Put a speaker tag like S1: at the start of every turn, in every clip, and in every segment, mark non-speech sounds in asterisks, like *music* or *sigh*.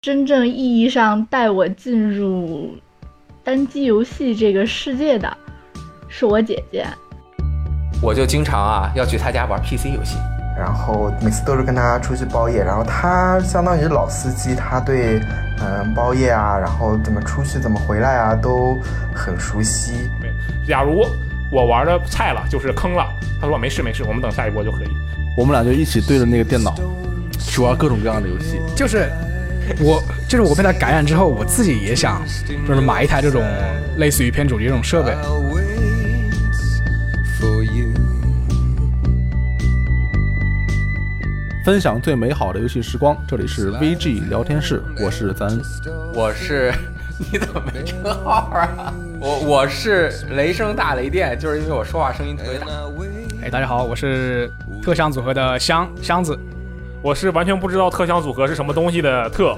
S1: 真正意义上带我进入单机游戏这个世界的，是我姐姐。
S2: 我就经常啊要去她家玩 PC 游戏，
S3: 然后每次都是跟他出去包夜，然后他相当于老司机，他对嗯、包夜啊，然后怎么出去怎么回来啊都很熟悉。
S4: 假如我玩的菜了，就是坑了，他说没事没事，我们等下一波就可以。
S5: 我们俩就一起对着那个电脑去玩各种各样的游戏。
S6: 就是我，就是我被他感染之后，我自己也想，就是买一台这种类似于偏主机这种设备。
S5: 分享最美好的游戏时光，这里是 VG 聊天室，我是咱
S2: 我是你怎么没称号啊？我我是雷声大雷电，就是因为我说话声音特别大。
S6: 哎，大家好，我是特香组合的香香子。
S4: 我是完全不知道特香组合是什么东西的特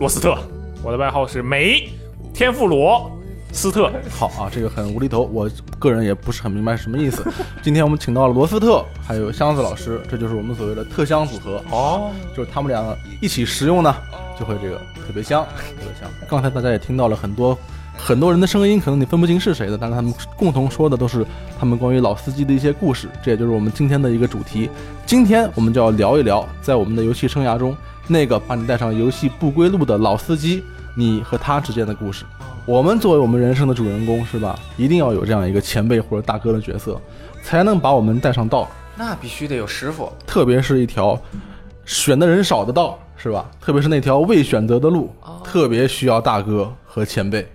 S4: 罗斯特，我的外号是梅天妇罗斯特。
S5: 好啊，这个很无厘头，我个人也不是很明白什么意思。今天我们请到了罗斯特，还有箱子老师，这就是我们所谓的特香组合，
S4: 哦，
S5: 就是他们俩一起食用呢，就会这个特别香，特别香。刚才大家也听到了很多很多人的声音，可能你分不清是谁的，但是他们共同说的都是他们关于老司机的一些故事，这也就是我们今天的一个主题。今天我们就要聊一聊，在我们的游戏生涯中，那个把你带上游戏不归路的老司机，你和他之间的故事。我们作为我们人生的主人公，是吧？一定要有这样一个前辈或者大哥的角色，才能把我们带上道。
S2: 那必须得有师傅，
S5: 特别是一条选的人少的道，是吧？特别是那条未选择的路，
S2: 哦
S5: 特别需要大哥和前辈。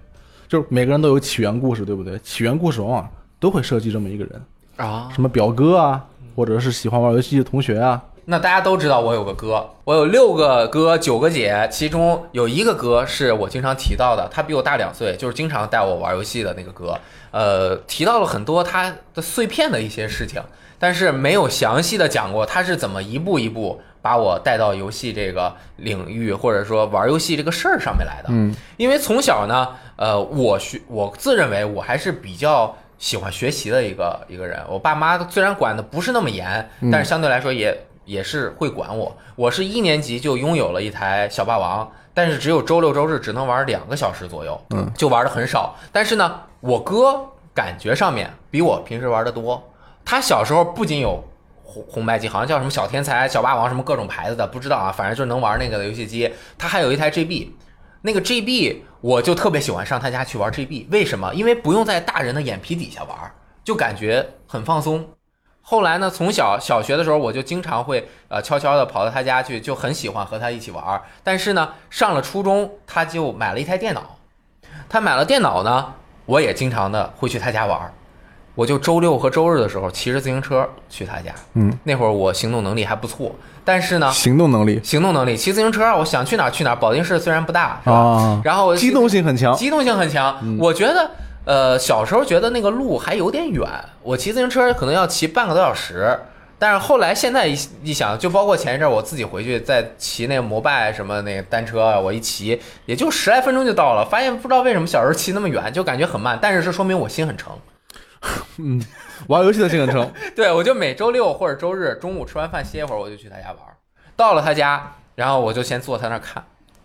S5: 就是每个人都有起源故事，对不对？起源故事往往都会涉及这么一个人，
S2: 啊。
S5: 什么表哥啊，或者是喜欢玩游戏的同学啊，
S2: 那大家都知道我有个哥，我有六个哥，九个姐，其中有一个哥是我经常提到的，他比我大两岁，就是经常带我玩游戏的那个哥。呃，提到了很多他的碎片的一些事情，但是没有详细的讲过他是怎么一步一步把我带到游戏这个领域，或者说玩游戏这个事儿上面来的。
S5: 嗯，
S2: 因为从小呢，呃，我学我自认为我还是比较喜欢学习的一个一个人。我爸妈虽然管的不是那么严，但是相对来说也也是会管我。我是一年级就拥有了一台小霸王，但是只有周六周日只能玩两个小时左右，
S5: 嗯，
S2: 就玩的很少。但是呢，我哥感觉上面比我平时玩的多。他小时候不仅有红红白机，好像叫什么小天才、小霸王什么各种牌子的，不知道啊，反正就是能玩那个的游戏机。他还有一台 GB，那个 GB 我就特别喜欢上他家去玩 GB，为什么？因为不用在大人的眼皮底下玩，就感觉很放松。后来呢，从小小学的时候，我就经常会呃悄悄的跑到他家去，就很喜欢和他一起玩。但是呢，上了初中，他就买了一台电脑，他买了电脑呢，我也经常的会去他家玩。我就周六和周日的时候骑着自行车去他家。
S5: 嗯，
S2: 那会儿我行动能力还不错，但是呢，
S5: 行动能力
S2: 行动能力，骑自行车，我想去哪儿去哪儿。保定市虽然不大，是吧？
S5: 啊，
S2: 然后我
S5: 机动性很强。嗯
S2: 机动性很强。我觉得，呃，小时候觉得那个路还有点远，我骑自行车可能要骑半个多小时。但是后来现在一一想，就包括前一阵儿我自己回去再骑那个摩拜什么那个单车啊，我一骑也就十来分钟就到了。发现不知道为什么小时候骑那么远就感觉很慢，但是是说明我心很诚。
S5: 嗯，玩游戏的这个程，
S2: 对，我就每周六或者周日中午吃完饭歇一会儿，我就去他家玩儿。到了他家，然后我就先坐他那儿看，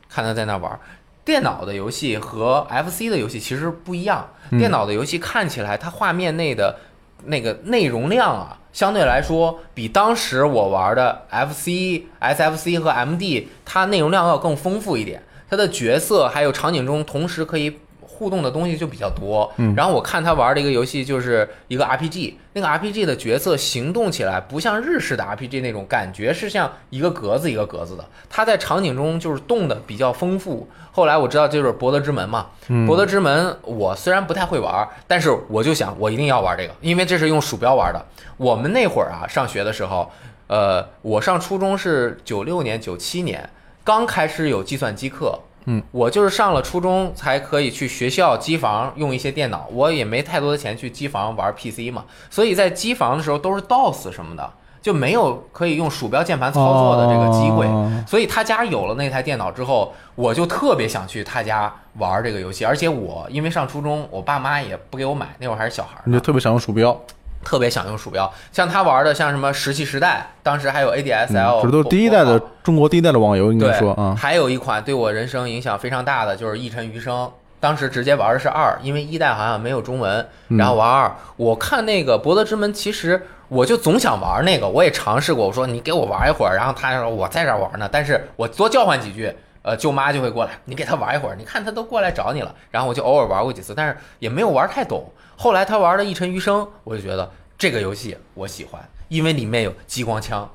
S2: 看他在那儿玩儿。电脑的游戏和 FC 的游戏其实不一样，
S5: 嗯
S2: 电脑的游戏看起来它画面内的那个内容量啊，相对来说比当时我玩的 FC、SFC 和 MD 它内容量要更丰富一点，它的角色还有场景中同时可以互动的东西就比较多。
S5: 嗯
S2: 然后我看他玩的一个游戏就是一个 RPG，那个 RPG 的角色行动起来不像日式的 RPG 那种感觉是像一个格子一个格子的，它在场景中就是动的比较丰富。后来我知道这就是《博德之门》嘛，《博德之门》我虽然不太会玩，但是我就想我一定要玩这个，因为这是用鼠标玩的。我们那会儿啊，上学的时候，呃，我上初中是九六年、九七年，刚开始有计算机课。
S5: 嗯，
S2: 我就是上了初中才可以去学校机房用一些电脑，我也没太多的钱去机房玩 PC 嘛，所以在机房的时候都是 DOS 什么的，就没有可以用鼠标键盘 *laughs* 操作的这个机会。
S5: 哦
S2: 所以他家有了那台电脑之后，我就特别想去他家玩这个游戏。而且我因为上初中，我爸妈也不给我买，那会儿还是小孩儿
S5: 你
S2: 呢
S5: 就，特别想用鼠标，
S2: 特别想用鼠标，像他玩的像什么《石器时代》，当时还有 ADSL，、
S5: 嗯这都是第一代的中国第一代的网游，应
S2: 对
S5: 该说啊，
S2: 还有一款对我人生影响非常大的就是《一尘余生》，当时直接玩的是二，因为一代好像没有中文，
S5: 嗯
S2: 然后玩二。我看那个《博德之门》，其实我就总想玩那个，我也尝试过，我说你给我玩一会儿，然后他说我在这儿玩呢，但是我多叫唤几句。呃，舅妈就会过来，你给他玩一会儿，你看他都过来找你了。然后我就偶尔玩过几次，但是也没有玩太懂。后来他玩了《一尘余生》，我就觉得这个游戏我喜欢，因为里面有激光枪，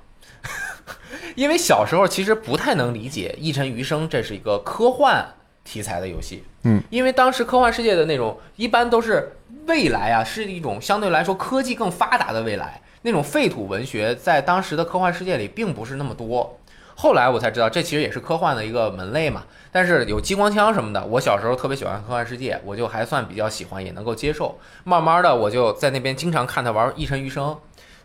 S2: 因为小时候其实不太能理解《一尘余生》这是一个科幻题材的游戏，
S5: 嗯，
S2: 因为当时科幻世界的那种一般都是未来啊，是一种相对来说科技更发达的未来，那种废土文学在当时的科幻世界里并不是那么多。后来我才知道，这其实也是科幻的一个门类嘛。但是有激光枪什么的，我小时候特别喜欢科幻世界，我就还算比较喜欢，也能够接受。慢慢的，我就在那边经常看他玩《一尘余生》，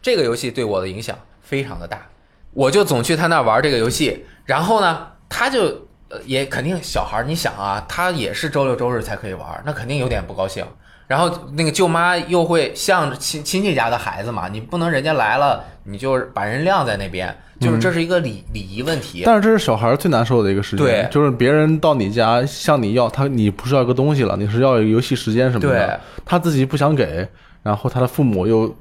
S2: 这个游戏对我的影响非常的大。我就总去他那儿玩这个游戏，然后呢，他就呃也肯定小孩儿，你想啊，他也是周六周日才可以玩儿，那肯定有点不高兴。然后那个舅妈又会向着亲亲戚家的孩子嘛，你不能人家来了你就把人晾在那边，就是这是一个礼、礼仪问题。
S5: 嗯但是这是小孩儿最难受的一个时间，
S2: 对
S5: 就是别人到你家向你要他，你不是要个东西了，你是要游戏时间什么
S2: 对
S5: 的，他自己不想给，然后他的父母又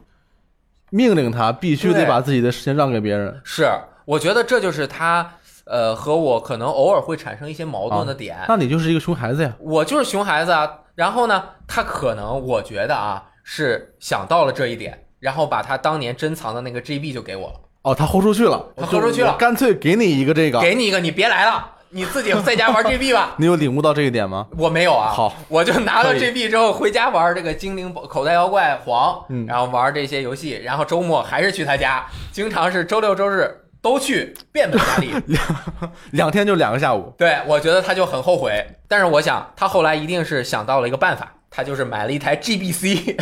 S5: 命令他必须
S2: 对
S5: 得把自己的时间让给别人，
S2: 是，我觉得这就是他呃和我可能偶尔会产生一些矛盾的点。
S5: 啊那你就是一个熊孩子呀，
S2: 我就是熊孩子啊。然后呢，他可能我觉得啊是想到了这一点，然后把他当年珍藏的那个 GB 就给我了。
S5: 哦，他豁出去了，
S2: 他豁出去了
S5: 就我干脆给你一个这个，
S2: 给你一个，你别来了，你自己在家
S5: *laughs*
S2: 玩 GB 吧。
S5: 你有领悟到这一点吗？
S2: 我没有啊，
S5: 好，
S2: 我就拿到
S5: 可以
S2: GB 之后回家玩这个精灵宝口袋妖怪黄，
S5: 嗯
S2: 然后玩这些游戏，然后周末还是去他家，经常是周六周日都去，遍布家里。
S5: 两天就两个下午，
S2: 对，我觉得他就很后悔，但是我想他后来一定是想到了一个办法，他就是买了一台 GBC，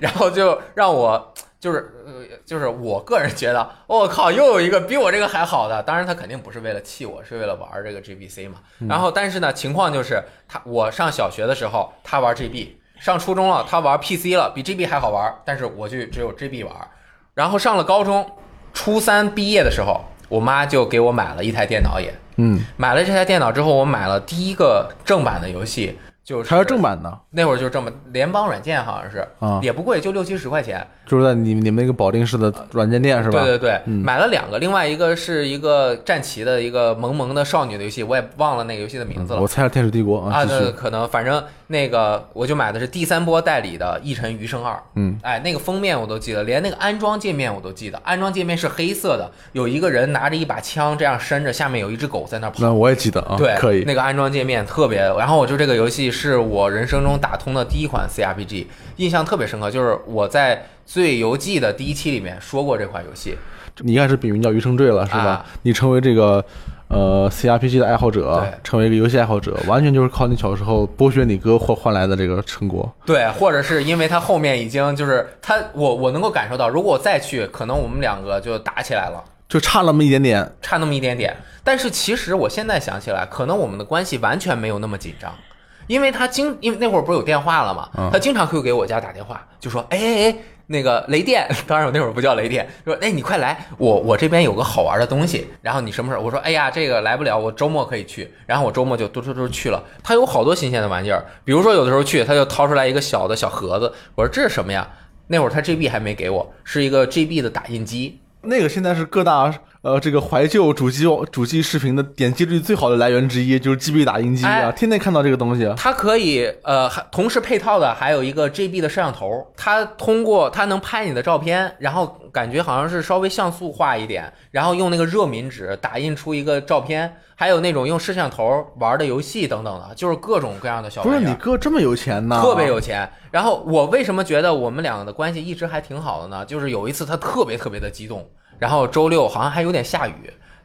S2: 然 *laughs* 后就让我就是呃就是我个人觉得，我、靠，又有一个比我这个还好的，当然他肯定不是为了气我，是为了玩这个 GBC 嘛。然后但是呢，情况就是他我上小学的时候他玩 GB，上初中了他玩 PC 了，比 GB 还好玩，但是我就只有 GB 玩。然后上了高中，初三毕业的时候，我妈就给我买了一台电脑也。
S5: 嗯，
S2: 买了这台电脑之后，我买了第一个正版的游戏，就是
S5: 还是正，版的，
S2: 那会儿就是正版，联邦软件好像是，
S5: 啊
S2: 也不贵，就六七十块钱。
S5: 就是在你你们那个保定市的软件店是吧？
S2: 对对对，
S5: 嗯
S2: 买了两个，另外一个是一个战旗的一个萌萌的少女的游戏，我也忘了那个游戏的名字了
S5: 嗯我。猜是天使帝国
S2: 啊，
S5: 继
S2: 对，
S5: 续，
S2: 可能反正那个我就买的是第三波代理的《一尘余生二》，
S5: 嗯，
S2: 哎，那个封面我都记得，连那个安装界面我都记得，安装界面是黑色的，有一个人拿着一把枪这样伸着，下面有一只狗在那儿跑。
S5: 那我也记得啊，
S2: 对，
S5: 可以，
S2: 那个安装界面特别。然后我就这个游戏是我人生中打通的第一款 CRPG，印象特别深刻。就是我在《醉游记》的第一期里面说过这款游戏，
S5: 你一开始笔名叫余生坠了，是吧？
S2: 啊
S5: 你成为这个呃 CRPG 的爱好者
S2: 对，
S5: 成为一个游戏爱好者，完全就是靠你小时候剥削你哥换换来的这个成果。
S2: 对，或者是因为它后面已经就是它，我我能够感受到，如果我再去，可能我们两个就打起来了。
S5: 就差那么一点点，
S2: 差那么一点点。但是其实我现在想起来，可能我们的关系完全没有那么紧张，因为他经因为那会儿不是有电话了嘛
S5: 嗯，
S2: 他经常会给我家打电话，就说哎哎哎。那个雷电，当然我那会儿不叫雷电，说哎你快来，我我这边有个好玩的东西，然后你什么时候？我说哎呀这个来不了，我周末可以去，然后我周末就嘟嘟嘟去了。他有好多新鲜的玩意儿，比如说有的时候去他就掏出来一个小的小盒子，我说这是什么呀？那会儿他 GB 还没给我，是一个 GB 的打印机，
S5: 那个现在是各大呃这个怀旧主机主机视频的点击率最好的来源之一，就是 GB 打印机啊，
S2: 哎
S5: 天天看到这个东西啊。
S2: 它可以呃，还同时配套的还有一个 GB 的摄像头，它通过它能拍你的照片，然后感觉好像是稍微像素化一点，然后用那个热敏纸打印出一个照片，还有那种用摄像头玩的游戏等等的，就是各种各样的小
S5: 不是
S2: 玩意
S5: 你
S2: 儿。
S5: 哥这么有钱呐？
S2: 特别有钱，然后我为什么觉得我们两个的关系一直还挺好的呢？就是有一次他特别特别的激动，然后周六好像还有点下雨，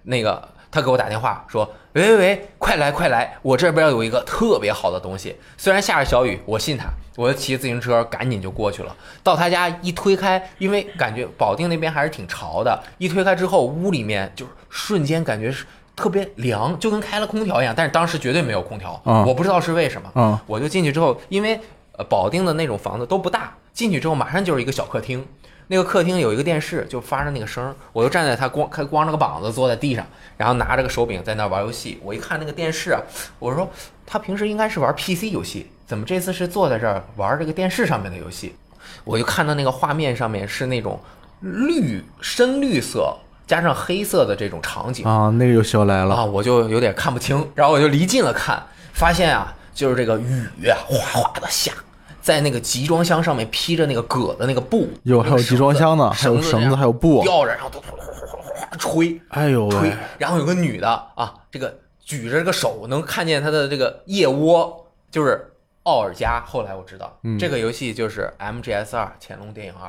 S2: 那个他给我打电话说：“喂喂喂，快来快来，我这边有一个特别好的东西。”虽然下着小雨，我信他，我就骑自行车赶紧就过去了。到他家一推开，因为感觉保定那边还是挺潮的，一推开之后，屋里面就是瞬间感觉是特别凉，就跟开了空调一样。但是当时绝对没有空调，
S5: 啊
S2: 我不知道是为什么。
S5: 啊
S2: 我就进去之后，因为呃保定的那种房子都不大，进去之后马上就是一个小客厅。那个客厅有一个电视，就发着那个声儿，我就站在他光开光着个膀子坐在地上，然后拿着个手柄在那玩游戏。我一看那个电视啊，我说他平时应该是玩 PC 游戏，怎么这次是坐在这儿玩这个电视上面的游戏？我就看到那个画面上面是那种绿深绿色加上黑色的这种场景，
S5: 啊，那个又修来了
S2: 啊，，我就有点看不清，然后我就离近了看，发现啊，就是这个雨啊，哗哗的下，在那个集装箱上面披着那个葛的那个布，
S5: 有还有集装箱呢，还
S2: 绳
S5: 有绳
S2: 这
S5: 子，
S2: 样
S5: 还有布，
S2: 吊着，然后都哗哗哗哗哗吹
S5: 哎呦
S2: 吹
S5: 喂，，
S2: 然后有个女的啊，这个举着这个手能看见她的这个腋窝，就是奥尔加。后来我知道，
S5: 嗯
S2: 这个游戏就是 MGS 二《潜龙电影二》。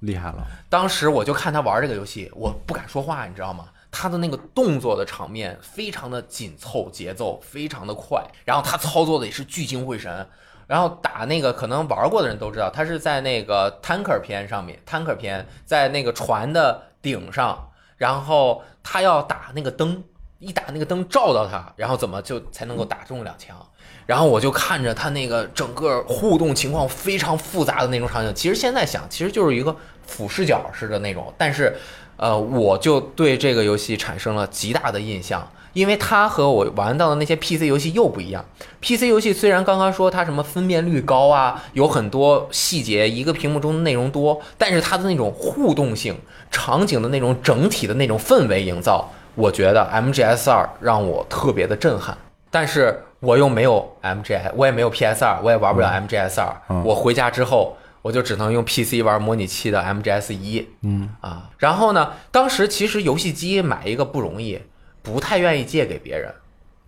S5: 厉害了，
S2: 当时我就看他玩这个游戏，我不敢说话，你知道吗？他的那个动作的场面非常的紧凑，节奏非常的快，然后他操作的也是聚精会神。然后打那个可能玩过的人都知道，他是在那个 tanker 片上面，tanker 片在那个船的顶上，然后他要打那个灯，一打那个灯照到他，然后怎么就才能够打中两枪？然后我就看着他那个整个互动情况非常复杂的那种场景，其实现在想，其实就是一个俯视角似的那种，但是，呃，我就对这个游戏产生了极大的印象，因为它和我玩到的那些 PC 游戏又不一样。PC 游戏虽然刚刚说它什么分辨率高啊，有很多细节，一个屏幕中的内容多，但是它的那种互动性、场景的那种整体的那种氛围营造，我觉得 MGS 二让我特别的震撼。但是我又没有 MGS，我也没有 PS 二，我也玩不了 MGS 二、
S5: 嗯
S2: 我回家之后，我就只能用 PC 玩模拟器的 MGS 一
S5: 嗯，
S2: 啊。然后呢，当时其实游戏机买一个不容易，不太愿意借给别人。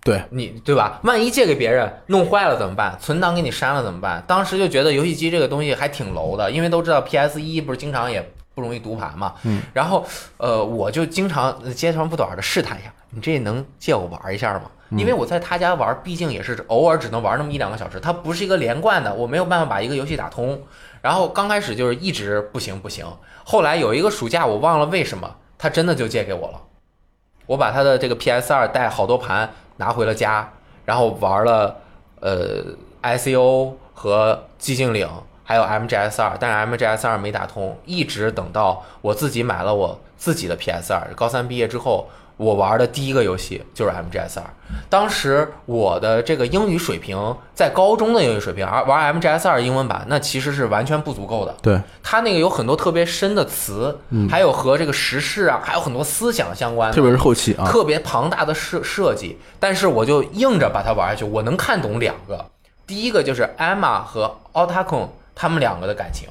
S5: 对，
S2: 你对吧？万一借给别人弄坏了怎么办？存档给你删了怎么办？当时就觉得游戏机这个东西还挺楼的，因为都知道 PS 一不是经常也不容易读盘嘛。
S5: 嗯。
S2: 然后呃，我就经常呃接长不短的试探一下，你这能借我玩一下吗？因为我在他家玩，毕竟也是偶尔只能玩那么一两个小时，它不是一个连贯的，我没有办法把一个游戏打通。然后刚开始就是一直不行不行，后来有一个暑假我忘了为什么，他真的就借给我了。我把他的这个 PS 二带好多盘拿回了家，然后玩了呃 ICO 和寂静岭，还有 MGS 二，但是 MGS 二没打通，一直等到我自己买了我自己的 PS 二，高三毕业之后。我玩的第一个游戏就是 MGS 二，当时我的这个英语水平在高中的英语水平，而玩 MGS 二英文版那其实是完全不足够的。
S5: 对，
S2: 它那个有很多特别深的词，
S5: 嗯
S2: 还有和这个时事啊，还有很多思想相关的，
S5: 特别是后期啊，
S2: 哎特别庞大的设设计，但是我就硬着把它玩下去。我能看懂两个，第一个就是 Emma 和 o t a k o n 他们两个的感情，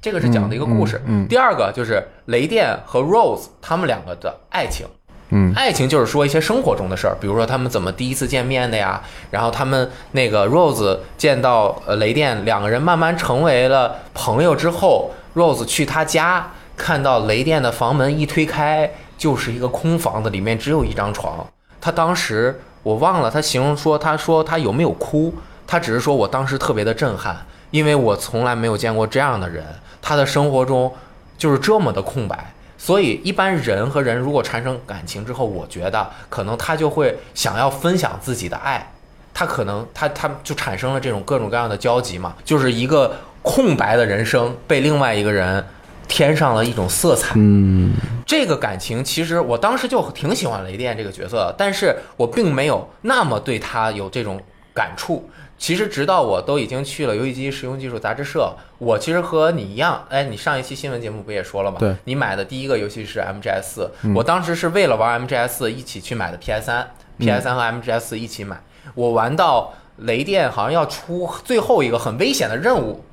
S2: 这个是讲的一个故事。
S5: 嗯嗯嗯
S2: 第二个就是雷电和 Rose 他们两个的爱情。
S5: 嗯
S2: 爱情就是说一些生活中的事儿，比如说他们怎么第一次见面的呀，然后他们那个 Rose 见到呃雷电，两个人慢慢成为了朋友之后，Rose 去他家看到雷电的房门一推开，就是一个空房子，里面只有一张床。他当时我忘了他形容说，他说他有没有哭，他只是说我当时特别的震撼，因为我从来没有见过这样的人，他的生活中就是这么的空白。所以，一般人和人如果产生感情之后，我觉得可能他就会想要分享自己的爱，他可能他他就产生了这种各种各样的交集嘛，就是一个空白的人生被另外一个人添上了一种色彩。
S5: 嗯，
S2: 这个感情其实我当时就挺喜欢雷电这个角色的，但是我并没有那么对他有这种感触。其实直到我都已经去了游戏机实用技术杂志社，我其实和你一样，哎，你上一期新闻节目不也说了吗？
S5: 对
S2: 你买的第一个游戏是 MGS 四、我当时是为了玩 MGS 四一起去买的 PS 三、PS 三和 MGS 四一起买，我玩到雷电好像要出最后一个很危险的任务，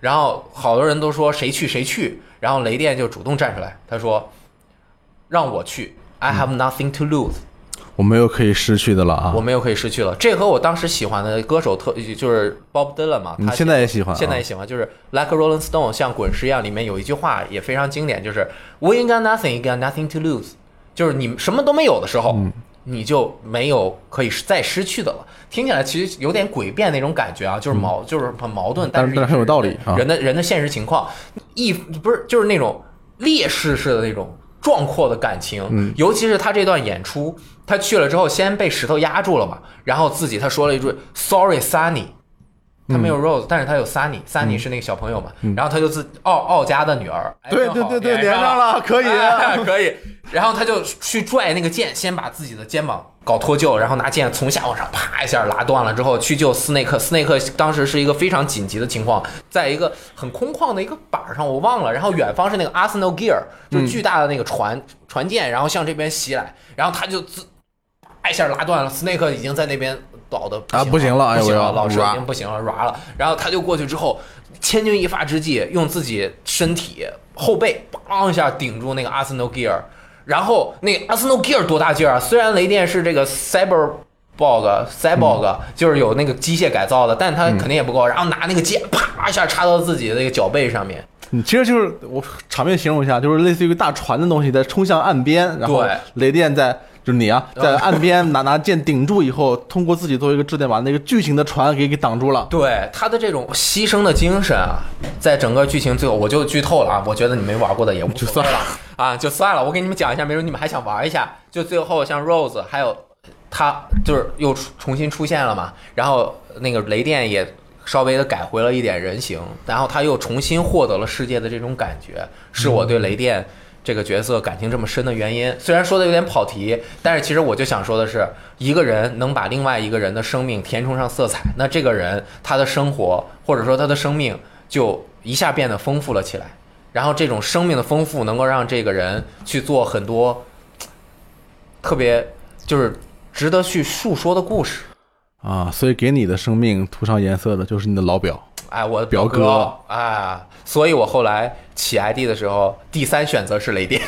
S2: 然后好多人都说谁去谁去，然后雷电就主动站出来，他说让我去，I
S5: 嗯
S2: have nothing to lose，、
S5: 我没有可以失去的了啊
S2: 我，没有可以失去了。这和我当时喜欢的歌手特就是 Bob Dylan 嘛，
S5: 你
S2: 他
S5: 现在也喜欢啊，
S2: 现在也喜欢，就是 Like a Rolling Stone 像滚石一样，里面有一句话也非常经典，就是 We ain't got nothing, you got nothing to lose，就是你什么都没有的时候。
S5: 嗯
S2: 你就没有可以再失去的了，听起来其实有点诡辩那种感觉啊，就是矛，就是很矛盾，
S5: 但
S2: 但
S5: 是
S2: 是
S5: 嗯但是很有道理啊
S2: 人的人的现实情况，一不是就是那种烈士式的那种壮阔的感情，
S5: 嗯
S2: 尤其是他这段演出，他去了之后先被石头压住了嘛，然后自己他说了一句 “Sorry, Sunny”，他
S5: 嗯
S2: 没有 Rose，、但是他有 Sunny，Sunny 是那个小朋友嘛，然后他就自奥奥家的女儿，哎
S5: 对
S2: 正
S5: 对
S2: 好
S5: 对对，连
S2: 上
S5: 上了，可以。啊
S2: 哎 *laughs* 可以。然后他就去拽那个剑，先把自己的肩膀搞脱臼，然后拿剑从下往上啪一下拉断了，之后去救斯内克。斯内克当时是一个非常紧急的情况，在一个很空旷的一个板儿上，我忘了。然后远方是那个 Arsenal Gear，就是
S5: 嗯
S2: 巨大的那个船、船舰，然后向这边袭来，然后他就自。啪一下拉断了，斯内克已经在那边倒的
S5: 啊不行了哎
S2: 不行
S5: 我
S2: 了，
S5: 要
S2: 老师已
S5: rah
S2: 经不行了，软了。然后他就过去之后，千钧一发之际，用自己身体后背梆一下顶住那个阿斯诺 gear，然后那个阿斯诺 gear 多大劲儿啊！虽然雷电是这个 cyber。bog cyborg、就是
S5: 嗯
S2: 有那个机械改造的，但他肯定也不够。然后拿那个剑啪一下插到自己的那个脚背上面，
S5: 你其实就是我场面形容一下，就是类似于一个大船的东西在冲向岸边，然后
S2: 对
S5: 雷电在就是你啊，在岸边拿拿剑顶住以后，通过自己作为一个支点把那个巨型的船给给挡住了。
S2: 对他的这种牺牲的精神啊，在整个剧情最后我就剧透了啊，我觉得你没玩过的也无所谓了啊，就算了。我给你们讲一下，没准你们还想玩一下。就最后像 Rose 还有他就是又出重新出现了嘛，然后那个雷电也稍微的改回了一点人形，然后他又重新获得了世界的这种感觉，是我对雷电。这个角色感情这么深的原因，虽然说的有点跑题，但是其实我就想说的是，一个人能把另外一个人的生命填充上色彩，那这个人他的生活或者说他的生命就一下变得丰富了起来。然后这种生命的丰富能够让这个人去做很多特别就是值得去述说的故事。
S5: 啊，所以给你的生命涂上颜色的就是你的老表。
S2: 哎，我的
S5: 表哥
S2: 哥啊，所以我后来起 ID 的时候，第三选择是雷电。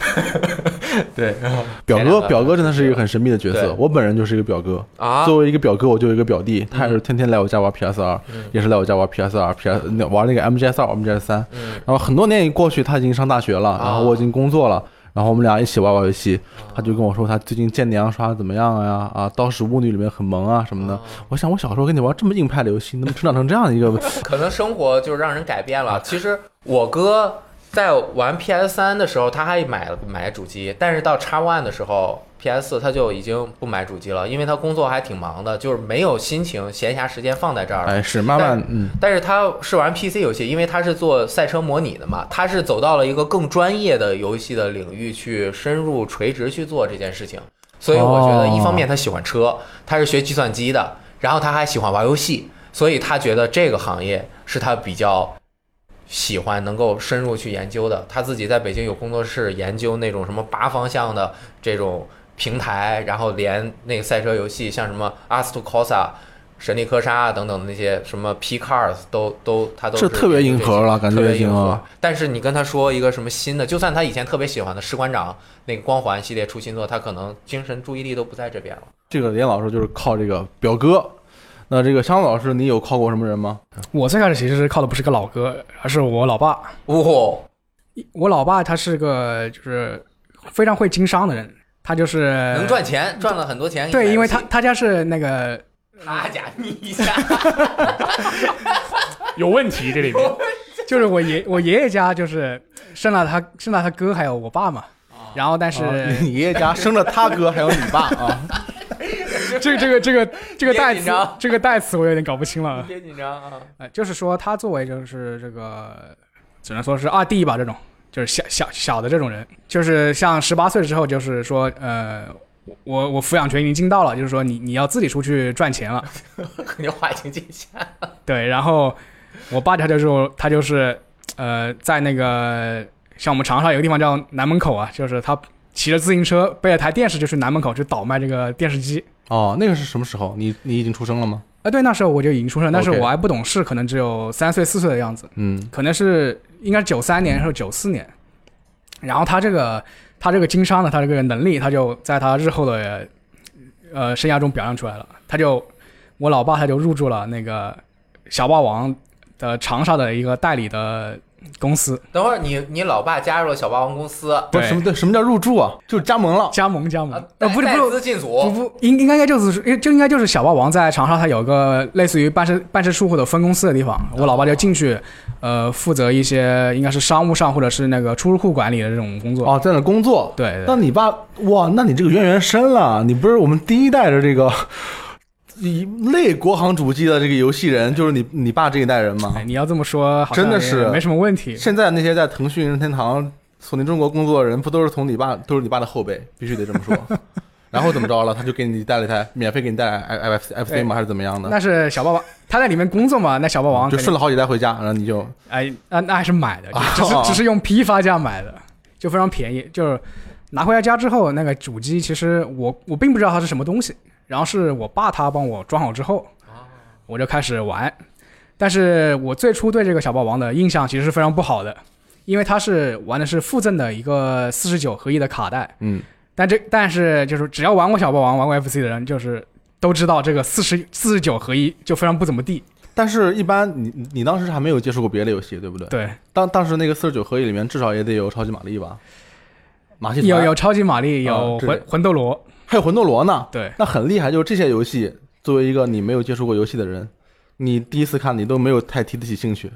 S2: *laughs* 对，然后
S5: 表
S2: 前两
S5: 哥，
S2: 个
S5: 表哥真的是一个很神秘的角色
S2: 对。
S5: 我本人就是一个表哥
S2: 啊嗯
S5: 作为一个表哥，我就有一个表弟，他也是天天来我家玩 PS 二、也是来我家玩 PS 二、PS 那玩那个 MGS 二、MGS 三。
S2: 嗯
S5: 然后很多年一过去，他已经上大学
S2: 啊
S5: 了，然后我已经工作了。然后我们俩一起玩玩游戏，他就跟我说他最近《剑娘》刷的怎么样啊？啊，《刀使巫女》里面很萌啊什么的。我想我小时候跟你玩这么硬派的游戏，你怎么成长成这样
S2: *laughs*
S5: 的一个？
S2: 可能生活就让人改变了。其实我哥在玩 PS 三的时候，他还买了买主机，但是到 X One 的时候，PS 四他就已经不买主机了，因为他工作还挺忙的，就是没有心情、闲暇时间放在这儿了。
S5: 哎，是慢慢
S2: 但
S5: 嗯，
S2: 但是他是玩 PC 游戏，因为他是做赛车模拟的嘛，他是走到了一个更专业的游戏的领域去深入垂直去做这件事情。所以我觉得，一方面他喜欢车，他是学计算机的，然后他还喜欢玩游戏，所以他觉得这个行业是他比较喜欢能够深入去研究的。他自己在北京有工作室研究那种什么八方向的这种平台，然后连那个赛车游戏，像什么阿斯图 Cosa。神力科莎等等的那些什么 P Cars 都都他都
S5: 这特别硬核了感觉
S2: 特别
S5: 已经
S2: 硬核
S5: 啊。
S2: 但是你跟他说一个什么新的，就算他以前特别喜欢的士官长那个光环系列出新作，他可能精神注意力都不在这边了。
S5: 这个严老师就是靠这个表哥。那这个香老师，你有靠过什么人吗？
S6: 我最开始其实是靠的不是个老哥，而是我老爸。
S2: 哦，
S6: 我老爸他是个就是非常会经商的人，他就是
S5: 哎
S2: 能赚钱，赚了很多钱。
S6: 对，因为他他家是那个
S2: 他家你 *laughs* 家
S4: 有问题这
S2: *laughs*
S4: 里面。
S6: 就是我爷我爷爷家就是生了他生了他哥还有我爸嘛，
S2: 哦
S6: 然后但是、
S5: 啊 *laughs* 你爷爷家生了他哥还有你爸啊，
S6: 这个这个这个
S2: *laughs*
S6: 这个
S2: 别
S6: 代
S2: 紧
S6: 词
S2: 张
S6: 这个代词我有点搞不清了，
S2: 别紧张啊！
S6: 呃，就是说他作为就是这个只能说是二弟吧这种。就是小小小的这种人，就是像十八岁之后，就是说，呃，我我我抚养权已经尽到了，就是说你你要自己出去赚钱了，
S2: 你划清界限。
S6: 对，然后我爸他就是他就是呃，在那个像我们长沙有个地方叫南门口啊，就是他骑着自行车背着台电视就去南门口去倒卖这个电视机。
S5: *laughs* 哦，那个是什么时候？你你已经出生了吗？
S6: 啊，对，那时候我就已经出生，但是
S5: OK
S6: 我还不懂事，可能只有三岁四岁的样子，
S5: 嗯，
S6: 可能是应该九三年还是九四年。然后他这个他这个经商的他这个能力，他就在他日后的呃生涯中表现出来了。他就我老爸他就入驻了那个小霸王的长沙的一个代理的公司，
S2: 等会儿你你老爸加入了小霸王公司啊，
S5: 不是
S6: 对
S5: 什么对什么叫入住啊？就是加盟了。
S6: 加盟加盟，呃不是
S2: 带
S6: 不
S2: 带
S6: 是
S2: 啊资进
S6: 不
S2: 组，
S6: 不应应该应该就是就应该就是小霸王在长沙它有个类似于办事办事处或者分公司的地方，我老爸就进去，呃负责一些应该是商务上或者是那个出入库管理的这种工作。
S5: 哦，在那工作。
S6: 对对
S5: *laughs* 那你爸哇，那你这个渊源深了。你不是我们第一代的这个一类国行主机的这个游戏人，就是你你爸这一代人嘛。
S6: 哎，你要这么说，好像
S5: 真的是
S6: 也没什么问题。
S5: 现在那些在腾讯、任天堂、索尼中国工作的人，不都是从你爸都是你爸的后辈？必须得这么说。 *laughs* 然后怎么着了？他就给你带了一台免费给你带来 I F F C 吗？还是怎么样的？
S6: 那是小霸王，他在里面工作嘛？那小霸王
S5: 就
S6: 肯定
S5: 顺了好几代回家，然后你就
S6: 哎，那那还是买的，就
S5: 啊
S6: 只是只是用批发价买的，就非常便宜。就是拿回来家之后，那个主机其实我我并不知道它是什么东西，然后是我爸他帮我装好之后，
S5: 哦
S6: 我就开始玩。但是我最初对这个小霸王的印象其实是非常不好的，因为它是玩的是附赠的一个四十九合一的卡带，
S5: 嗯，
S6: 但这但是就是只要玩过小霸王、玩过 FC 的人，就是都知道这个四十四十九合一就非常不怎么地。
S5: 但是，一般你你你当时是还没有接触过别的游戏，对不对？
S6: 对，
S5: 当当时那个四十九合一里面，至少也得有超级玛丽吧，马戏团
S6: 有有，超级玛丽，有
S5: 啊这
S6: 魂、魂斗罗，
S5: 还有魂斗罗呢。
S6: 对，
S5: 那很厉害，就是这些游戏，作为一个你没有接触过游戏的人，你第一次看你都没有太提得起兴趣，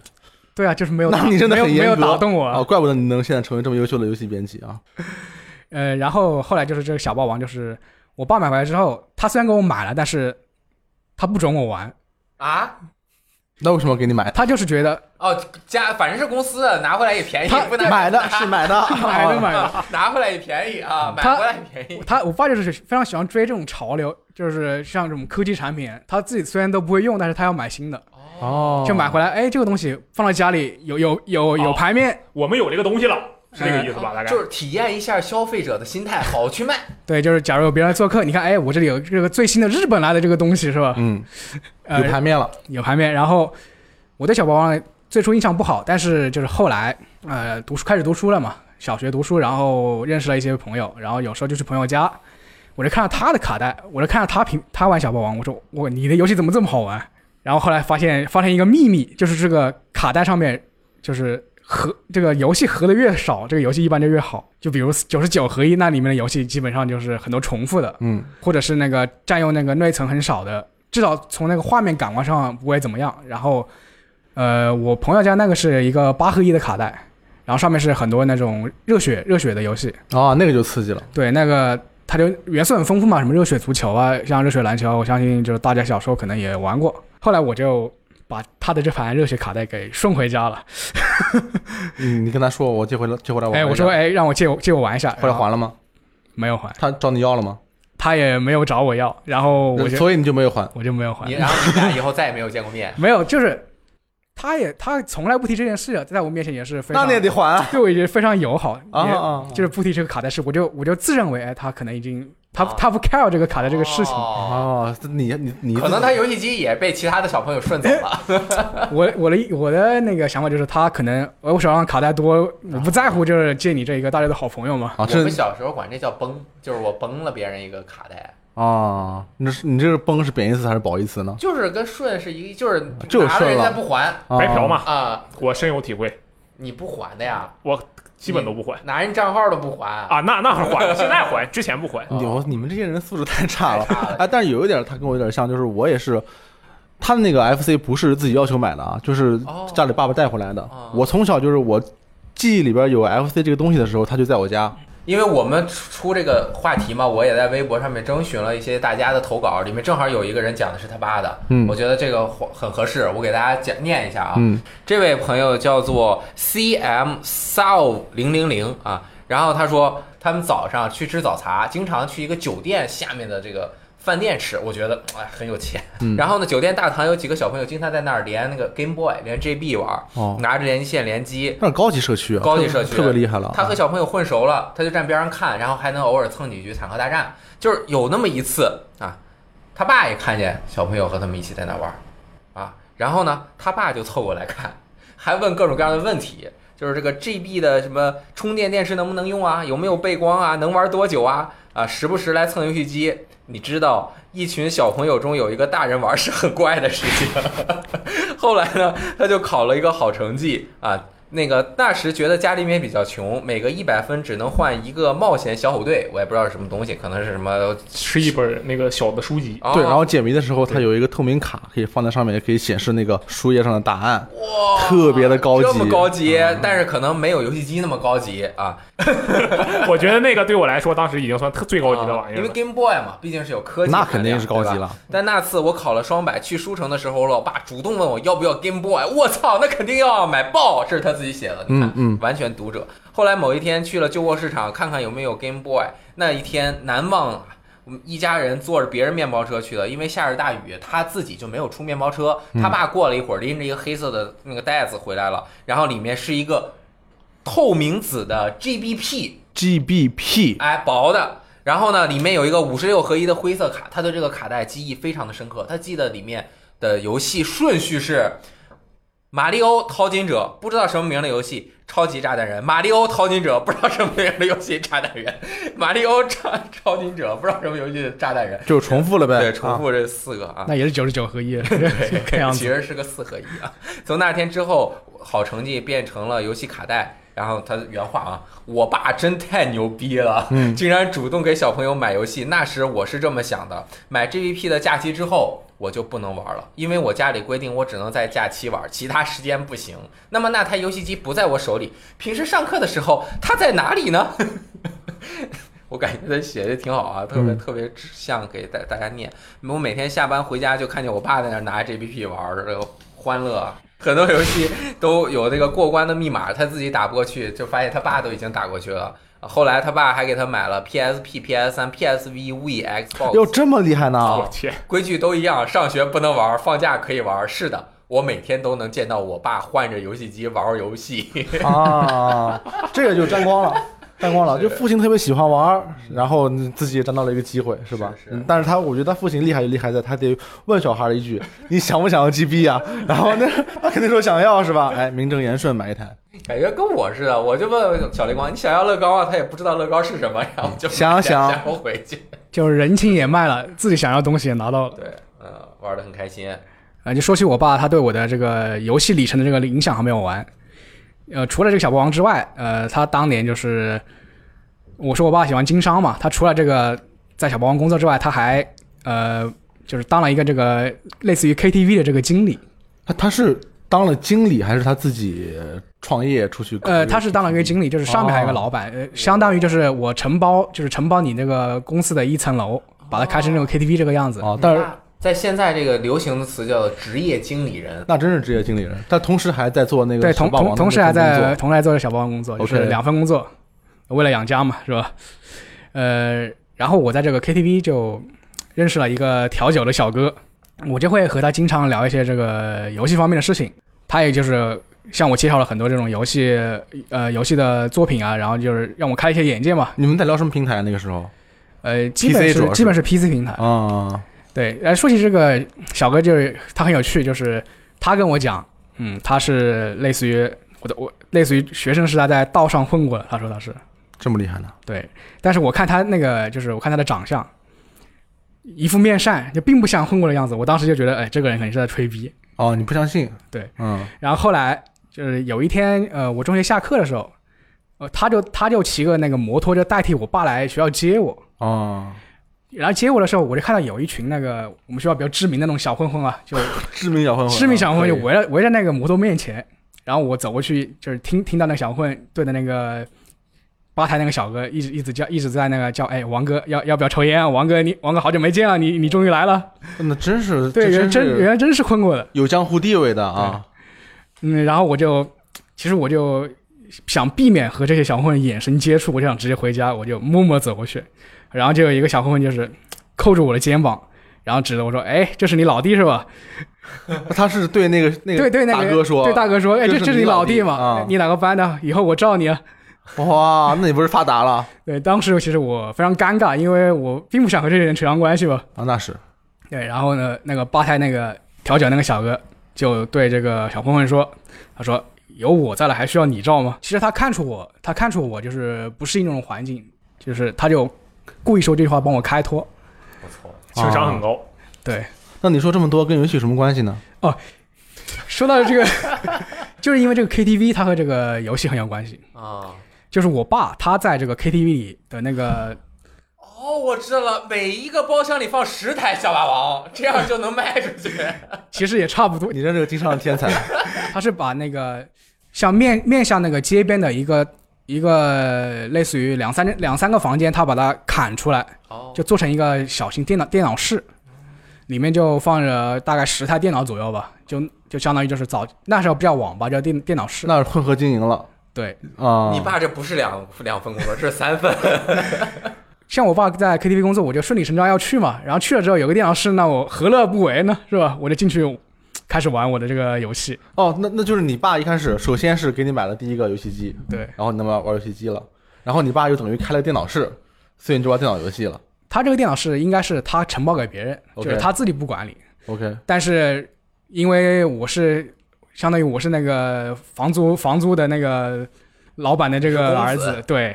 S6: 对啊，就是没有打，
S5: *laughs* 那你真的
S6: 没有
S5: 很
S6: 没
S5: 严
S6: 有
S5: 格
S6: 打动我。
S5: 啊！怪不得你能现在成为这么优秀的游戏编辑啊！
S6: 呃，然后后来就是这个小霸王，就是我爸买回来之后，他虽然给我买了，但是他不准我玩，
S2: 啊？
S5: 那为什么给你买？
S6: 他就是
S5: *laughs*
S6: 觉得
S2: 哦，家反正是公司的，拿回来也便宜，
S6: 他
S2: 不能 *laughs*
S5: 买的是买的，
S6: *laughs* 买的买的，
S2: 啊拿回来也便宜啊，买
S6: 嗯他
S2: 回来也便宜。
S6: 他我爸就是非常喜欢追这种潮流，就是像这种科技产品，他自己虽然都不会用，但是他要买新的，
S5: 哦，
S6: 就买回来，哎，这个东西放到家里有有有有
S4: 哦
S6: 牌面，
S4: 我们有这个东西了，是这个
S6: 嗯
S4: 意思吧？大概
S2: 哎就是体验一下消费者的心态，好去卖。
S6: 对，就是假如有别人来做客，你看，哎，我这里有这个最新的日本来的这个东西是吧？
S5: 嗯，
S6: 呃
S5: 有，牌面了，
S6: 有牌面。然后我对小霸王最初印象不好，但是就是后来呃读书开始读书了嘛，小学读书，然后认识了一些朋友，然后有时候就去朋友家，我就看到他的卡带，我就看到他评他玩小霸王，我说我你的游戏怎么这么好玩？然后后来发现发现一个秘密，就是这个卡带上面就是。合这个游戏合的越少，这个游戏一般就越好。就比如九十九合一，那里面的游戏基本上就是很多重复的，
S5: 嗯，
S6: 或者是那个占用那个内存很少的，至少从那个画面感官上不会怎么样。然后，呃，我朋友家那个是一个八合一的卡带，然后上面是很多那种热血热血的游戏，
S5: 哦，那个就刺激了，
S6: 对，那个它就元素很丰富嘛，什么热血足球啊，像热血篮球，我相信就是大家小时候可能也玩过。 *laughs* 后来我就把他的这盘热血卡带给顺回家了，
S5: 你你跟他说我借回来借回来玩一
S6: 哎，
S5: 下，
S6: 我说哎，让我借我借我玩一下，
S5: 后来
S6: 然后
S5: 还了吗？
S6: 没有还，
S5: 他找你要了吗？
S6: 他也没有找我要，然后我
S5: 嗯
S6: 就
S5: 所以你就没有还。
S6: 我就没有还。
S2: 你。然后你俩以后再也没有见过面
S6: *laughs* 没有，就是他也他从来不提这件事，啊在我面前也是非
S5: 那
S6: 常
S5: 你也得还啊！
S6: *laughs* 对我也非常友好
S5: 啊啊
S6: 也
S5: 啊
S6: 就是不提这个卡带事，我就我就自认为哎，他可能已经他、
S2: 啊
S6: 他不 care 这个卡带这个事情，啊
S2: 哦
S5: 哦，你你你，
S2: 可能他游戏机也被其他的小朋友顺走了。
S6: *laughs* 我我的我的那个想法就是他可能呃我手上卡带多，我不在乎，就是借你这一个大家的好朋友嘛。
S5: 啊，
S2: 我
S5: 这
S2: 们小时候管这叫崩，就是我崩了别人一个卡带，
S5: 啊，你这你这是崩是贬义词还是褒义词呢？
S2: 就是跟顺是一，就是
S5: 这有
S2: 拿了人
S5: 顺
S2: 家
S5: 了
S2: 不还
S5: 啊
S4: 白嫖嘛，
S2: 啊，
S4: 我深有体会，
S2: 你不还的呀，
S4: 基本都不还
S2: 拿人账号都不还。
S4: 啊。那那还，现在还，之前不
S2: 哦
S4: 还。
S5: 你我你们这些人素质太差了
S2: 太差了
S5: 哎！但是有一点，他跟我有点像，就是我也是，他的那个 FC 不是自己要求买的啊，就是
S2: 哦
S5: 家里爸爸带回来的。
S2: 哦
S5: 我从小就是我记忆里边有 FC 这个东西的时候，他就在我家。
S2: 因为我们出出这个话题嘛，我也在微博上面征询了一些大家的投稿，里面正好有一个人讲的是他爸的，
S5: 嗯
S2: 我觉得这个很合适，我给大家讲念一下啊。
S5: 嗯，
S2: 这位朋友叫做 C M Sao 零零零啊，然后他说他们早上去吃早茶，经常去一个酒店下面的这个饭店吃，我觉得哎很有钱。
S5: 嗯
S2: 然后呢，酒店大堂有几个小朋友经常在那儿连那个 Game Boy 连 GB 玩，
S5: 哦，
S2: 拿着联机线联机，
S5: 那是高级社区啊，
S2: 高级社区
S5: 特别特别厉害了啊。
S2: 他和小朋友混熟了，他就站边上看，然后还能偶尔蹭几句坦克大战。就是有那么一次啊，他爸也看见小朋友和他们一起在那玩儿啊，然后呢，他爸就凑过来看，还问各种各样的问题，就是这个 GB 的什么充电电池能不能用啊，有没有背光啊，能玩多久啊啊，时不时来蹭游戏机。你知道，一群小朋友中有一个大人 *laughs* 玩是很怪的事情。后来呢，他就考了一个好成绩啊，那个那时觉得家里面比较穷，每个一百分只能换一个冒险小虎队，我也不知道是什么东西，可能是什么。
S4: 是一本那个小的书籍，
S2: 哦
S5: 对，然后解谜的时候，它有一个透明卡，可以放在上面，可以显示那个书页上的答案，
S2: 哇，
S5: 特别的高级，
S2: 这么高级，
S5: 嗯
S2: 但是可能没有游戏机那么高级啊。
S4: 我觉得那个对我来说当时已经算特最高级的玩意
S2: 啊因
S4: 儿
S2: 为
S4: 了。
S2: Game Boy 嘛，毕竟是有科技含
S5: 那
S2: 量，
S5: 肯定是高级
S2: 对吧。
S5: 了。
S2: 但那次我考了双百，去书城的时候，我老爸主动问我要不要 Game Boy，我操，那肯定要买爆，这是他自己写的，你看
S5: 嗯，嗯，
S2: 完全读者。后来某一天去了旧货市场看看有没有 Game Boy，那一天难忘啊。我们一家人坐着别人面包车去的，因为下着大雨，他自己就没有出面包车。
S5: 嗯
S2: 他爸过了一会儿，拎着一个黑色的那个袋子回来了，然后里面是一个透明紫的 GBP，
S5: GBP
S2: 哎，薄的。然后呢，里面有一个五十六合一的灰色卡，他对这个卡带记忆非常的深刻。他记得里面的游戏顺序是《马里欧淘金者》，不知道什么名的游戏，《超级炸弹人》；《马里欧淘金者》，不知道什么名的游戏，《炸弹人》；《马里欧超超金者》，不知道什么游戏，《炸弹人
S5: 就重复了》。呗，
S2: 对，重
S5: 啊。
S2: 复这四个啊。
S6: 那也是九十九合一，
S5: *laughs*
S2: 对，
S6: 看样
S2: 其
S6: 子。
S2: 实是个四合一啊。从那天之后，好成绩变成了游戏卡带。然后他原话啊，我爸真太牛逼了，
S6: 嗯
S2: 竟然主动给小朋友买游戏。那时我是这么想的，买 GVP 的假期之后我就不能玩了，因为我家里规定我只能在假期玩，其他时间不行。那么那台游戏机不在我手里，平时上课的时候它在哪里呢？我感觉他写的挺好啊，特别特别像给大大家念。我每天下班回家就看见我爸在那儿拿 GBP 玩儿，这个欢乐啊。 *laughs* 很多游戏都有那个过关的密码，他自己打不过去，就发现他爸都已经打过去了。后来他爸还给他买了 PSP、PS3、PSV、V、
S5: 啊哟，
S2: Xbox，
S5: 这么厉害呢
S4: 我？天，
S2: 规矩都一样，上学不能玩儿，放假可以玩儿。是的，我每天都能见到我爸换着游戏机玩儿游戏。
S5: *laughs* 啊，这个就沾光
S2: *laughs*
S5: 了。沾光了，就父亲特别喜欢玩儿，然后你自己也沾到了一个机会，是吧？
S2: 是是
S5: 嗯但是他，我觉得他父亲厉害就厉害在，他得问小孩儿一句：“你想不想要 GB 啊？”然后那他肯定说想要，是吧？哎，名正言顺买一台，
S2: 感觉跟我似的，我就问小雷光：“你想要乐高啊？”他也不知道乐高是什么，然后就
S5: 想
S2: 买
S5: 想
S2: 然后回去。
S6: 就是人情也卖了，自己想要的东西也拿到了。
S2: 对，嗯、玩的很开心。
S6: 啊，就说起我爸，他对我的这个游戏里程的这个影响还没有完。呃，除了这个小霸王之外，呃，他当年就是，我说我爸喜欢经商嘛，他除了这个在小霸王工作之外，他还呃，就是当了一个这个类似于 KTV 的这个经理。
S5: 他他是当了经理还是他自己创业出去搞这个？
S6: 呃，他是当了一个经理，就是上面还有一个老板，呃，相当于就是我承包，就是承包你那个公司的一层楼，把它开成这个 KTV 这个样子。
S5: 啊，但是
S2: 在现在这个流行的词叫做职业经理人，
S5: 那真是职业经理人，但同时还在做那个
S6: 对，
S5: 小
S6: 同
S5: 霸王
S6: 同
S5: 的那
S6: 同
S5: 个
S6: 时还
S5: 工
S6: 在
S5: 作
S6: 同时还做着小霸王工作，就是
S5: OK
S6: 两份工作，为了养家嘛，是吧？呃，然后我在这个 KTV 就认识了一个调酒的小哥，我就会和他经常聊一些这个游戏方面的事情，他也就是。向我介绍了很多这种游戏，呃，游戏的作品啊，然后就是让我开一些眼界嘛。
S5: 你们在聊什么平台？那个时候
S6: 呃，基本
S5: PC 主
S6: 是
S5: 要是
S6: 基本是 PC 平台，
S5: 啊，
S6: 对，哎，说起这个小哥，就是他很有趣，就是他跟我讲，嗯，他是类似于我的我类似于学生时代在道上混过的，他说他是
S5: 这么厉害呢？
S6: 对，但是我看他那个就是我看他的长相，一副面善，就并不像混过的样子，我当时就觉得，哎，这个人肯定是在吹逼。
S5: 哦，你不相信？
S6: 对，
S5: 嗯，
S6: 然后后来就是有一天，呃，我中学下课的时候，呃，他就他就骑个那个摩托，就代替我爸来学校接我，
S5: 哦，
S6: 然后接我的时候，我就看到有一群那个我们学校比较知名的那种小混混啊，就
S5: 知名小混啊混，
S6: 市民小混混就
S5: 嗯可以
S6: 围着围着那个摩托面前，然后我走过去，就是听听到那个小混混对着那个吧台那个小哥一直一直叫，一直在那个叫，哎，王哥要要不要抽烟啊？王哥你王哥好久没见了，你你终于来了。
S5: 那真是 *laughs*
S6: 对，
S5: 这
S6: 原真
S5: 是
S6: 原来真是混过的。
S5: 有江湖地位的啊，
S6: 嗯，然后我就其实我就想避免和这些小混混眼神接触，我就想直接回家，我就默默走过去，然后就有一个小混混就是扣住我的肩膀。然后指着我说：“哎，这是你老弟是吧？
S5: 他是对那个那个
S6: 对对，那
S5: 大
S6: 个
S5: 哥说，
S6: 对大哥说，哎，
S5: 这
S6: 这
S5: 是
S6: 这
S5: 你
S6: 你
S5: 老
S6: 老
S5: 弟
S6: 弟嘛？
S5: 啊
S6: 你哪个班的？以后我罩你啊。”
S5: 哇，那你不是发达了
S6: 对，当时其实我非常尴尬，因为我并不想和这些人扯上关系嘛。
S5: 啊？那 *laughs* 是
S6: 对，然后呢，那个吧台那个调酒那个小哥就对这个小混混说：“他说有我在了，还需要你照吗？”其实他看出我，他看出我就是不适应那种环境，就是他就故意说这句话帮我开脱。
S2: 不错。
S4: 情商
S2: 啊
S4: 很高。
S6: 对，
S5: 啊那你说这么多跟游戏有什么关系呢？
S6: 说到这个， *laughs* 就是因为这个 KTV 它和这个游戏很有关系。
S2: 啊。
S6: 就是我爸他在这个 KTV 里的那个，
S2: 哦，我知道了，每一个包厢里放十台小霸王，这样就能卖出去。
S5: 啊
S6: 其实也差不
S5: *laughs*
S6: 多，
S5: 你真是个经商的天才，
S6: 他是把那个像面面向那个街边的一个一个类似于两三两三个房间，他把它砍出来，
S2: 哦，
S6: 就做成一个小型电脑电脑室，里面就放着大概十台电脑左右吧，就就相当于就是早那时候不叫网吧，叫电电脑室。
S5: *laughs* 那是混合经营了
S6: 对，
S5: 啊！
S2: 你爸这不是两两份工作，这是三份。
S6: 像我爸在 KTV 工作，我就顺理成章要去嘛。然后去了之后有个电脑室，那我何乐不为呢？是吧？我就进去开始玩我的这个游戏。
S5: 哦，那那就是你爸一开始首先是给你买了第一个游戏机，
S6: 对
S5: 然后你他妈玩游戏机了，然后你爸又等于开了电脑室，所以你就玩电脑游戏了。
S6: 他这个电脑室应该是他承包给别人，就
S5: OK
S6: 是他自己不管理。
S5: OK，
S6: 但是因为我是相当于我是那个房租房租的那个老板的这
S2: 是公
S6: 个
S2: 子
S6: 儿子，对，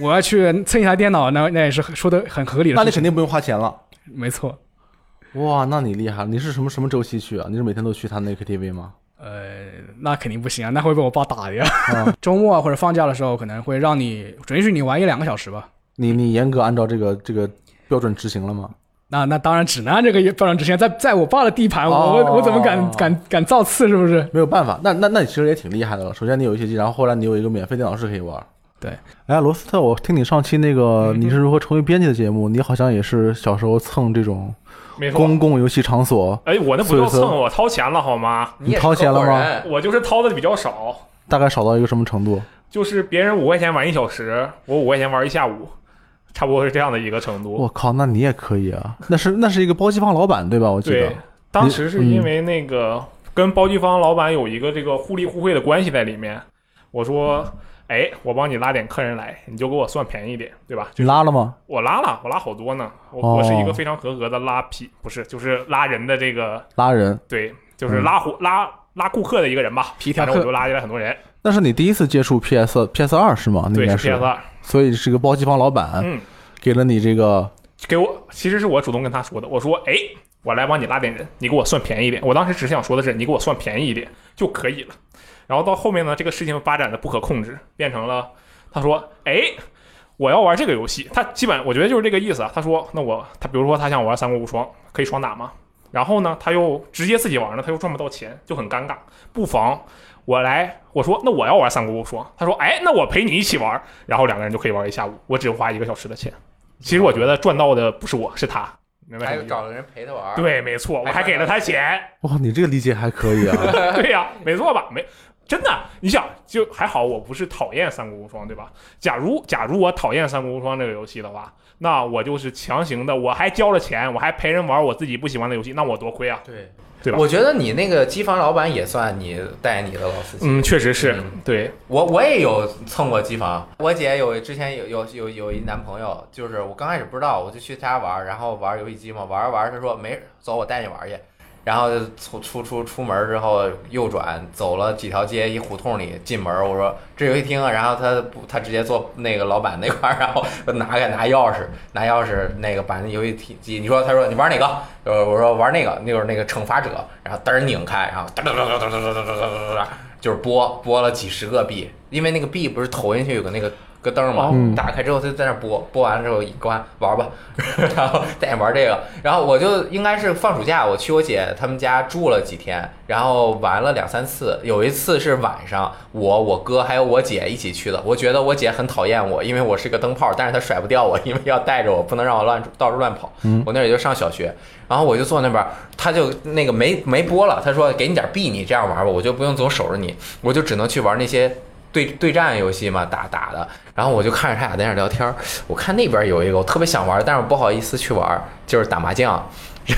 S6: 我要去蹭一台电脑，那那也是说的很合理的
S5: 那
S6: 事
S5: 你
S6: 情。
S5: 肯定不用花钱了。
S6: *laughs* 没错，
S5: 哇，那你厉害！你是什么什么周期去啊？你是每天都去他那个 KTV 吗？
S6: 呃，那肯定不行啊，那会被我爸打的 *laughs* 呀。
S5: 啊，
S6: 哦周末或者放假的时候，可能会让你准许你玩一两个小时吧。
S5: 你你严格按照这个这个标准执行了吗？
S6: 那那当然只能按这个标准执行，在在我爸的地盘，我、
S5: 哦
S6: 我我怎么敢敢敢造次是不是？
S5: 没有办法，那那那你其实也挺厉害的了。首先你有游戏机，然后后来你有一个免费电脑室可以玩。
S6: 对，
S5: 哎，罗斯特，我听你上期那个你是如何成为编辑的节目，你好像也是小时候蹭这种
S4: 没错。
S5: 公共游戏场所，
S4: 哎，我那不叫
S5: 所以
S4: 蹭，
S5: 说
S4: 我掏钱了好吗？
S5: 你掏钱了吗
S2: 你也是合伙人？
S4: 我就是掏的比较少，
S5: 大概少到一个什么程度？
S4: 就是别人五块钱玩一小时，我五块钱玩一下午，差不多是这样的一个程度。
S5: 我靠，那你也可以啊！那是那是一个包机房老板对吧？我记得
S4: 对，
S5: 嗯
S4: 当时是因为那个跟包机房老板有一个这个互利互惠的关系在里面。我说，哎，我帮你拉点客人来，你就给我算便宜点，对吧？
S5: 你拉了吗？
S4: 我拉了，我拉好多呢。我、
S5: 哦
S4: 我是一个非常合格的拉皮，不是，就是拉人的这个，
S5: 拉人，
S4: 对，就是
S5: 嗯
S4: 拉活、拉拉顾客的一个人吧。
S6: 皮条
S4: 反正我就
S6: 客，
S4: 拉进来很多人，
S5: 那是你第一次接触 PS PS 二是吗？那
S4: 对，
S5: 应
S4: 是
S5: 该
S4: PS 二，
S5: 所以是个包机房老板、
S4: 嗯，
S5: 给了你这个
S4: 给我其实是我主动跟他说的，我说，哎，我来帮你拉点人，你给我算便宜一点。我当时只想说的是，你给我算便宜一点就可以了。然后到后面呢，这个事情发展的不可控制，变成了他说，哎，我要玩这个游戏，他基本我觉得就是这个意思啊。他说，那我他比如说他想玩《三国无双》，可以双打吗？然后呢，他又直接自己玩呢，他又赚不到钱，就很尴尬。不妨我来，我说那我要玩《三国无双》，他说，哎，那我陪你一起玩，然后两个人就可以玩一下午，我只花一个小时的钱。其实我觉得赚到的不是我，是他，明白
S2: 还
S4: 什
S2: 有
S4: 么意思
S2: 找
S4: 吗？
S2: 了人陪他玩。，
S4: 对，没错，我
S2: 还
S4: 还给了他钱。
S5: 哇，你这个理解还可
S4: *laughs*
S5: 以啊。
S4: 对呀、没错吧？没，真的，你想就还好，我不是讨厌《三国无双》，对吧？假如假如我讨厌《三国无双》这个游戏的话，那我就是强行的，我还交了钱，我还陪人玩我自己不喜欢的游戏，那我多亏啊，
S2: 对
S4: 对吧
S2: 我觉得你那个机房老板也算你带你的老司机。
S4: 嗯，确实是、
S2: 嗯
S4: 对，
S2: 我我也有蹭过机房，我姐有之前有有有有一男朋友，就是我刚开始不知道，我就去他玩儿，然后玩儿游戏机嘛，玩儿着玩儿，他说没事走，我带你玩儿去。然后就出出出出门之后右转走了几条街，一胡同里进门，我说这游戏厅啊，然后他不他直接坐那个老板那块儿， *laughs* 然后拿个拿钥匙拿钥匙那个把那游戏机，你说他说你玩哪个？呃我说玩那个，那就是那个惩罚者，然后嘚儿拧开，然后噔噔噔噔噔噔噔噔噔噔，就是拨拨了几十个币，因为那个币不是投进去有个那个。咯噔嘛，打开之后他就在那儿播，播完之后一关玩吧， *laughs* 然后带你玩这个。然后我就应该是放暑假，我去我姐他们家住了几天，然后玩了两三次。有一次是晚上，我我哥还有我姐一起去的。我觉得我姐很讨厌我，因为我是个灯泡，但是她甩不掉我，因为要带着我，不能让我乱到处乱跑。我那也就上小学，然后我就坐那边儿，他就那个没没播了，他说给你点儿币，你这样玩吧，我就不用总守着你，我就只能去玩那些对对战游戏嘛，打打的。然后我就看着他俩在那儿聊天儿，我看那边有一个，我特别想玩，但是我不好意思去玩，就是打麻将。 *laughs*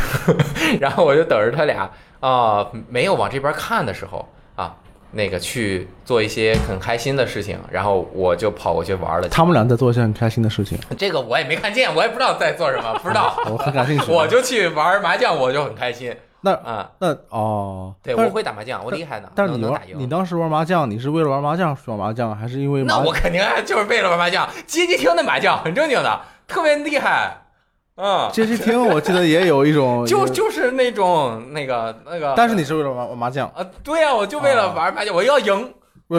S2: 然后我就等着他俩啊、没有往这边看的时候啊，那个去做一些很开心的事情，然后我就跑过去玩了。
S5: 他们俩在做一些很开心的事情，
S2: 这个我也没看见，我也不知道在做什么，不知道。
S5: 我很感兴趣。
S2: 啊我就去玩麻将，我就很开心
S5: 那
S2: 啊、
S5: 那哦，
S2: 对，
S5: 但
S2: 我
S5: 是
S2: 会打麻将，我厉害呢，
S5: 但是
S2: 能
S5: 你
S2: 能打
S5: 玩你
S2: 赢。
S5: 当时玩麻将，你是为了玩麻将去玩麻将，还是因为麻
S2: 啊 *laughs* 那我肯定就是为了玩麻将，街机厅的麻将很正经的，特别厉害。嗯，
S5: 街机厅我记得也有一
S2: *laughs*
S5: 种，
S2: 就就是那种那个那个，
S5: 但是你是为了玩玩麻将，
S2: 啊，对呀、我就为了玩麻将，我要赢，
S5: 为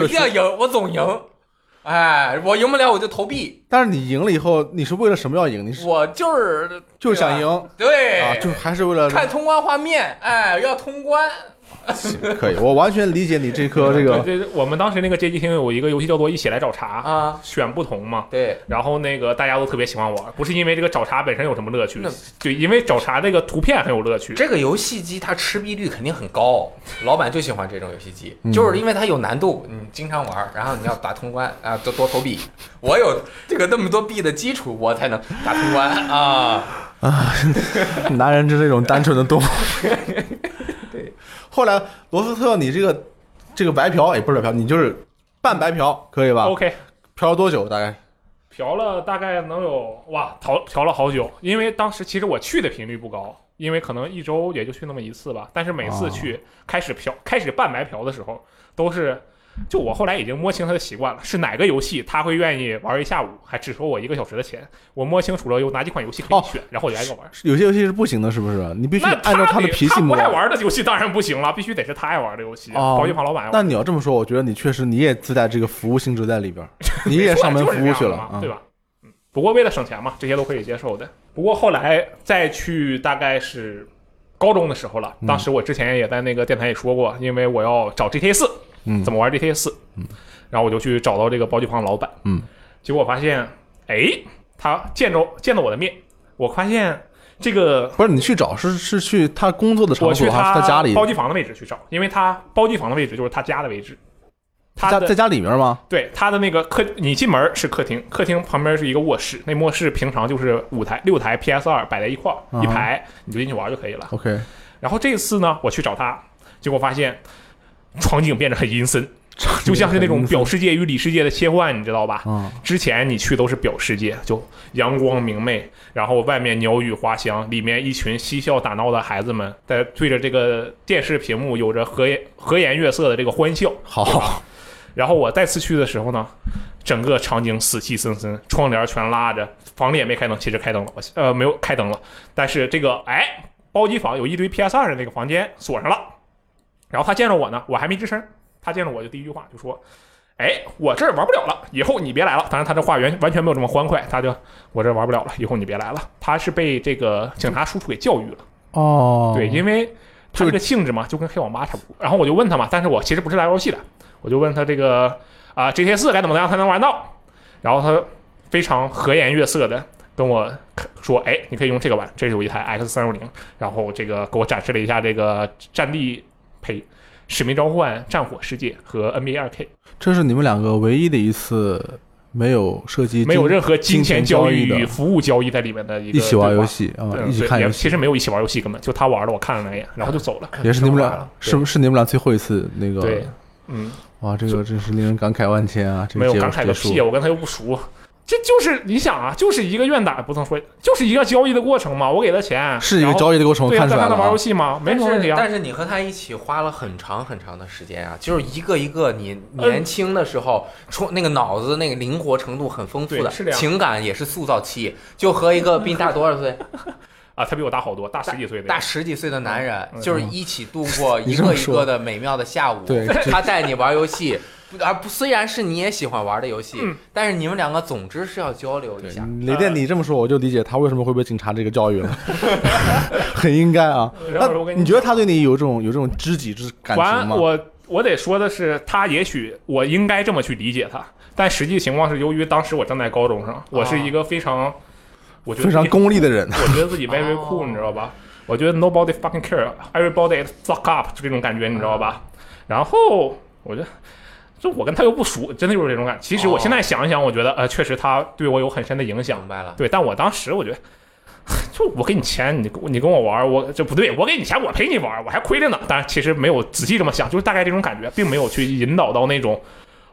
S2: 我
S5: 了
S2: 一定要
S5: 输，
S2: 赢，我总赢。哎，我赢不了我就投币，
S5: 但是你赢了以后，你是为了什么要赢？你是
S2: 我就是
S5: 就是想赢
S2: 对哎
S5: 啊，就是还是为了
S2: 看通关画面，哎，要通关，
S5: 可以，我完全理解你这颗这个
S4: 对，对我们当时那个街机厅有一个游戏叫做“一起来找茬”，
S2: 啊
S4: 选不同嘛。
S2: 对，
S4: 然后那个大家都特别喜欢玩，不是因为这个找茬本身有什么乐趣
S2: 那，
S4: 就因为找茬那个图片很有乐趣。
S2: 这个游戏机它吃币率肯定很高，哦老板就喜欢这种游戏机
S5: 嗯，
S2: 就是因为它有难度，你经常玩，然后你要打通关啊，多多投币。我有这个那么多币的基础，我才能打通关
S4: *laughs*
S2: 啊。
S5: 男人就是一种单纯的
S2: *laughs*
S5: 动物。对，后来罗斯特，你这个这个白嫖也哎不是白嫖，你就是半白嫖，可以吧？
S4: OK，
S5: 嫖了多久？大概
S4: 嫖了大概能有哇，淘嫖了好久，因为当时其实我去的频率不高，因为可能一周也就去那么一次吧。但是每
S5: 哦
S4: 次去开始嫖、开始半白嫖的时候，都是就我后来已经摸清他的习惯了，是哪个游戏他会愿意玩一下午，还只收我一个小时的钱。我摸清楚了有哪几款游戏可以
S5: 哦
S4: 选，然后我就挨个玩。
S5: 有些游戏是不行的，是不是？你必须
S4: 那
S5: 按照他的
S4: 得
S5: 脾
S4: 他
S5: 气
S4: 不
S5: 摸。
S4: 爱玩的游戏当然不行了，必须得是他爱玩的游戏。
S5: 哦
S4: 跑去跑老板爱玩。
S5: 那你要这么说，我觉得你确实你也自带这个服务性质在
S4: *laughs*
S5: 里边儿，你也上门服务去了
S4: 嘛，
S5: 啊
S4: 对。吧？嗯，不过为了省钱嘛，这些都可以接受的。不过后来再去大概是高中的时候了，
S5: 嗯
S4: 当时我之前也在那个电台也说过，因为我要找 GTA 四，
S5: 嗯
S4: 怎么玩 GTA 四，然后我就去找到这个包机房老板，
S5: 嗯，
S4: 结果我发现，哎，他见着见到我的面，我发现这个
S5: 不是你去找是是去他工作的场
S4: 我去
S5: 所还是他家里？
S4: 包机房的位置去找，因为他包机房的位置就是他家的位置。他
S5: 家
S4: 的
S5: 在家里面吗？
S4: 对，它的那个客，你进门是客厅，客厅旁边是一个卧室，那卧室平常就是五台六台 PS 二摆在一块儿、
S5: 嗯
S4: 一排，你就进去玩就可以了。
S5: OK，
S4: 然后这次呢，我去找他，结果发现场景变得很阴森，就像是那种表世界与里世界的切换，你知道吧？
S5: 啊，
S4: 之前你去都是表世界，就阳光明媚，然后外面鸟语花香，里面一群嬉笑打闹的孩子们在对着这个电视屏幕有着和颜和颜悦色的这个欢笑。
S5: 好，
S4: 然后我再次去的时候呢，整个场景死气森森，窗帘全拉着，房里也没开灯，其实开灯了，我呃没有开灯了，但是这个哎，包机房有一堆 PS 二的那个房间锁上了，然后他见着我呢，我还没吱声，他见着我就第一句话就说。哎，我这儿玩不了了，以后你别来了。当然，他这话完完全没有这么欢快，他就我这儿玩不了了，以后你别来了。他是被这个警察叔叔给教育了。
S5: 哦，
S4: 对，因为
S5: 就
S4: 他
S5: 是
S4: 这个性质嘛，就跟黑网吧差不多。然后我就问他嘛，但是我其实不是来玩游戏的，我就问他这个啊、GTA 四该怎么样才能玩到？然后他非常和颜悦色的跟我说，哎，你可以用这个玩，这有一台 X 三六零，然后这个给我展示了一下这个战地呸。使命召唤、战火世界和 NBA 2 K
S5: 这是你们两个唯一的一次没有涉及
S4: 没有
S5: 金
S4: 任何金钱交易
S5: 金钱交易
S4: 与
S5: 的
S4: 服务交易在里面的一个
S5: 一起玩
S4: 对
S5: 游
S4: 话，
S5: 戏啊，
S4: 对
S5: 一起
S4: 对
S5: 看
S4: 也
S5: 游戏，
S4: 其实没有一起玩游戏，根本就他玩了，我看了两眼，然后就走了。
S5: 也是你们
S2: 真玩
S5: 俩
S2: 了对
S5: 是是你们俩最后一次那个
S4: 对，嗯，
S5: 哇，这个真是令人感慨万千啊！这
S4: 没
S5: 个
S4: 有
S5: 结
S4: 感慨
S5: 结
S4: 个
S5: 束
S4: 屁，，我跟他又不熟。这就是你想啊，就是一个愿打不能说，就是一个交易的过程嘛。我给他钱，
S5: 是一个
S4: 然后
S5: 交易的过程，我
S4: 对啊，
S5: 看出
S4: 在
S5: 来
S4: 他那
S5: 了
S4: 玩
S5: 啊
S4: 游。戏嘛，没什么问题啊。
S2: 但是你和他一起花了很长很长的时间啊，就是一个一个你
S4: 嗯
S2: 年轻的时候，冲那个脑子那个灵活程度很丰富的
S4: 对是这，样
S2: 情感也是塑造期，就和一个比你大多少岁，
S4: 啊，他比我大好多，大十几岁的。
S2: 大十几岁的男人，
S4: 嗯
S2: 就是一起度过
S5: *laughs* 你
S2: 一
S5: 这么
S2: 个一
S5: 说
S2: 个的美妙的下午。
S5: 对这
S2: 他带你玩游戏，而不虽然是你也喜欢玩的游戏，但是你们两个总之是要交流一
S5: 嗯对
S2: 下。
S5: 嗯雷
S4: 呃
S5: 电，你这么说我就理解他为什么会被警察这个
S4: *laughs*
S5: 教育了，很应该啊。
S4: 然后我
S5: 那
S4: 跟
S5: 你觉得他对你有这种有这种知己之感情
S4: 完，
S5: 吗？
S4: 我我得说的是，他也许我应该这么去理解他，但实际情况是，由于当时我正在高中上，我
S2: 啊
S4: 是一个非常，我觉得
S5: 非常功利的人，
S4: 我觉得自己 very cool，
S2: 哦
S4: 你知道吧？我觉得 nobody fucking care，everybody is fuck up，就这种感觉，你知道吧？然后我觉得，就我跟他又不熟，真的就是这种感觉。其实我
S2: 哦
S4: 现在想一想，我觉得呃，确实他对我有很深的影响
S2: 明。白了，
S5: 哦
S4: 对，但我当时我觉得， *sighs* 就我给你钱，你你跟我玩儿，我这不对，我给你钱，我陪你玩儿，我还亏着呢。当然，其实没有仔细这么想，就是大概这种感觉，并没有去引导到那种，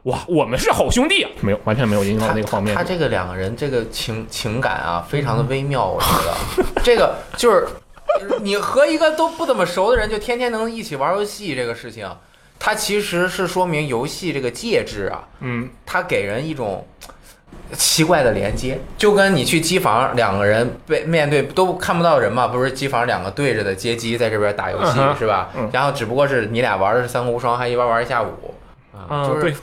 S4: 哇，我们是好兄弟啊，没有，完全没有引导到那个方面
S2: 他。这个两个人这个情情感啊，非常的微
S5: 嗯
S2: 妙，我觉得 *laughs* 这个就是你和一个都不怎么熟的人，就天天能一起玩游戏这个事情，它其实是说明游戏这个介质啊，
S4: 嗯，
S2: 它给人一种奇怪的连接，就跟你去机房，两个人被面对都看不到人嘛，不是机房两个对着的街机在这边打游戏、
S4: 嗯哼
S2: 是吧
S4: 嗯？
S2: 然后只不过是你俩玩的是三国无双，还一玩玩一下午啊，
S4: 嗯
S2: 就是
S4: 对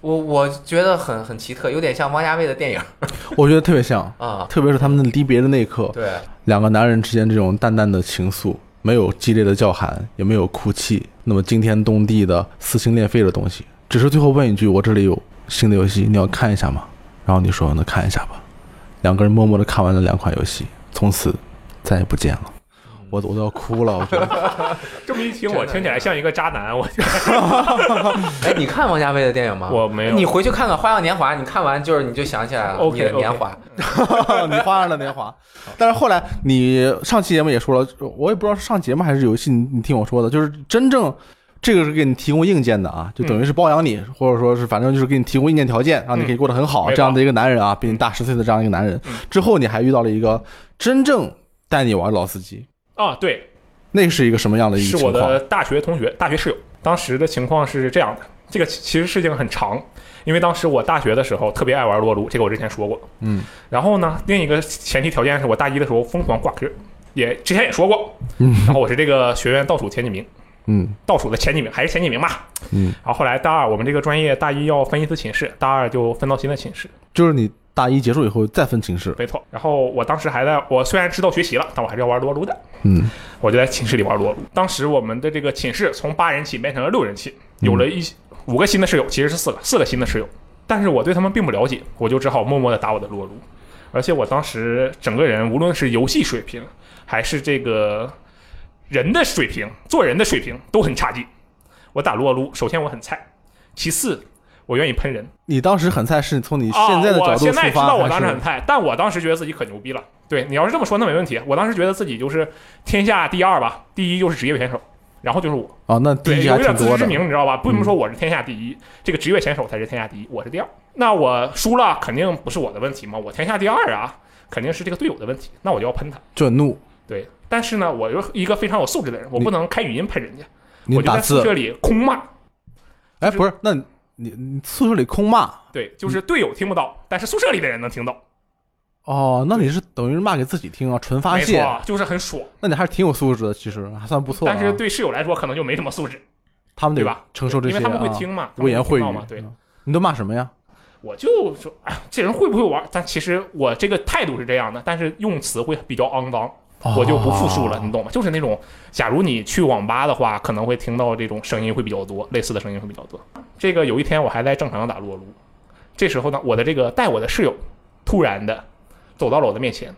S2: 我我觉得很很奇特，有点像王家卫的电影
S5: 我觉得特别像，
S2: 啊，
S5: 特别是他们离别的那一刻，
S2: 对，
S5: 两个男人之间这种淡淡的情愫，没有激烈的叫喊，也没有哭泣，那么惊天动地的撕心裂肺的东西，只是最后问一句：“我这里有新的游戏，你要看一下吗？”然后你说：“那看一下吧。”两个人默默的看完了两款游戏，从此再也不见了。我我都要哭了，我觉得
S4: 这么一听，我听起来像一个渣男。我
S2: 哎，你看王家卫的电影吗？
S4: 我没有
S2: 你回去看看《花样年华》，你看完就是你就想起来了
S4: OK，
S2: 你的年华。
S5: *laughs* 你花上了年华。但是后来你上期节目也说了，我也不知道是上节目还是游戏，你你听我说的，就是真正。这个是给你提供硬件的啊，就
S4: 嗯
S5: 等于是包养你，或者说是反正就是给你提供硬件条件，让你可以过得很好、
S4: 没错嗯
S5: 这样的一个男人啊，比你大十岁的这样一个男人。之后你还遇到了一个真正带你玩的老司机，
S4: 啊，对，
S5: 那是一个什么样的一
S4: 是
S5: 个
S4: 我
S5: 情
S4: 的
S5: 况？
S4: 大学同学，大学室友。当时的情况是这样的，这个其其实事情很长，因为当时我大学的时候特别爱玩撸啊撸，这个我之前说过。
S5: 嗯，
S4: 然后呢，另一个前提条件是我大一的时候疯狂挂科，也之前也说过。
S5: 嗯
S4: 然后我是这个学院倒数前几名，
S5: 嗯
S4: 倒数的前几名还是前几名吧。
S5: 嗯，
S4: 然后后来大二我们这个专业大一要分一次寝室，大二就分到新的寝室，
S5: 就是你大一结束以后再分寝室，
S4: 没错。然后我当时还在，我虽然知道学习了，但我还是要玩撸啊撸的。
S5: 嗯
S4: 我就在寝室里玩撸啊撸。当时我们的这个寝室从八人寝变成了六人寝，有了一五个新的室友，其实是四个，四个新的室友。但是我对他们并不了解，我就只好默默的打我的撸啊撸。而且我当时整个人，无论是游戏水平，还是这个人的水平、做人的水平，都很差劲。我打撸啊撸，首先我很菜，其次我愿意喷人。
S5: 你当时很菜是从你现在的
S4: 啊、
S5: 角
S4: 我
S5: 度出
S4: 现
S5: 发，
S4: 在知道我当时
S5: 还
S4: 很
S5: 是
S4: 菜，但我当时觉得自己可牛逼了。对你要是这么说，那没问题。我当时觉得自己就是天下第二吧，第一就是职业选手，然后就是我。
S5: 哦，那第一
S4: 对，
S5: 句
S4: 有
S5: 还
S4: 点
S5: 挺
S4: 自知
S5: 多
S4: 之
S5: 的。嗯
S4: 明，你知道吧？不能说我是天下第一，这个职业选手才是天下第一，我是第二。那我输了肯定不是我的问题嘛，我天下第二啊，肯定是这个队友的问题。那我就要喷他。
S5: 就怒，
S4: 对，但是呢，我又是一个非常有素质的人，我不能开语音喷人家，
S5: 你
S4: 我就
S5: 打
S4: 在
S5: 字
S4: 宿，舍里空骂。
S5: 哎，
S4: 就是
S5: 不是，那你你你宿舍里空骂
S4: 对，就是队友听不到，但是宿舍里的人能听到，
S5: 哦，那你是等于是骂给自己听啊，纯发
S4: 没
S5: 泄
S4: 错，，就是很爽。
S5: 那你还是挺有素质的，其实还算不错、啊。
S4: 但是对室友来说，可能就没什么素质。
S5: 他们得
S4: 对吧
S5: 承受这
S4: 因
S5: 些、啊，
S4: 为他们会听嘛，他
S5: 污
S4: 们
S5: 言
S4: 会
S5: 秽
S4: 听到嘛
S5: 语。。
S4: 对，，
S5: 你都骂什么呀？
S4: 我就说，哎，这人会不会玩？但其实我这个态度是这样的，但是用词会比较肮脏，我就不复述
S5: 哦
S4: 了，你懂吗？就是那种，假如你去网吧的话，可能会听到这种声音会比较多，类似的声音会比较多。这个有一天我还在正常地打撸啊撸，这时候呢，我的这个带我的室友突然的走到了我的面前，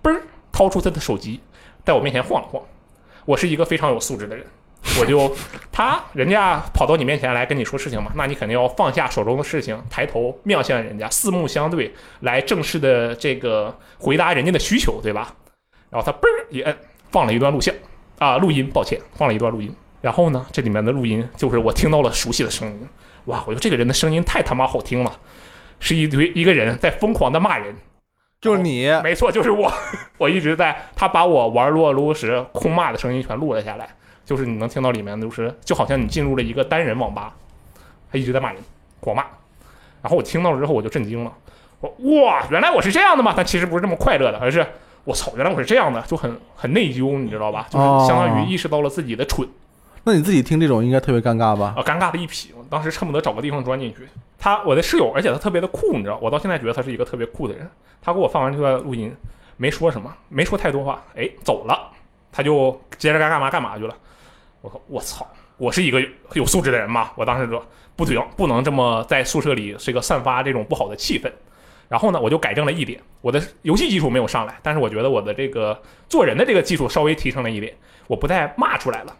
S4: 嘣儿掏出他的手机，在我面前晃了晃。我是一个非常有素质的人，我就他人家跑到你面前来跟你说事情嘛，那你肯定要放下手中的事情，抬头面向人家，四目相对，来正式的这个回答人家的需求，对吧？然后他嘣儿一摁，放了一段录像啊，录音，抱歉，放了一段录音。然后呢，这里面的录音就是我听到了熟悉的声音，哇，我觉得这个人的声音太他妈好听了，是一堆一个人在疯狂的骂人，
S5: 就是你，
S4: 没错，就是我， *laughs* 我一直在他把我玩撸啊撸时空骂的声音全录了下来，就是你能听到里面，就是就好像你进入了一个单人网吧，他一直在骂人，狂骂。然后我听到了之后我就震惊了，我哇，原来我是这样的吗？但其实不是这么快乐的，而是我操，原来我是这样的，就很很内疚，你知道吧？就是相当
S5: 哦
S4: 于意识到了自己的蠢。
S5: 那你自己听这种应该特别尴尬吧？
S4: 啊，尴尬的一批。我当时恨不得找个地方钻进去。他，我的室友，而且他特别的酷，你知道，我到现在觉得他是一个特别酷的人。他给我放完这段录音，没说什么，没说太多话，哎，走了，他就接着该干嘛干嘛去了。我说，我操，我是一个有有素质的人嘛，我当时说不行，不能这么在宿舍里这个散发这种不好的气氛。然后呢，我就改正了一点，我的游戏技术没有上来，但是我觉得我的这个做人的这个技术稍微提升了一点，我不再骂出来了。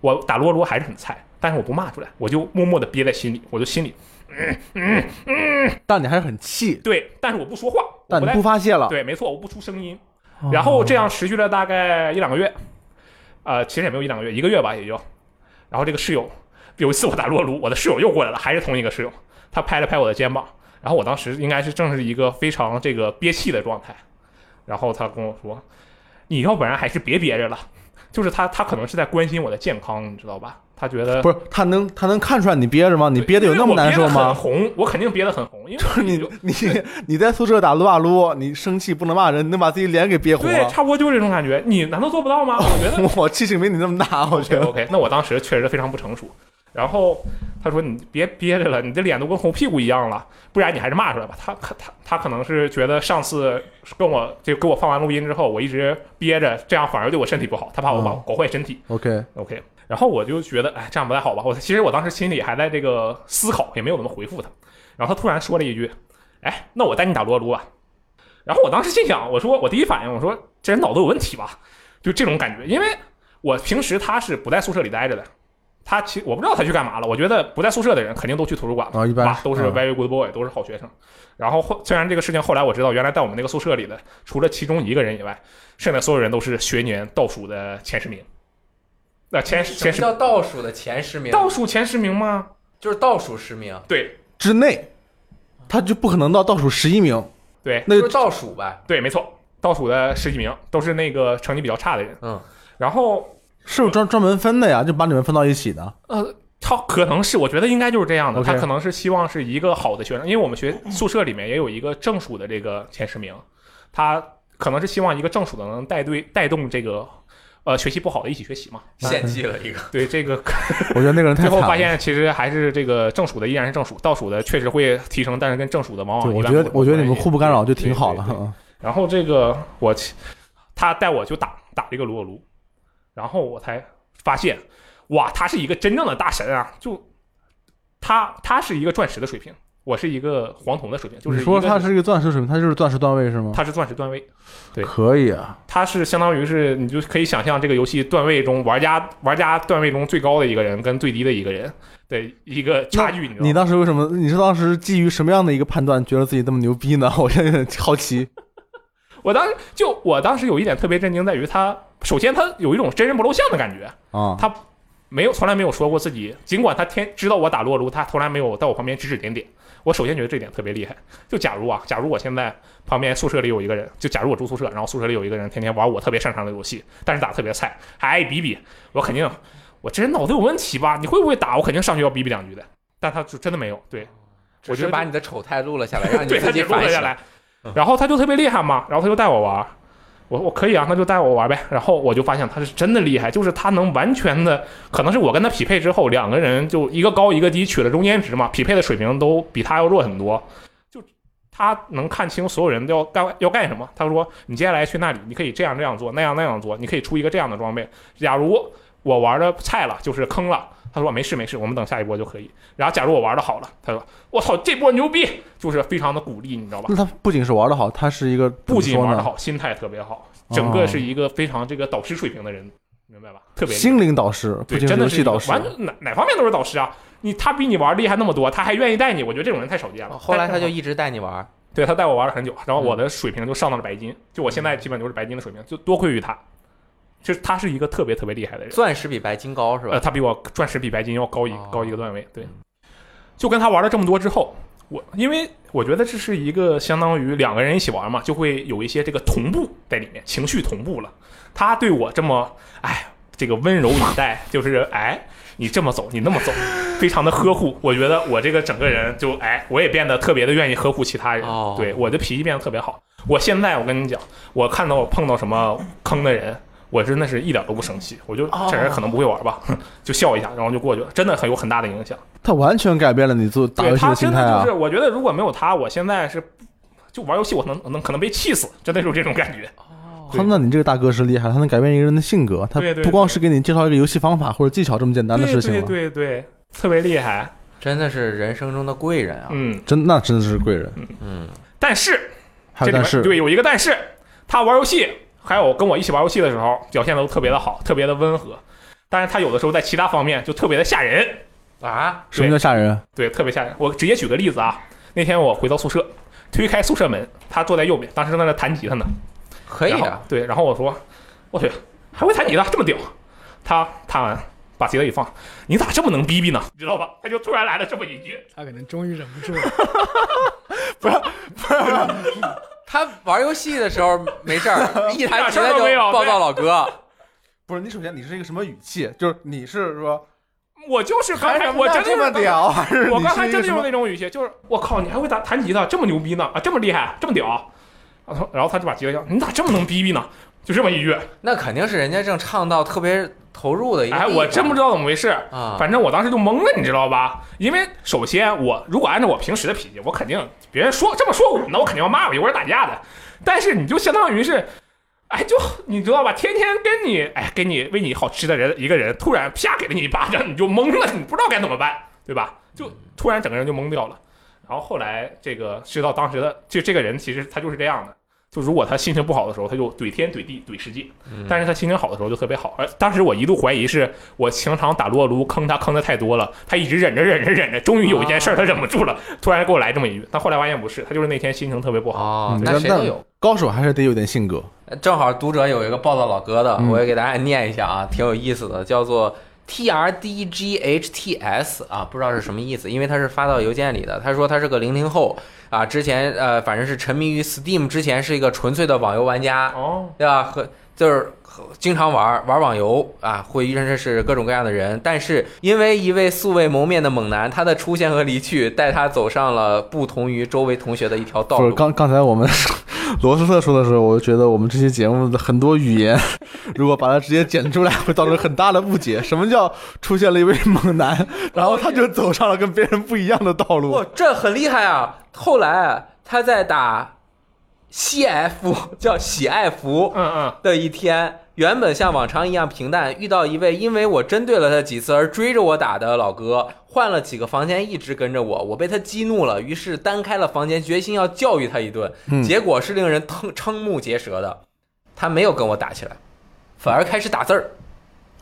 S4: 我打撸啊撸还是很菜，但是我不骂出来，我就默默的憋在心里，我就心里
S5: 但你还是很气，
S4: 对，但是我不说话，我
S5: 但
S4: 不
S5: 你
S4: 带
S5: 不发泄了。
S4: 对，没错，我不出声音。
S6: 哦
S4: 然后这样持续了大概一两个月，呃，其实也没有一两个月，一个月吧也就。然后这个室友有一次我打撸啊撸，我的室友又过来了，还是同一个室友，他拍了拍我的肩膀，然后我当时应该是正是一个非常这个憋气的状态，然后他跟我说：“你要不然还是别憋着了。”就是他，他可能是在关心我的健康，你知道吧？他觉得
S5: 不是他能他能看出来你憋着吗？你憋的有那么难受
S4: 因为我憋得很
S5: 吗？
S4: 红，我肯定憋得很红，因为
S5: 就是你你你在宿舍打撸啊撸，你生气不能骂人，你能把自己脸给憋红
S4: 对，
S5: 了。
S4: 差不多就是这种感觉。你难道做不到吗？我觉得
S5: 我气性没你那么大，我觉
S4: OK
S5: 得。
S4: OK，那我当时确实非常不成熟。然后他说：“你别憋着了，你的脸都跟红屁股一样了，不然你还是骂出来吧。他”他他他可能是觉得上次跟我就给我放完录音之后，我一直憋着，这样反而对我身体不好，他怕我搞
S5: 嗯
S4: 搞坏身体。
S5: OK，
S4: OK，然后我就觉得，哎，这样不太好吧？我其实我当时心里还在这个思考，也没有怎么回复他。然后他突然说了一句：“哎，那我带你打撸啊撸吧。”然后我当时心想，我说我第一反应，我说这人脑子有问题吧？就这种感觉，因为我平时他是不在宿舍里待着的，他其我不知道他去干嘛了。我觉得不在宿舍的人肯定都去图书馆了。
S5: 啊，一般
S4: 吧，都是
S5: 嗯
S4: very good boy，、都是好学生。然后后虽然这个事情后来我知道，原来在我们那个宿舍里的，除了其中一个人以外，剩下所有人都是学年倒数的前十名。那、前前前
S2: 什么叫
S4: 十
S2: 倒数的前十名？
S4: 倒数前十名吗？
S2: 就是倒数十名，
S4: 对
S5: 之内，他就不可能到倒数十一名。
S4: 对
S5: 那
S2: 就
S5: 就是
S2: 倒数呗。
S4: 对，没错，倒数的十几名都是那个成绩比较差的人。
S2: 嗯，
S4: 然后
S5: 是有专专门分的呀，就把你们分到一起的。
S4: 呃。他可能是，我觉得应该就是这样的。
S5: OK
S4: 他可能是希望是一个好的学生，因为我们学宿舍里面也有一个正数的这个前十名，他可能是希望一个正数的能带队带动这个，呃，学习不好的一起学习嘛。
S2: 献祭了一个，
S4: 对这
S5: *laughs*
S4: 个，
S5: 我觉得那个人太
S4: 最
S5: 惨
S4: 后
S5: 了。
S4: 发现其实还是这个正数的依然是正数，倒数的确实会提升，但是跟正数的往
S5: 对，
S4: 往一
S5: 我
S4: 般
S5: 觉得
S4: 不
S5: 我觉得你们
S4: 不
S5: 互不干扰就挺好
S4: 对对对
S5: 了。
S4: 然后这个我去，他带我去打打这个撸啊撸，然后我才发现，哇，他是一个真正的大神啊！就他他是一个钻石的水平，我是一个黄铜的水平，就是
S5: 你说
S4: 一个
S5: 他是一个钻石水平，他就是钻石段位是吗？
S4: 他是钻石段位，对
S5: 可以啊，
S4: 他是相当于是你就可以想象这个游戏段位中玩家玩家段位中最高的一个人跟最低的一个人的一个差距，你知道
S5: 你
S4: 吗？
S5: 当时为什么？你是当时基于什么样的一个判断，觉得自己这么牛逼呢？ *laughs* 我现在有点好奇。
S4: 我当时就我当时有一点特别震惊，在于他首先他有一种真人不露相的感觉，
S5: 啊、
S4: 他没有从来没有说过自己，尽管他天知道我打撸啊撸，他从来没有在我旁边指指点点。我首先觉得这点特别厉害。就假如啊，假如我现在旁边宿舍里有一个人，啊就假如我住宿舍，然后宿舍里有一个人天天玩我特别擅长的游戏，但是打得特别菜，还爱比比，我肯定我这人脑子有问题吧？你会不会打？我肯定上去要比比两局的。但他就真的没有，对，
S2: 我
S4: 我
S2: 就
S4: 就
S2: 把你的丑态录了下 *laughs* 来，让你
S4: 对他
S2: 自己
S4: 也录了
S2: 反
S4: 下
S2: 省。
S4: 来，然后他就特别厉害嘛，然后他就带我玩儿，我我可以啊，那就带我玩儿呗。然后我就发现他是真的厉害，就是他能完全的，可能是我跟他匹配之后，两个人就一个高一个低，取了中间值嘛，匹配的水平都比他要弱很多。就他能看清所有人都要干要干什么。他说：“你接下来去那里，你可以这样这样做，那样那样做，你可以出一个这样的装备。假如我玩的菜了，就是坑了。”他说没事没事，我们等下一波就可以。然后假如我玩的好了，他说我操这波牛逼，就是非常的鼓励，你知道吧
S5: *laughs* 那？他不仅是玩的好，他是一个
S4: 不仅玩的，
S5: 怎么
S4: 好，心态特别好，整个是一个非常这个导师水平的人，明白吧？特别
S5: 说呢
S4: 厉害
S5: 心灵导师，不
S4: 对，
S5: 仅
S4: 真
S5: 游
S4: 的是
S5: 戏
S4: 一个
S5: 导师。
S4: 完哪哪方面都是导师啊！你他比你玩厉害那么多，他还愿意带你，我觉得这种人太少见了。
S2: 后来他
S4: 但是
S2: 就一直带你 *laughs* 玩，
S4: 对他带我玩了很久，然后我的水平就上到了白金，就我现在基本就是白金的水平，就多亏于他，就是他是一个特别特别厉害的人。
S2: 钻石比白金高是
S4: 呃，
S2: 吧？
S4: 他比我钻石比白金要高一个、
S2: 哦
S4: 高一个段位。对，就跟他玩了这么多之后，我因为我觉得这是一个相当于两个人一起玩嘛，就会有一些这个同步在里面，情绪同步了。他对我这么，哎，这个温柔以待，就是哎，你这么走，你那么走，非常的呵护。我觉得我这个整个人就哎，我也变得特别的愿意呵护其他人，
S2: 哦
S4: 对我的脾气变得特别好。我现在我跟你讲，我看到我碰到什么坑的人，我真的是一点都不生气，我就
S2: 哦
S4: 这人可能不会玩吧，哼就笑一下，然后就过去了，真的很有很大的影响。
S5: 他完全改变了你做打
S4: 对
S5: 游戏
S4: 他
S5: 的心
S4: 真
S5: 态
S4: 的
S5: 啊
S4: 就是，！我觉得如果没有他，我现在是就玩游戏，我能能可能被气死，真的是有这种感
S5: *laughs*
S4: 觉。
S5: 他那你这个大哥是厉害，他能改变一个人的性格。他
S4: 对对
S5: 不光是给你介绍一个游戏方法或者技巧这么简单的事情
S4: 对
S5: 了，
S4: 对对对，特别厉害，
S2: 真的是人生中的贵人啊！
S4: 嗯。
S5: 真那真的是贵人。
S2: 嗯，
S4: 但是
S5: 还
S4: 这里
S5: 有
S4: 面
S5: 但是，
S4: 对有一个但是，他玩游戏还有跟我一起玩游戏的时候表现得都特别的好，特别的温和，但是他有的时候在其他方面就特别的吓人啊，
S5: 什么叫吓人？
S4: 对，特别吓人。我直接举个例子啊，那天我回到宿舍，推开宿舍门，他坐在右边，当时正在那弹吉他呢。
S2: 可以啊
S4: 然后
S2: 的。
S4: 对，然后我说，我去，还会弹吉他，这么屌。他弹完，把吉他一放，你咋这么能逼逼呢？你知道吧？他就突然来了这么一句，
S6: 他可能终于忍不住了。
S2: 他玩游戏的时候没 *laughs* 事儿，一弹吉
S4: 一点事儿
S2: 他
S4: 都
S2: 就
S4: 没有
S2: 暴躁老哥，
S5: 不是你首先你是一个什么语气？就是你是说
S4: 我就是刚才
S2: 还
S4: 我真的
S2: 这么
S4: 屌。
S2: 屌，还是
S4: *laughs* 我刚才
S2: 你是
S4: 真
S2: 一个
S4: 的用
S2: 什么
S4: 那种语气，就是我靠，你还会弹弹吉他，这么牛逼呢啊，这么厉害，这么屌。然后然后他就把吉他要，你咋这么能逼逼呢？就这么一句，
S2: 那肯定是人家正唱到特别投入的一个地
S4: 哎，
S2: 方。
S4: 我真不知道怎么回事，
S2: 啊，
S4: 反正我当时就懵了，你知道吧？因为首先我如果按照我平时的脾气，我肯定别人说这么说我，那我肯定要骂我，一会儿打架的。但是你就相当于是，哎，就你知道吧？天天跟你哎给你喂你好吃的人一个人，突然啪给了你一巴掌，你就懵了，你不知道该怎么办，对吧？就突然整个人就懵掉了。然后后来这个知道当时的就这个人其实他就是这样的。就如果他心情不好的时候，他就怼天怼地怼世界；但是他心情好的时候就特别好。而当时我一度怀疑是我情场打撸啊撸坑他坑的太多了，他一直忍着忍着忍着，终于有一件事儿他忍不住了，突然给我来这么一句。但后来发现不是，他就是那天心情特别不好。
S2: 哦
S5: 嗯，
S2: 那谁都有。
S5: 高手还是得有点性格。
S2: 正好读者有一个报道老哥的，
S5: 嗯
S2: 我也给大家念一下啊，挺有意思的，叫做 T R D G H T S 啊，不知道是什么意思，因为他是发到邮件里的。他说他是个零零后啊，之前呃，反正是沉迷于 Steam，之前是一个纯粹的网游玩家，
S4: 哦，
S2: 对吧？和就是和经常玩玩网游啊，会认识是各种各样的人。但是因为一位素未谋面的猛男，他的出现和离去，带他走上了不同于周围同学的一条道
S5: 不是
S2: 路。
S5: 刚刚才我们罗斯特说的时候，我就觉得我们这期节目的很多语言， *laughs* 如果把它直接剪出来，会造成很大的误解。什么叫出现了一位猛男，然后他就走上了跟别人不一样的道路
S2: 哇？，这很厉害啊！后来他在打 CF 叫喜爱福
S4: 嗯嗯，
S2: 的一天，原本像往常一样平淡，遇到一位因为我针对了他几次而追着我打的老哥，换了几个房间一直跟着我，我被他激怒了，于是单开了房间，决心要教育他一顿。
S5: 嗯
S2: 结果是令人瞠瞠目结舌的，他没有跟我打起来，反而开始打字儿，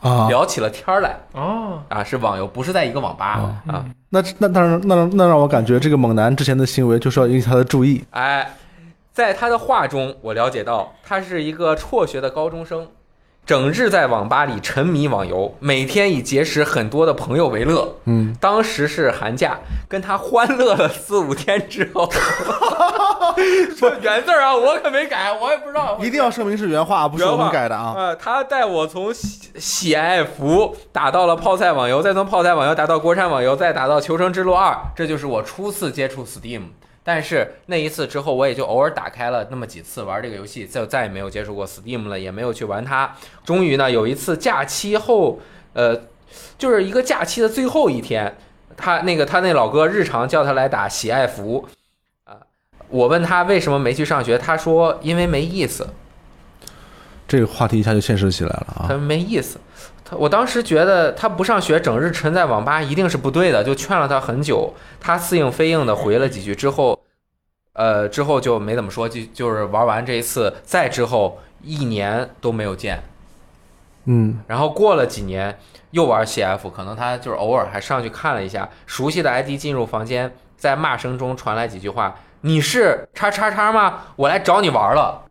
S5: 啊！
S2: 聊起了天儿来
S4: 哦，
S2: 啊，是网游，不是在一个网吧啊。
S5: 那那那让那让那让我感觉这个猛男之前的行为就是要引起他的注意。
S2: 哎，在他的话中，我了解到他是一个辍学的高中生，整日在网吧里沉迷网游，每天以结识很多的朋友为乐。
S5: 嗯，
S2: 当时是寒假，跟他欢乐了四五天之后， *laughs* 说原字儿啊，我可没改，我也不知道。
S5: 一定要声明是原话，不是我们改的啊。
S2: 呃，他带我从喜喜爱服打到了泡菜网游，再从泡菜网游打到国产网游，再打到求生之路二，这就是我初次接触 Steam。但是那一次之后，我也就偶尔打开了那么几次玩这个游戏，就再也没有接触过 Steam 了，也没有去玩它。终于呢，有一次假期后，呃，就是一个假期的最后一天，他那个他那老哥日常叫他来打喜爱服，啊、我问他为什么没去上学，他说因为没意思。
S5: 这个话题一下就现实起来了啊
S2: 他！没意思。他我当时觉得他不上学，整日沉在网吧一定是不对的，就劝了他很久。他似应非应的回了几句之后，呃，之后就没怎么说，就就是玩完这一次，再之后一年都没有见。
S5: 嗯，
S2: 然后过了几年又玩 CF，可能他就是偶尔还上去看了一下，熟悉的 ID 进入房间，在骂声中传来几句话：“你是叉叉叉吗？我来找你玩了。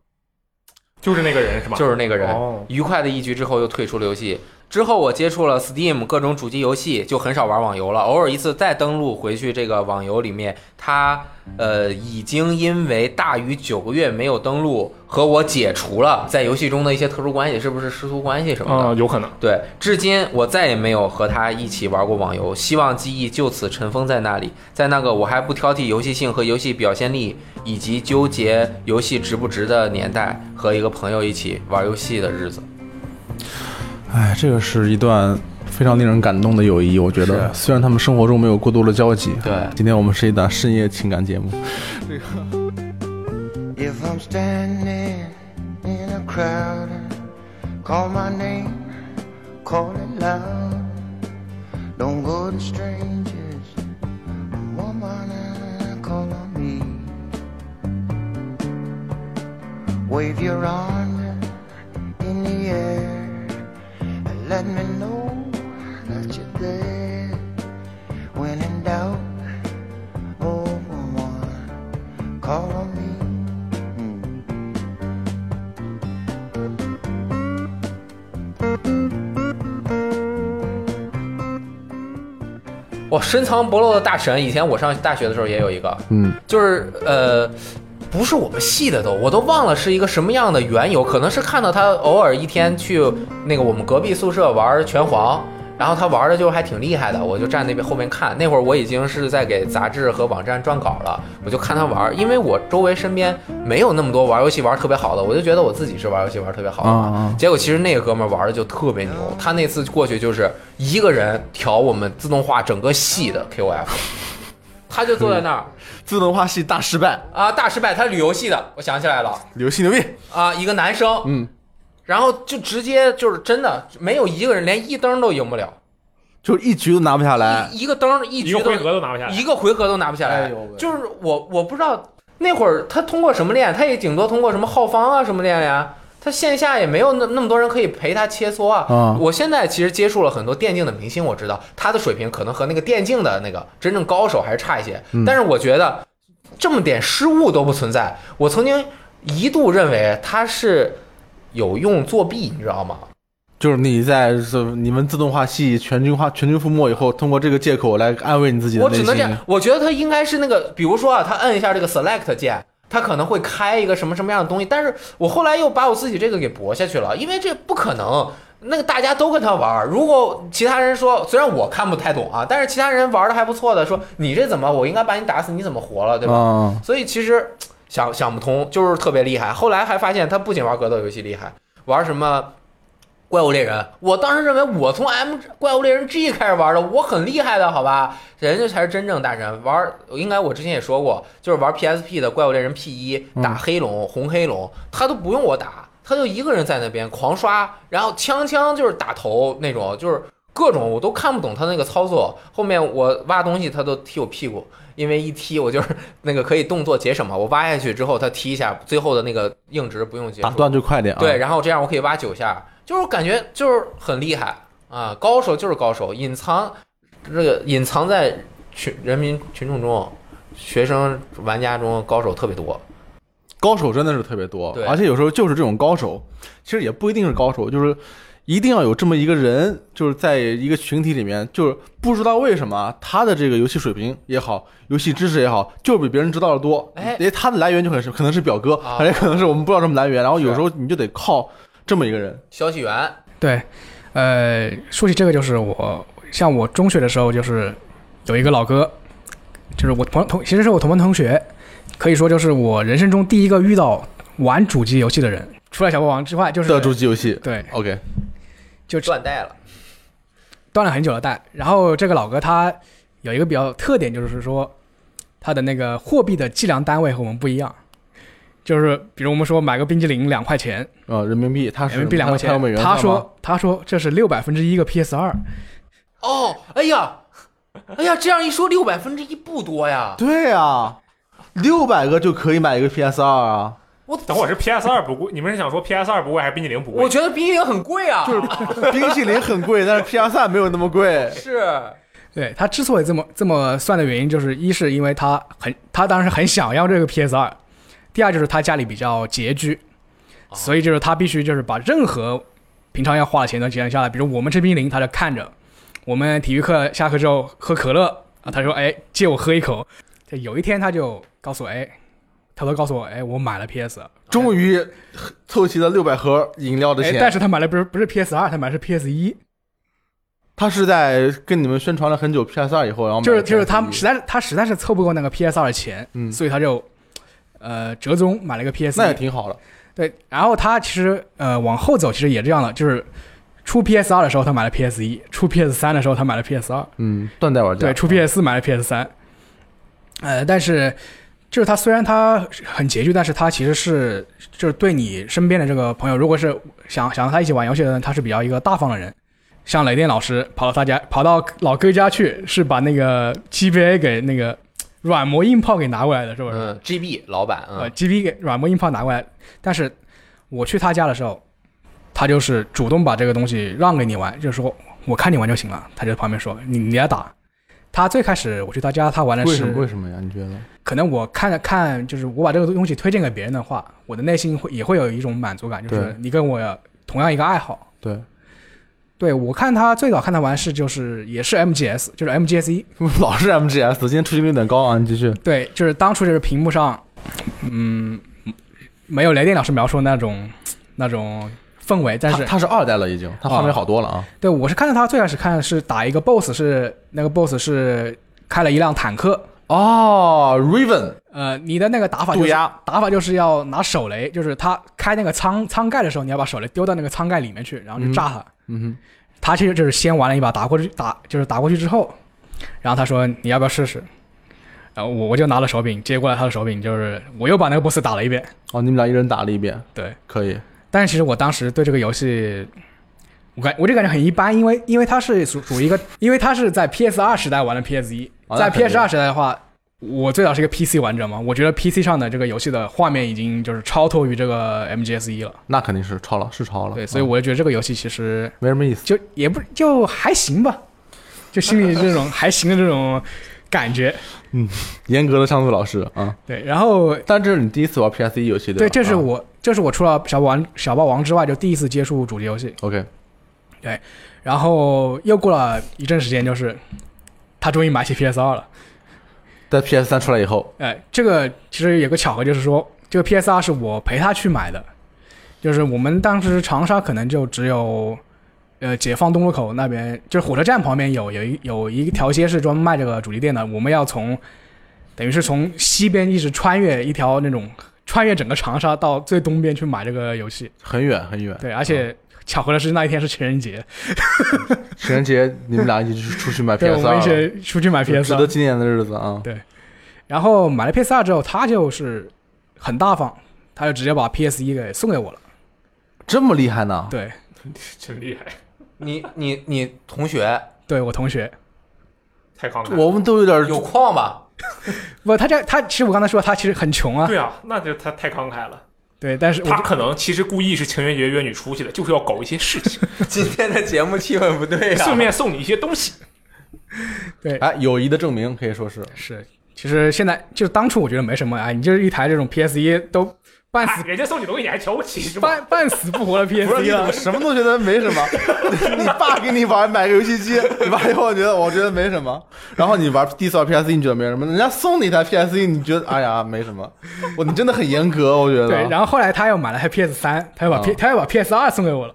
S4: 就是那个人是”吧？
S2: 就是那个人。
S4: 哦，
S2: 愉快的一局之后又退出了游戏。之后我接触了 Steam 各种主机游戏，就很少玩网游了。偶尔一次再登录回去这个网游里面，它呃已经因为大于九个月没有登录和我解除了在游戏中的一些特殊关系，是不是师徒关系什么的？
S4: 嗯，有可能。
S2: 对，至今我再也没有和他一起玩过网游，希望记忆就此尘封在那里。在那个我还不挑剔游戏性和游戏表现力，以及纠结游戏值不值的年代，和一个朋友一起玩游戏的日子。
S5: 哎，这个是一段非常令人感动的友谊，我觉得。
S2: 是
S5: 虽然他们生活中没有过多的交集，
S2: 对
S5: 今天我们是一档深夜情感节目。
S7: If I'm standing in a crowd, call my name, call it loud. Don't go to strangers, woman, call on me. Wave your arm in the air and let me know that you're there. When in doubt, oh woman, call on me.
S2: 哇，深藏不露的大神，以前我上大学的时候也有一个，
S5: 嗯，
S2: 就是呃，不是我们系的都，我都忘了是一个什么样的缘由，可能是看到他偶尔一天去那个我们隔壁宿舍玩拳皇。然后他玩的就还挺厉害的，我就站那边后面看。那会儿我已经是在给杂志和网站撰稿了，我就看他玩，因为我周围身边没有那么多玩游戏玩特别好的，我就觉得我自己是玩游戏玩特别好的嘛。
S5: 啊
S2: 结果其实那个哥们儿玩的就特别牛，他那次过去就是一个人调我们自动化整个系的 KOF，他就坐在那儿
S5: 自动化系大失败，
S2: 啊，大失败。他旅游系的，我想起来了
S5: 游戏牛逼，
S2: 啊，一个男生，
S5: 嗯，
S2: 然后就直接就是真的没有一个人连一灯都赢不了，
S5: 就是一局都拿不下来。
S2: 一一个灯一
S4: 一
S2: 局
S4: 个
S2: 都
S4: 回合都拿不下来
S2: 一。个回合都拿不下来。
S5: 哎呦喂
S2: 就是我我不知道那会儿他通过什么练，他也顶多通过什么浩方啊什么练呀。他线下也没有那那么多人可以陪他切磋啊。
S5: 啊
S2: 我现在其实接触了很多电竞的明星，我知道他的水平可能和那个电竞的那个真正高手还是差一些。
S5: 嗯
S2: 但是我觉得这么点失误都不存在。我曾经一度认为他是有用作弊，你知道吗？
S5: 就是你在是你们自动化系全军化全军覆没以后，通过这个借口来安慰你自己的
S2: 我
S5: 内
S2: 只能这
S5: 心
S2: 样。，我觉得他应该是那个，比如说啊，他摁一下这个 select 键，他可能会开一个什么什么样的东西。但是我后来又把我自己这个给驳下去了，因为这不可能。那个大家都跟他玩儿，如果其他人说，虽然我看不太懂啊，但是其他人玩的还不错的，说你这怎么，我应该把你打死，你怎么活了，对吧？
S5: 啊，
S2: 所以其实想想不通，就是特别厉害。后来还发现他不仅玩格斗游戏厉害，玩什么怪物猎人。我当时认为我从 M 怪物猎人 G 开始玩的，我很厉害的，好吧？人家才是真正大神。玩应该我之前也说过，就是玩 PSP 的怪物猎人 P 一打黑龙、红黑龙，他都不用我打，他就一个人在那边狂刷，然后枪枪就是打头那种，就是。各种我都看不懂他那个操作，后面我挖东西他都踢我屁股，因为一踢我就是那个可以动作节省嘛，我挖下去之后他踢一下，最后的那个硬直不用结
S5: 打
S2: 束。
S5: 断就快点啊。
S2: 对，，然后这样我可以挖九下，就是感觉就是很厉害啊，高手就是高手，隐藏这个隐藏在群人民群众中、学生玩家中高手特别多。
S5: 高手真的是特别多
S2: 对，
S5: 而且有时候就是这种高手，其实也不一定是高手，就是一定要有这么一个人，就是在一个群体里面，就是不知道为什么他的这个游戏水平也好，游戏知识也好，就是比别人知道的多。
S2: 哎
S5: 因为他的来源就很是可能是表哥，
S2: 啊
S5: 而且可能是我们不知道什么来源，然后有时候你就得靠这么一个人。
S2: 消息源
S6: 对，呃，说起这个，就是我像我中学的时候，就是有一个老哥，就是我同同，其实是我同班同学，可以说就是我人生中第一个遇到玩主机游戏的人，除了小霸王之外，就是
S5: 的主机游戏
S6: 对，
S5: ，OK，
S6: 就
S2: 断代了，
S6: 断了很久的带。然后这个老哥他有一个比较特点，就是说他的那个货币的计量单位和我们不一样，就是比如我们说买个冰激凌两块钱，
S5: 呃，人民币，他是
S6: 人民币两块
S5: 他有美
S6: 钱，
S5: 元
S6: 他
S5: 算吗
S6: 说他说这是六百分之一个 PS 二，
S2: 哦，哎呀，哎呀，这样一说六百分之一不多呀，
S5: 对啊，六百个就可以买一个 PS 二啊， *laughs*
S2: 我
S4: 等会儿是 PS 二不贵，你们是想说 PS 二不贵还是冰激凌不贵
S2: 我？觉得冰激凌很贵啊，
S5: 就是冰淇淋很贵，但是 PS 二没有那么贵。
S2: 啊是
S6: 对他之所以这么这么算的原因，就是一是因为他很他当时很想要这个 PS 二，第二就是他家里比较拮据，
S2: 哦
S6: 所以就是他必须就是把任何平常要花的钱都节省下来。比如我们吃冰淇淋，他就看着；我们体育课下课之后喝可乐啊，他说：“哎，借我喝一口。”就有一天他就告诉我：“哎，偷偷告诉我，哎，我买了 PS 二。
S5: 终于凑齐了六百盒饮料”的
S6: 哎
S5: 钱。，
S6: 但是他买的不是不是 PS 二，他买的是 PS 一。
S5: 他是在跟你们宣传了很久 PS 二以后，然后买
S6: 就是
S5: 了
S6: 就是他
S5: PS1
S6: 实在他实在是凑不够那个 PS 二的钱，
S5: 嗯
S6: 所以他就呃折中买了个 PS
S5: 那也
S6: 1
S5: 挺好的。
S6: 对，然后他其实呃往后走其实也这样了，就是出 PS 二的时候他买了 PS 一，出 PS 三的时候他买了 PS 二，
S5: 嗯，断代玩家
S6: 对，出 PS 四买了 PS 三，呃，但是就是他虽然他很拮据，但是他其实是就是对你身边的这个朋友，如果是想想和他一起玩游戏的人，他是比较一个大方的人。像雷电老师跑到他家，跑到老哥家去，是把那个 GBA 给那个软磨硬泡给拿过来的，是不是？
S2: 嗯，GB 老板，
S6: 呃
S2: 嗯，
S6: ，GB 给软磨硬泡拿过来，但是我去他家的时候，他就是主动把这个东西让给你玩，就是说我看你玩就行了。他就在旁边说你你来打。他最开始我去他家，他玩的
S5: 为什么为
S6: 是
S5: 什么呀？你觉得？
S6: 可能我看了看，就是我把这个东西推荐给别人的话，我的内心会也会有一种满足感，就
S5: 对
S6: 是你跟我同样一个爱好。
S5: 对， *laughs*
S6: 对我看他最早看他玩是就是也是 MGS，就是 MGS 一，
S5: 老是 MGS，今天出镜率有点高啊！你继续。
S6: 对，就是当初就是屏幕上，嗯，没有雷电老师描述的那种那种氛围，但是
S5: 他他是二代了已经，他画面好多了啊。
S6: 对我是看到他最开始看是打一个 BOSS，是那个 BOSS 是开了一辆坦克，
S5: 哦，Raven
S6: 呃，你的那个打法就
S5: 渡
S6: 是
S5: 鸦
S6: 打法就是要拿手雷，就是他开那个舱舱盖的时候，你要把手雷丢到那个舱盖里面去，然后去炸他。
S5: 嗯
S6: 他其实就是先玩了一把打过去打，就是打过去之后，然后他说你要不要试试？然后我我就拿了手柄接过来他的手柄，就是我又把那个 boss 打了一遍。
S5: 哼，哦，你们俩一人打了一遍，
S6: 对，
S5: 可以。
S6: 但是其实我当时对这个游戏，我感我就感觉很一般，因为因为它是属属于一个，因为它是在 PS 二时代玩的 PS 一、
S5: 哦那
S6: 在
S5: 肯定
S6: PS 二时代的话，我最早是一个 PC 玩者嘛，我觉得 PC 上的这个游戏的画面已经就是超脱于这个 MGS 一了，
S5: 那肯定是超了，是超了。啊
S6: 对，所以
S5: 嗯
S6: 我就觉得这个游戏其实
S5: 没什么意思。
S6: 就也不就还行吧，就心里这种还行的这种感觉，
S5: 严格的上次老师啊，
S6: 对，然后
S5: 但这是你第一次玩 PS 一游戏
S6: 对，
S5: 吧？
S6: 这是
S5: 啊
S6: 我这是我除了小霸王小霸王之外，就第一次接触主机游戏。
S5: OK，
S6: 然后又过了一阵时间，就是他终于买起 PS 二了。
S5: 在 PS 三出来以后，
S6: 哎，这个其实有个巧合，就是说这个 PS 二是我陪他去买的，就是我们当时长沙可能就只有。呃，解放东路口那边就是火车站旁边有有一有一条街是专门卖这个主机店的。我们要从，等于是从西边一直穿越一条那种穿越整个长沙到最东边去买这个游戏。
S5: 很远很远。
S6: 对，而且巧合的是那一天是情人节，
S5: 嗯 *laughs* 情人节你们俩一起出去买
S6: 对，我
S5: PS
S6: 们一
S5: 二，
S6: 起出去买 PS
S5: 值
S6: 二，
S5: 得纪念的日子啊。
S6: 然后买了 PS 二之后，他就是很大方，他就直接把 PS 一给送给我了。
S5: 这么厉害呢？
S6: 对，
S4: 真厉害，
S2: 你你你同学
S6: 对我同学，
S4: 太慷慨了。
S5: 我们都有点
S2: 有矿吧？ *laughs*
S6: 不，他这他其实我刚才说他其实很穷啊，
S4: 对啊，那就他太慷慨了。
S6: 对，但是我
S4: 他可能其实故意是情人节约你出去的，就是要搞一些事
S6: *laughs*
S4: 情，
S2: 今天的节目气氛不对啊
S6: 啊
S2: 呀、
S4: 顺便送你一些东西。
S5: 哎友谊的证明，可以说是
S6: 是其实现在就当初我觉得没什么，哎，你就是一台这种 PS 一都半
S4: 哎
S6: 死、
S4: 人家送你东西，你还瞧不起是吧？
S6: 半半死不活的
S5: *laughs* 不
S6: PS
S5: 是
S6: 一
S5: 你怎么
S6: 了，
S5: 什么都觉得没什么？ *laughs* 你爸给你玩买个游戏机，你玩以后觉得我觉得没什么，然后你玩第一次玩 PS 一你觉得没什么，人家送你一台 PS 一你觉得哎呀没什么，我你真的很严格，我觉得。
S6: 对，然后后来他又买了台 PS 三，他又把 P、
S5: 啊
S6: 他又把 PS 二送给我了。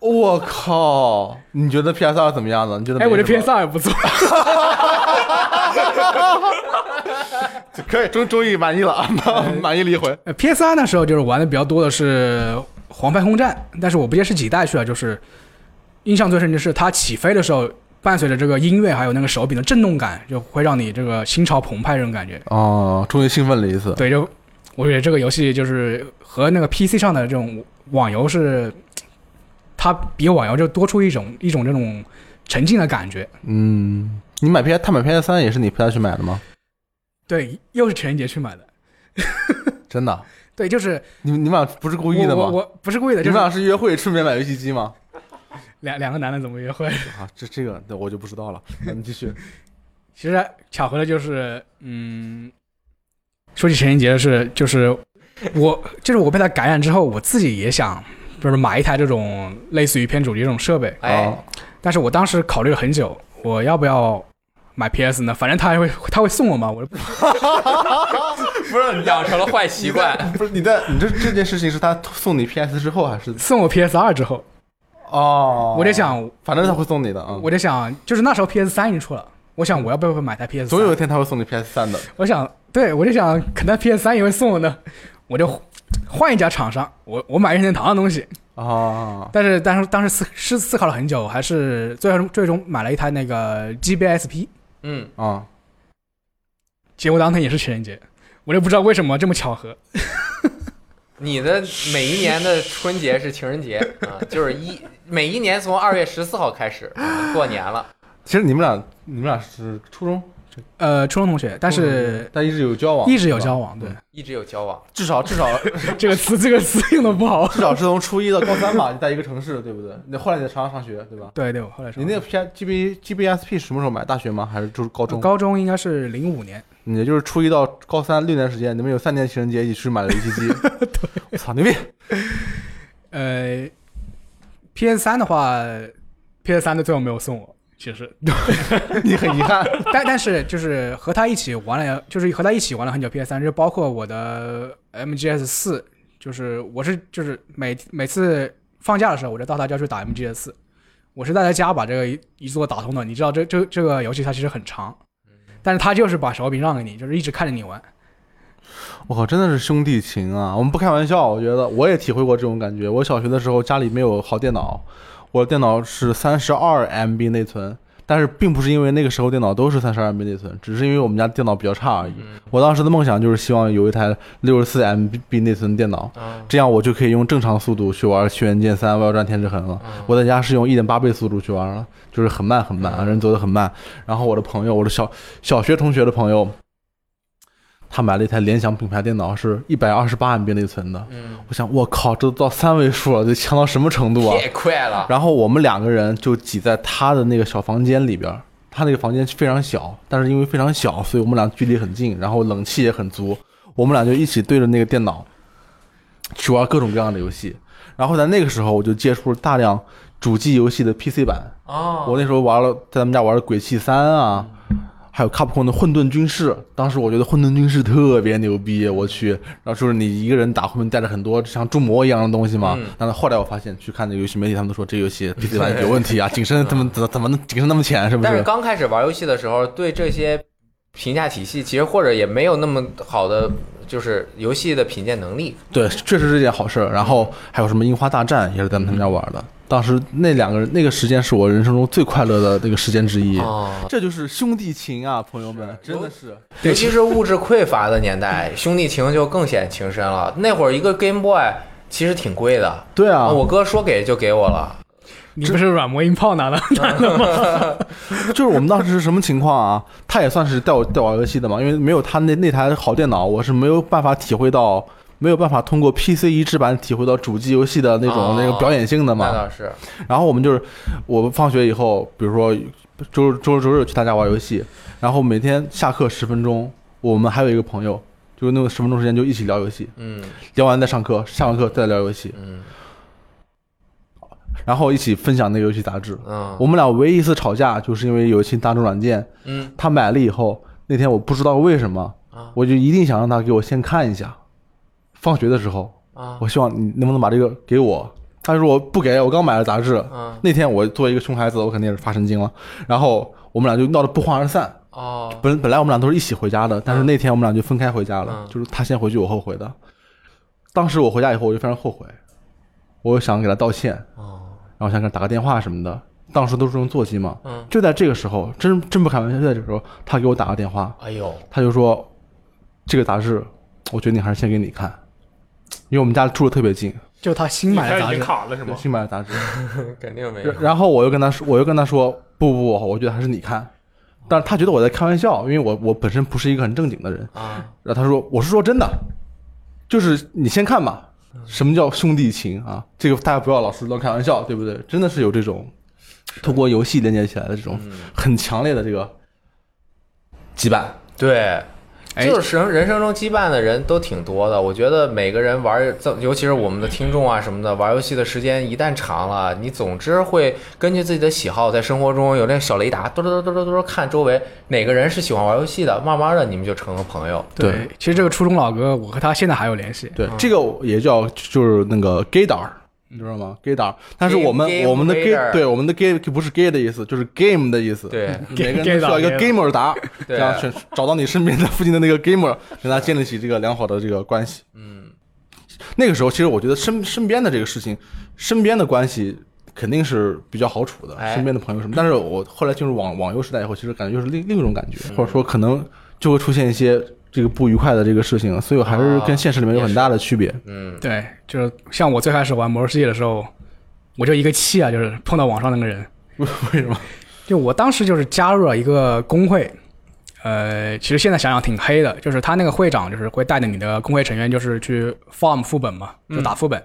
S5: 我靠，你觉得 PS 二怎么样呢？你觉得没
S6: 哎，我
S5: 什
S6: 的
S5: 么
S6: PS 二也不错，
S5: *laughs* 可以终终于满意了 *laughs* 啊，满满意
S6: *laughs*
S5: 了一回。
S6: PS 二那时候就是玩的比较多的是《黄牌空战》，但是我不记得是几代去了，就是印象最深就是它起飞的时候，伴随着这个音乐还有那个手柄的震动感，就会让你这个心潮澎湃这种感觉。
S5: 哦，终于兴奋了一次。
S6: 对，就我觉得这个游戏就是和那个 PC 上的这种网游是，它比网游就多出一种一种这种沉浸的感觉。
S5: 嗯，你买 PS，他买 PS 三也是你陪他去买的吗？
S6: 对，又是情人节去买的。
S5: 真的？
S6: 对，就是
S5: 你你们俩不是故
S6: 我
S5: 意的吗？
S6: 我我不是故意的，
S5: 你
S6: 就
S5: 们
S6: 是
S5: 俩是约会顺便买游戏机吗？
S6: 两两个男的怎么约会？
S5: 啊，这这个那我就不知道了。那你继续。
S6: 其实巧合的就是，嗯，说起情人节的事，就是我就是我被他感染之后，我自己也想就是买一台这种类似于偏主机这种设备，
S2: 哎
S5: 哦，
S6: 但是我当时考虑了很久，我要不要买 PS 呢？反正他还会他会送我嘛，我就
S2: 不是养成了坏习
S6: 哎
S2: 惯，
S5: 不是你在你这这件事情是他送你 PS 之后还是？
S6: 送我 PS 二之后，
S5: 哦
S6: 我就，想，
S5: 反正他会送你的啊。
S6: 我就想，就是那时候 PS 三已经出了，我想我要不要买台 PS
S5: 总有一
S6: 三？
S5: 天他会送你 PS 三的。
S6: 我想，对我就想，可能 PS 三也会送我呢，我就换一家厂商，我我买任天堂的东西。
S5: 哦，
S6: 但是但是当时思思思考了很久，还是最后最终买了一台那个 GBSP，
S2: 嗯，
S5: 啊，
S6: 结果当天也是情人节，我就不知道为什么这么巧合。
S2: 你的每一年的春节是情人节啊，就是一每一年从二月十四号开始嗯过年了，
S5: 其实你们俩你们俩是初中，
S6: 呃，初中同学，但是
S5: 但一直有交往，
S6: 一直有
S5: 是吧
S6: 交往，对
S2: 一直有交往。
S5: 至少至少。
S6: 嗯这个词这个词用的不好 *laughs*
S5: 至少是从初一到高三吧，你在一个城市，对不对？你后来你在长沙上学，对吧？
S6: 对对，我后来说
S5: 你那个 P G B G B S P 什么时候买？大学吗？还是就是高中？
S6: 高中应该是零五年，
S5: 你也就是初一到高三六年时间，你们有三年情人节一起去买了游戏机。我操，牛逼！
S6: 呃，PS 三的话，PS 三的最后没有送我，其实，
S5: 你很遗憾。
S6: *laughs* 但但是就是和他一起玩了，就是和他一起玩了很久 PS 三，就包括我的 MGS 四就是我是就是每每次放假的时候，我就到他家去打 MGS 四，我是在他家把这个一一座打通的。你知道这这这个游戏它其实很长，
S4: 嗯
S6: 但是他就是把手柄让给你，就是一直看着你
S4: *laughs*
S6: 玩。
S5: 我靠，真的是兄弟情啊！我们不开玩笑，我觉得我也体会过这种感觉。我小学的时候家里没有好电脑，我的电脑是三十二 MB 内存，但是并不是因为那个时候电脑都是三十二 MB 内存，只是因为我们家电脑比较差而已。我当时的梦想就是希望有一台六十四 MB 内存电脑，
S2: 啊
S5: 这样我就可以用正常速度去玩《轩辕剑三》《外传天之痕》了。我在家是用一点八倍速度去玩了，就是很慢很慢，啊，人走得很慢。然后我的朋友，我的小小学同学的朋友，他买了一台联想品牌电脑，是一百二十八 MB 内存的。
S2: 嗯，
S5: 我想，我靠，这都到三位数了，得强到什么程度啊？
S2: 太快了，
S5: 然后我们两个人就挤在他的那个小房间里边儿，他那个房间非常小，但是因为非常小，所以我们俩距离很近，然后冷气也很足，我们俩就一起对着那个电脑去玩各种各样的游戏。然后在那个时候，我就接触了大量主机游戏的 PC 版，
S2: 哦，
S5: 我那时候玩了，在咱们家玩了《鬼泣三》啊，还有 Capcom 的《混沌军事》。当时我觉得《混沌军事》特别牛逼，我去。然后就是你一个人打，后面带着很多像铸模一样的东西嘛
S2: 嗯。
S5: 但是后来我发现，去看那个游戏媒体，他们都说这
S2: *laughs*
S5: 游戏 PC 版有问题啊，景深怎么怎么怎么景深那么浅，是不
S2: 嗯但是
S5: 是？
S2: 刚开始玩游戏的时候，对这些评价体系其实或者也没有那么好的就是游戏的品鉴能力。
S5: 对，确实是件好事儿。然后还有什么《樱花大战》也是在他们家玩的。当时那两个人那个时间是我人生中最快乐的那个时间之一。
S2: 哦，
S5: 这就是兄弟情啊，朋友们，
S2: 是
S5: 真的是。
S2: 尤其是物质匮乏的年代，兄弟情就更显情深了。那会儿一个 Game Boy 其实挺贵的，
S5: 对啊，
S2: 我哥说给就给我了。
S6: 你不是软磨硬泡拿的？
S5: 就是我们当时是什么情况啊？他也算是带我带我玩游戏的嘛，因为没有他那那台好电脑，我是没有办法体会到，没有办法通过 PC 移植版体会到主机游戏的那种、
S2: 哦
S5: 那个表演性
S2: 那
S5: 的嘛。
S2: 倒是，
S5: 然后我们就是，我放学以后，比如说周周六周日去他家玩游戏，然后每天下课十分钟，我们还有一个朋友，就是那种十分钟时间就一起聊游戏，
S2: 嗯
S5: 聊完再上课，上完课再聊游戏，
S2: 嗯
S5: 然后一起分享那个游戏杂志。
S2: 嗯，
S5: 我们俩唯一一次吵架，就是因为有一期大众软件。
S2: 嗯
S5: 他买了以后，那天我不知道为什么
S2: 啊，
S5: 我就一定想让他给我先看一下。放学的时候，
S2: 啊
S5: 我希望你能不能把这个给我。他说我不给我刚买了杂志。
S2: 啊
S5: 那天我作为一个熊孩子，我肯定也是发神经了。然后我们俩就闹得不欢而散。
S2: 哦，
S5: 本本来我们俩都是一起回家的，但是那天我们俩就分开回家了，
S2: 嗯
S5: 就是他先回去，我后回的。当时我回家以后，我就非常后悔，我想给他道歉，
S2: 哦
S5: 然后想给他打个电话什么的。当时都是用座机嘛，
S2: 嗯
S5: 就在这个时候，真真不开玩笑，就在这个时候，他给我打个电话，
S2: 哎呦，
S5: 他就说这个杂志，我决定还是先给你看，因为我们家住的特别近，
S6: 就他新买的
S4: 他
S6: 杂
S4: 已经
S6: 志，
S4: 看完了是吗？
S5: 新买的杂志。
S2: 肯定没有
S5: 然。然后我又跟他说，我又跟他说，不不不，我觉得还是你看。但是他觉得我在开玩笑，因为我我本身不是一个很正经的人。
S2: 啊，
S5: 然后他说，我是说真的，就是你先看吧。
S2: 嗯
S5: 什么叫兄弟情啊？这个大家不要老是乱开玩笑，对不对？真的是有这种通过游戏连接起来的这种
S2: 嗯，
S5: 很强烈的这个羁绊。
S2: 对，
S6: 哎
S2: 就是人人生中羁绊的人都挺多的。我觉得每个人玩儿，尤其是我们的听众啊什么的，玩游戏的时间一旦长了，你总之会根据自己的喜好，在生活中有那个小雷达，嘟嘟嘟嘟嘟嘟嘟看周围哪个人是喜欢玩游戏的，慢慢的你们就成了朋友。
S5: 对，
S6: 其实这个初中老哥，我和他现在还有联系。
S5: 对，
S2: 嗯
S5: 这个也叫就是那个 gaydar，你知道吗？gaydar，但是我们
S2: Game- game
S5: 我们的
S2: gaydar
S5: gay 对我们的 gay 不是 gay 的意思，就是 game 的意思。，
S2: 对，
S5: 每个人都需要一个
S6: gaydar
S5: gamer 达，
S2: 对
S5: 这样选找到你身边的附近的那个 gamer，跟他建立起这个良好的这个关系。
S2: 嗯，
S5: 那个时候，其实我觉得身身边的这个事情，身边的关系。肯定是比较好处的，
S2: 哎
S5: 身边的朋友什么。但是我后来进入网网游时代以后，其实感觉又是另另一种感觉，
S2: 嗯
S5: 或者说可能就会出现一些这个不愉快的这个事情，所以我还是
S2: 啊
S5: 跟现实里面有很大的区别。
S2: 嗯，
S6: 对，就是像我最开始玩《魔兽世界》的时候，我就一个气啊，就是碰到网上那个人，
S5: 为 *laughs* 为什么？
S6: 就我当时就是加入了一个工会，呃，其实现在想想挺黑的，就是他那个会长就是会带着你的工会成员就是去 farm 副本嘛，就打副本，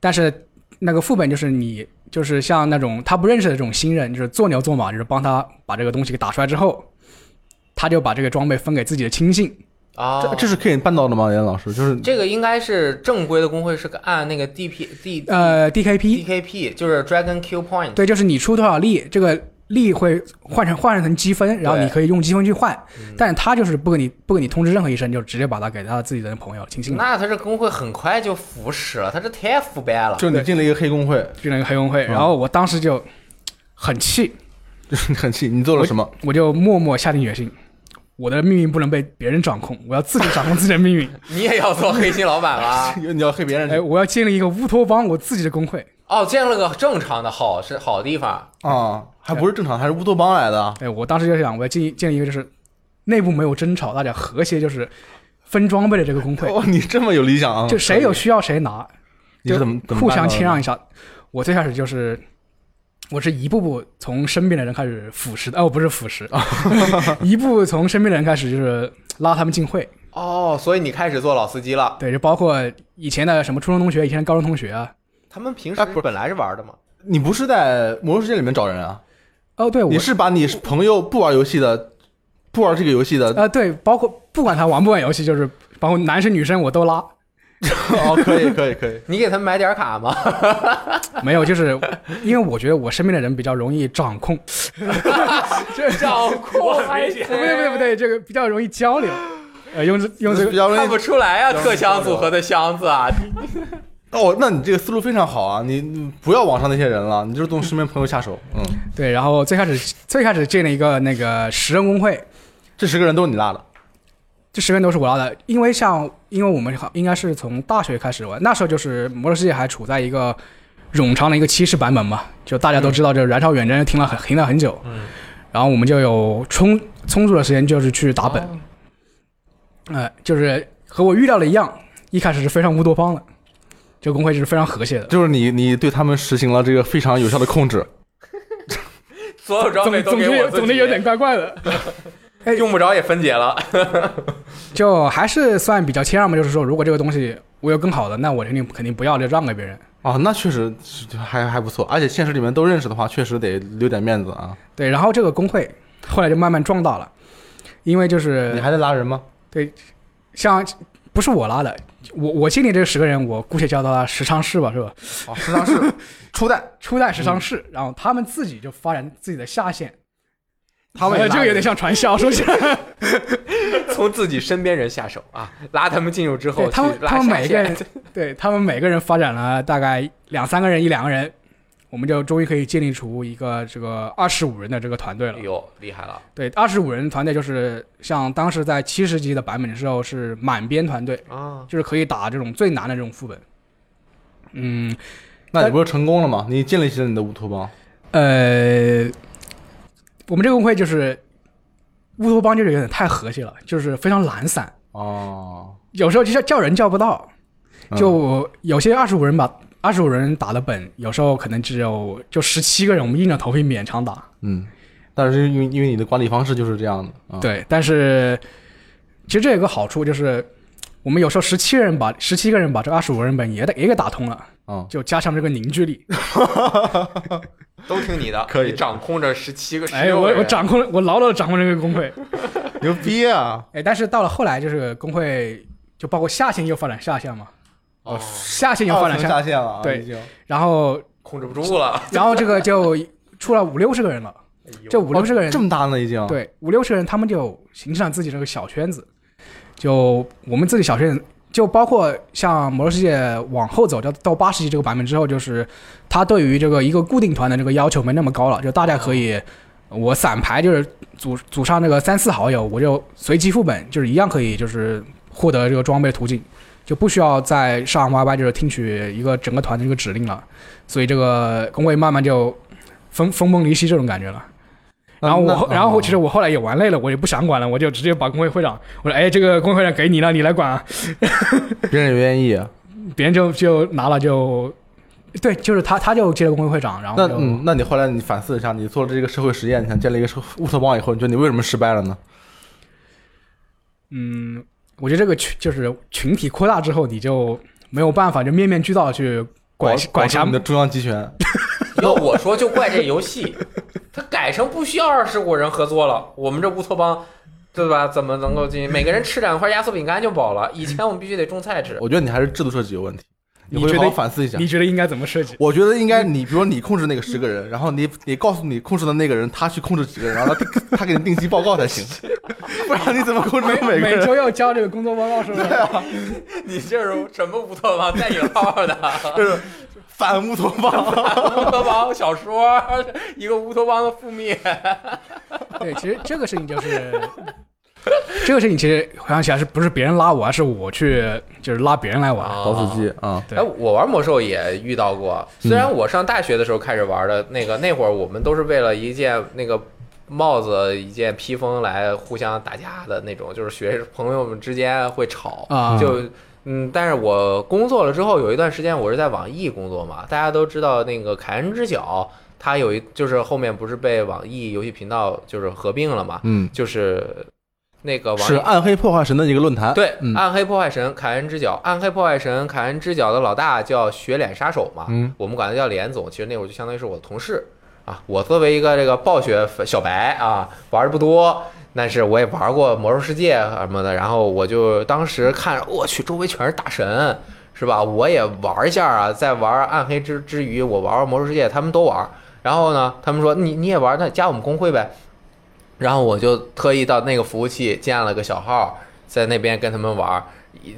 S6: 但是那个副本就是你就是像那种他不认识的这种新人，就是做牛做马，就是帮他把这个东西给打出来之后，他就把这个装备分给自己的亲信，
S2: 啊，
S5: 这这是可以办到的吗？严老师，就是
S2: 这个应该是正规的工会是按那个 D P D
S6: 呃，DKP。
S2: D K P 就是 Dragon Q Point
S6: 对，就是你出多少力，这个利会换成换成积分，然后
S2: 对嗯
S6: 你可以用积分去换，但是他就是不给你不给你通知任何一声，就直接把它给他自己的朋友亲信了，
S2: 那他这工会很快就腐蚀了，他这太腐败了。
S5: 就你进了一个黑工会，
S6: 进了一个黑工
S2: 嗯
S6: 会。然后我当时就很气，
S5: 就是你很气，你做了什么？
S6: 我就默默下定决心，我的命运不能被别人掌控，我要自己掌控自己的命
S2: *laughs*
S6: 运。
S2: 你也要做黑心老板
S5: *laughs*
S2: 吗？
S5: 你要黑别人
S6: 哎，我要建立一个乌托邦，我自己的工会。
S2: 哦，建了个正常的好是好地方，
S5: 啊？还不是正常，还是乌托邦来的啊？
S6: 哎，我当时就想，我要建议建立一个就是内部没有争吵，大家和谐，就是分装备的这个
S2: *laughs*
S6: 工会，
S5: 哦，你这么有理想啊？
S6: 就谁有需要谁拿，
S5: 你是怎么怎么
S6: 互
S5: 办到
S6: 相
S5: 的
S6: 谦让一下。我最开始就是，我是一步步从身边的人开始腐蚀的，哦，不是
S5: *laughs*
S6: 腐蚀，一步步从身边的人开始就是拉他们进会，
S2: 哦，所以你开始做老司机了。
S6: 对，就包括以前的什么初中同学，以前的高中同学啊。
S2: 他们平
S5: 哎
S2: 时
S5: 不是
S2: 本来是玩的嘛，
S5: 你不是在魔兽世界里面找人啊？
S6: 哦，对，我
S5: 你是把你朋友不玩游戏的，不玩这个游戏的，
S6: *laughs* 啊、对，包括不管他玩不玩游戏，就是包括男生女生我都拉，
S5: 哦，可以可以可以，
S2: 你给他们买点卡吗？
S6: 没有，就是因为我觉得我身边的人比较容易
S5: *laughs*
S6: 掌控， *laughs*
S2: 掌控 *laughs* 还
S6: 不对不对不对，这个比较容易交流，呃，用这 *laughs* 用这
S5: 比
S6: 个，
S5: 较容
S2: 看
S5: 易
S2: 不。出来 *laughs* 啊，特香组合的箱子啊，
S5: 哦，那你这个思路非常好啊！你你不要网上那些人了，你就是从身边朋友下手。嗯，
S6: 对，然后最开始最开始建了一个那个十人工会，
S5: 这十个人都是你拉的。
S6: 这十个人都是我拉的，因为像因为我们好应该是从大学开始玩，那时候就是《魔兽世界》还处在一个冗长的一个期市版本嘛，就大家都知道，这《燃烧远征》停了很停了很久，嗯，然后我们就有充充足的时间，就是去打本，呃，就是和我预料的一样，一开始是非常乌托邦的，这个工会是非常和谐的，
S5: 就是你，你对他们实行了这个非常有效的控制。
S2: 所有装
S6: 总
S2: 备都
S6: 总
S2: 给我
S6: 之
S2: 自己
S6: 总之有点怪怪的，
S2: 用不着也分解了。
S6: 就还是算比较谦让嘛，就是说，如果这个东西我有更好的，那我肯定肯定不要，就让给别人。
S5: 啊，那确实是还还不错，而且现实里面都认识的话，确实得留点面子啊。
S6: 对，然后这个工会后来就慢慢壮大了，因为就
S5: 你
S6: 是
S5: 还在拉人吗？
S6: 像不是我拉的，我我建立这十个人，我姑且叫他时昌士吧，是吧？
S5: 啊，时常是初代，
S6: 初代时昌士，然后他们自己就发展自己的下线，
S5: 他们也
S6: 呃
S5: 拉
S6: 这个有
S5: 人
S6: 点像传销，说起来，
S2: *laughs* 从自己身边人下手啊，拉他们进入之后
S6: 对
S2: 去
S6: 他们
S2: 拉
S6: 他们
S2: 下
S6: 每个
S2: 线
S6: 人， *laughs* 对他们每个人发展了大概两三个人一两个人，我们就终于可以建立出一个这个二十五人的这个团队了
S2: 哎。呦厉害了
S6: 对，二十五人团队就是像当时在七十级的版本的时候是满编团队，
S2: 啊！
S6: 就是可以打这种最难的这种副本。嗯，
S5: 那你不是成功了吗？你建立起了你的乌托邦。
S6: 呃，我们这个工会就是乌托邦，就是有点太和谐了，就是非常懒散，
S5: 哦，
S6: 有时候就叫叫人叫不到，
S5: 嗯
S6: 就有些二十五人把二十五人打的本，有时候可能只有就十七个人，我们硬着头皮勉强打。
S5: 嗯，但是因为因为你的管理方式就是这样的啊。，
S6: 对，但是其实这有个好处就是。我们有时候十七人把十七个人把这二十五人本也得也给打通了，
S5: 啊，
S6: 就加强这个凝聚力。
S2: 都听你的，
S5: 可
S2: 你
S5: 以
S2: 掌控着十七个十
S6: 哎，
S2: 六
S6: 我
S2: 个人，
S6: 我掌控了，我牢牢的掌控了这个工会。
S5: 牛逼啊！
S6: 哎，但是到了后来，就是工会就包括下线又发展下线嘛，
S2: 哦，
S6: 下线又发展
S5: 层
S6: 下，
S5: 下线了啊，
S6: 对
S5: 已经
S6: 然后
S2: 控制不住了。
S6: 然后这个就出了五六十个人了，
S2: 哎呦
S6: 这五六十个人
S5: 这，么大了已经。，
S6: 对五六十个人，他们就形成了自己这个小圈子，就我们自己小圈子。就包括像《魔兽世界》往后走，到到八十级这个版本之后，就是它对于这个一个固定团的这个要求没那么高了，就大家可以，我散牌就是组组上这个三四好友，我就随机副本，就是一样可以就是获得这个装备途径，就不需要再上 YY 就是听取一个整个团的这个指令了，所以这个工会慢慢就分分崩离析这种感觉了。
S5: 嗯
S6: 然后我，然
S5: 哦
S6: 后其实我后来也玩累了，我也不想管了，我就直接把工会会长，我说，哎，这个工会会长给你了，你来管啊，
S5: 别人也愿意。啊
S6: 别人就就拿了就，对，就是他他就接了工会会长，然
S5: 那
S6: 后就
S5: 嗯，那你后来你反思一下，你做了这个社会实验，你想建立一个社乌托邦以后，你觉得你为什么失败了呢？
S6: 嗯，我觉得这个群就是群体扩大之后，你就没有办法就面面俱到地去管
S5: 保
S6: 管
S5: 保
S6: 辖
S5: 住你的中央集权。
S2: *laughs* 要我说就怪这游戏，它改成不需要二十五人合作了，我们这乌托邦，对吧？怎么能够进？每个人吃两块压缩饼干就饱了。以前我们必须得种菜吃，
S5: 我觉得你还是制度设计有问题。你
S6: 你
S5: 会
S6: 觉
S5: 好
S6: 得
S5: 好反思一下
S6: 你。觉得应该怎么设计？
S5: *laughs* 我觉得应该你，比如你控制那个十个
S2: *laughs*
S5: 人，然后你你告诉你控制的那个人，他去控制几个人，然后他 *laughs* 他给你定期报告才行， *laughs* 不然你怎么控制每个 *laughs*
S6: 每
S5: 人？
S6: 周要交这个工作报告是不是？
S2: *laughs* 你这是什么乌托邦带引号的 *laughs*
S5: 反乌托邦，
S2: 乌托邦小说，一个乌托邦的覆灭。
S6: *laughs* 对，其实这个事情就是，这个事情其实回想起来是不是别人拉我，而啊是我去就是拉别人来玩。
S4: 哦
S5: 老司机啊，
S6: 对
S2: 哎，我玩魔兽也遇到过，虽然我上大学的时候开始玩的，那个那会儿我们都是为了一件那个帽子、一件披风来互相打架的那种，就是学朋友们之间会吵，
S6: 啊
S2: 就。嗯，但是我工作了之后，有一段时间我是在网易工作嘛，大家都知道那个凯恩之角，它有一就是后面不是被网易游戏频道就是合并了嘛，
S5: 嗯，
S2: 就是那个网易
S5: 是暗黑破坏神的一个论坛，
S2: 对，
S5: 嗯
S2: 暗黑破坏神凯恩之角，暗黑破坏神凯恩之角的老大叫雪脸杀手嘛，
S5: 嗯
S2: 我们管他叫脸总，其实那会儿就相当于是我的同事啊。我作为一个这个暴雪粉小白啊，玩的不多，但是我也玩过魔兽世界啊什么的，然后我就当时看，我去，周围全是大神。是吧？我也玩一下啊，在玩暗黑之之余，我玩玩魔兽世界，他们都玩。然后呢，他们说你你也玩，那加我们工会呗。然后我就特意到那个服务器建了个小号，在那边跟他们玩儿。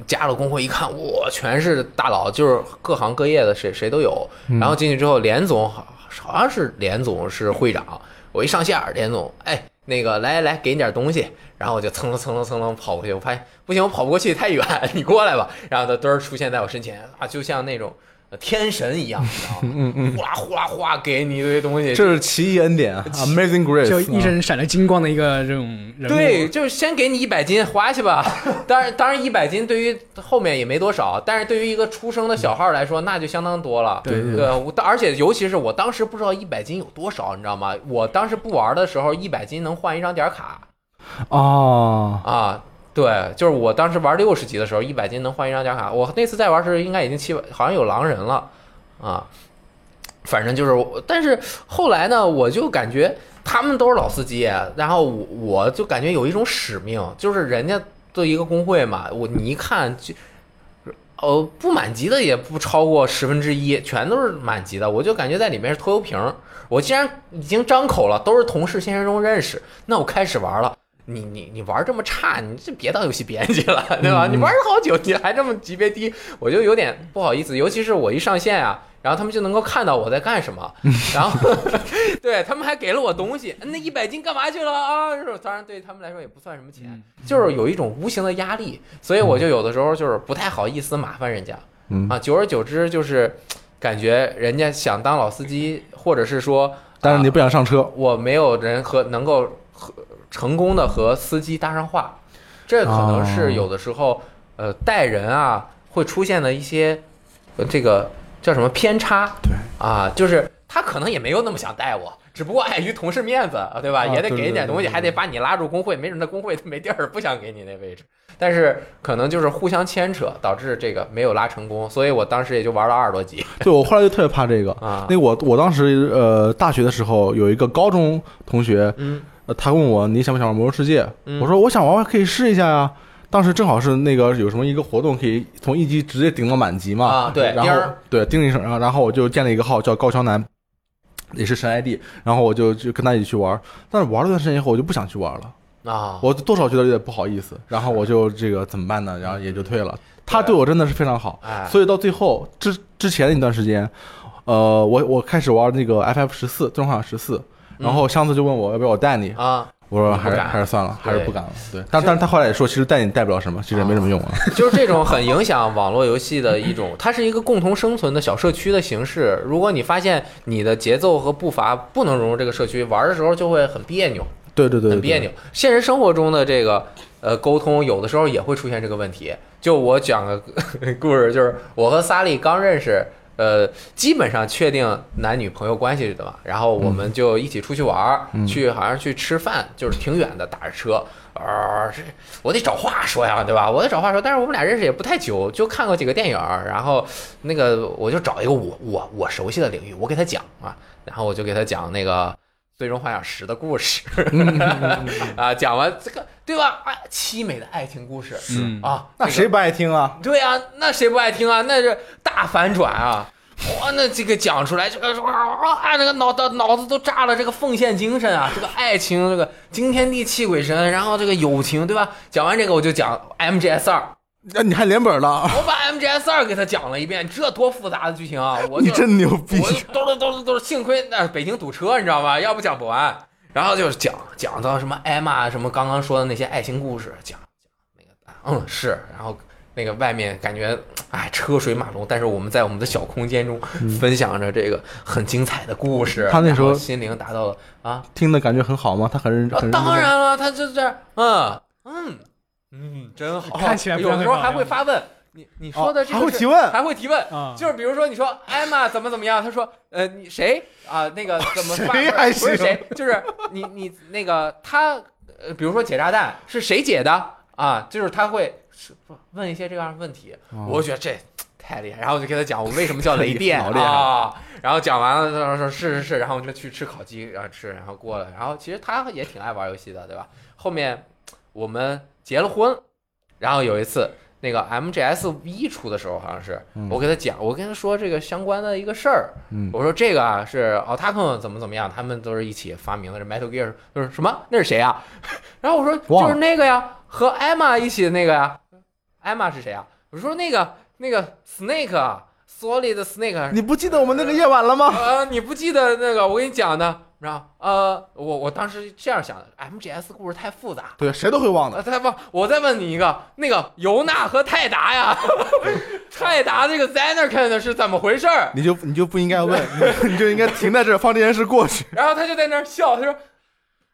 S2: 加了工会一看，哇，全是大佬，就是各行各业的谁谁都有。然后进去之后，连总好好像是连总是会长，我一上线，连总哎。那个来来来，给你点东西，然后我就蹭蹭蹭蹭蹭蹭跑过去，我发现不行，我跑不过去太远，你过来吧。然后他嘚儿出现在我身前啊，就像那种呃天神一样，你知道吗？嗯嗯，哗啦哗啦哗啦给你一堆东西，
S5: 这是奇异恩典啊，Amazing
S6: 就
S5: Grace，
S6: 一身
S4: 嗯
S6: 闪着金光的一个这种人物，
S2: 对，就是先给你一百斤花去吧。当然，当然一百斤对于后面也没多少，但是对于一个出生的小号来说，那就相当多了。
S6: 对对
S2: 对，我当而且尤其是我当时不知道一百斤有多少，你知道吗？我当时不玩的时候，一百斤能换一张点卡
S5: 嗯哦，
S2: 啊。对，就是我当时玩六十级的时候，一百斤能换一张点卡。我那次再玩是应该已经七百，好像有狼人了啊。反正就是我，但是后来呢，我就感觉他们都是老司机，然后我我就感觉有一种使命，就是人家做一个工会嘛，我你一看就，呃，不满级的也不超过十分之一，全都是满级的，我就感觉在里面是拖油瓶儿。我既然已经张口了，都是同事现实中认识，那我开始玩了。你你你玩这么差，你这别当游戏编辑了，对吧？你玩了好久，你还这么级别低，我就有点不好意思。尤其是我一上线啊，然后他们就能够看到我在干什
S5: *laughs*
S2: 么，然后 *laughs* 对他们还给了我东西，那一百斤干嘛去了啊？是吧当然对他们来说也不算什么钱，
S5: 嗯
S2: 就是有一种无形的压力，所以我就有的时候就是不太好意思麻烦人家
S5: 嗯，
S2: 啊。久而久之，就是感觉人家想当老司机，或者是说，
S5: 但是你
S2: 啊
S5: 不想上车，
S2: 我没有人和能够和成功的和司机搭上话，这可能是有的时候、呃带人啊会出现的一些、呃这个叫什么偏差，对啊，就是他可能也没有那么想带我。只不过碍于同事面子，啊对吧？
S5: 啊
S2: 也得给
S5: 对
S2: 你
S5: 对
S2: 点
S5: 对
S2: 东西，
S5: 对
S2: 还得把你拉入工会。没准那工会他没地儿，不想给你那位置。但是可能就是互相牵扯，导致这个没有拉成功。所以我当时也就玩了二十多级
S5: 对我后来就特别怕这个。
S2: 啊。
S5: 那我我当时呃大学的时候有一个高中同学，
S2: 嗯
S5: 呃他问我你想不想玩魔兽世界？
S2: 嗯
S5: 我说我想玩玩，可以试一下呀。当时正好是那个有什么一个活动，可以从一级直接顶到满级嘛。
S2: 啊对
S5: 然
S2: 叮
S5: 后
S2: 儿
S5: 对叮一声，然后然后我就建了一个号叫高桥南，也是神 ID，然后我就就跟他一起去玩。但是玩了一段时间以后，我就不想去玩了，
S2: 啊，
S5: 我多少觉得有点不好意思。然后我就这个怎么办呢？然后也就退了。他对我真的是非常好，
S2: 哎，
S5: 所以到最后之之前的一段时间，呃，我我开始玩那个 FF 十四《最终幻想十四》，然
S2: 嗯
S5: 后箱子就问我要不要我带你，
S2: 啊，
S5: 我说还
S2: 不
S5: 是
S2: 敢
S5: 还是算了，还是
S2: 对
S5: 不敢了。对，但但是他后来也说，其实带你带不了什么，其实也没什么用啊。
S2: 就是这种很影响网络游戏的一种，它是一个共同生存的小社区的形式。如果你发现你的节奏和步伐不能融入这个社区，玩的时候就会很别扭，
S5: 对对对，
S2: 很别
S5: 对
S2: 扭。。现实生活中的这个呃沟通，有的时候也会出现这个问题。就我讲个 *laughs* 故事，就是我和萨利刚认识，呃，基本上确定男女朋友关系的嘛，然后我
S5: 嗯
S2: 们就一起出去玩儿，去好像去吃饭，就是挺远的，打着车。啊、这我得找话说呀，对吧？我得找话说，但是我们俩认识也不太久，就看过几个电影儿，然后那个我就找一个我我我熟悉的领域，我给他讲啊，然后我就给他讲那个最终幻想十》的故事 *laughs* 啊，讲完这个对吧？啊，凄美的爱情故事
S5: 是
S2: 啊，
S5: 那
S2: 个
S5: 谁不爱听啊？
S2: 对啊，那谁不爱听啊？那是大反转啊！哇，那这个讲出来，这个啊，这个脑子脑子都炸了，这个奉献精神啊，这个爱情，这个惊天地泣鬼神，然后这个友情，对吧？讲完这个，我就讲 MGS 二，
S5: 那哎你还连本了？
S2: 我把 MGS 二给他讲了一遍，这多复杂的剧情啊！我就
S5: *laughs* 你真牛逼！
S2: 我就兜了兜了兜了，幸亏那北京堵车，你知道吗？要不讲不完。然后就是讲讲到什么艾玛什么刚刚说的那些爱情故事，讲讲那个嗯是，然后那个外面感觉哎车水马龙，但是我们在我们的小空间中分享着这个很精彩的故事。
S5: 嗯他那时候
S2: 然后心灵达到了啊，
S5: 听的感觉很好吗？他很认
S2: 啊
S5: 很认真
S2: 当
S5: 地
S2: 然了，他就这样嗯嗯嗯，真好，
S6: 看起来不像
S2: 有时候还
S6: 很好
S2: 会发问。你你说的这个
S5: 哦还会
S2: 是
S5: 提问，
S2: 还会提问
S6: 啊，
S2: 就是比如说你说艾玛怎么怎么样，他说呃你谁啊那个怎么发
S5: 哦谁还
S2: 不是
S5: 行
S2: 谁，就是你你那个他呃比如说解炸弹是谁解的啊，就是他会是问一些这样的问题，
S5: 哦嗯
S2: 我觉得这。太厉害！然后我就跟他讲我为什么叫雷
S5: *laughs*
S2: 电
S5: 脑厉害
S2: 啊，然后讲完了，他说是是是，然后我们就去吃烤鸡，然后吃，然后过了，然后其实他也挺爱玩游戏的，对吧？后面我们结了婚，然后有一次那个 MGS 一出的时候，好像是
S5: 嗯
S2: 我给他讲，我跟他说这个相关的一个事儿，
S5: 嗯，
S2: 我说这个啊是 o t a k 怎么怎么样，他们都是一起发明的这 Metal Gear，就是什么那是谁啊？ *laughs* 然后我说
S5: 忘
S2: 就
S5: 了
S2: 是那个呀，和艾玛一起的那个呀，艾玛是谁啊？我说那个那个 Snake 啊，Solid Snake，啊
S5: 你不记得我们那个夜晚了吗？
S2: 呃，你不记得那个我给你讲的，然后呃，我我当时这样想的，MGS 故事太复杂，
S5: 对，谁都会忘的。
S2: 啊，再问我再问你一个，那个尤娜和泰达呀， *laughs* 泰达这个 Zanarkand 是怎么回事儿？
S5: 你就你就不应该问， *laughs* 你就应该停在这儿，放这件事过去。 *laughs*
S2: 然后他就在那儿笑，他说。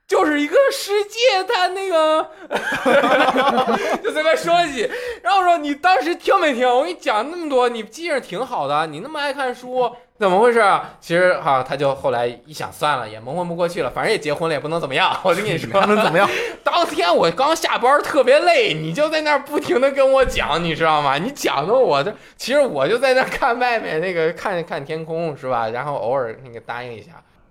S2: 就是一个世界，他那个 *laughs* 就随便说一句，然后我说你当时听没听？我给你讲那么多，你记性挺好的，你那么爱看书，怎么回事啊？其实哈、他就后来一想，算了，也蒙混不过去了，反正也结婚了，也不能怎么样。我就跟你说， *laughs*
S5: 还能怎么样？
S2: 当天我刚下班，特别累，你就在那儿不停的跟我讲，你知道吗？你讲的我这，其实我就在那儿看外面那个看看天空，是吧？然后偶尔那个答应一下。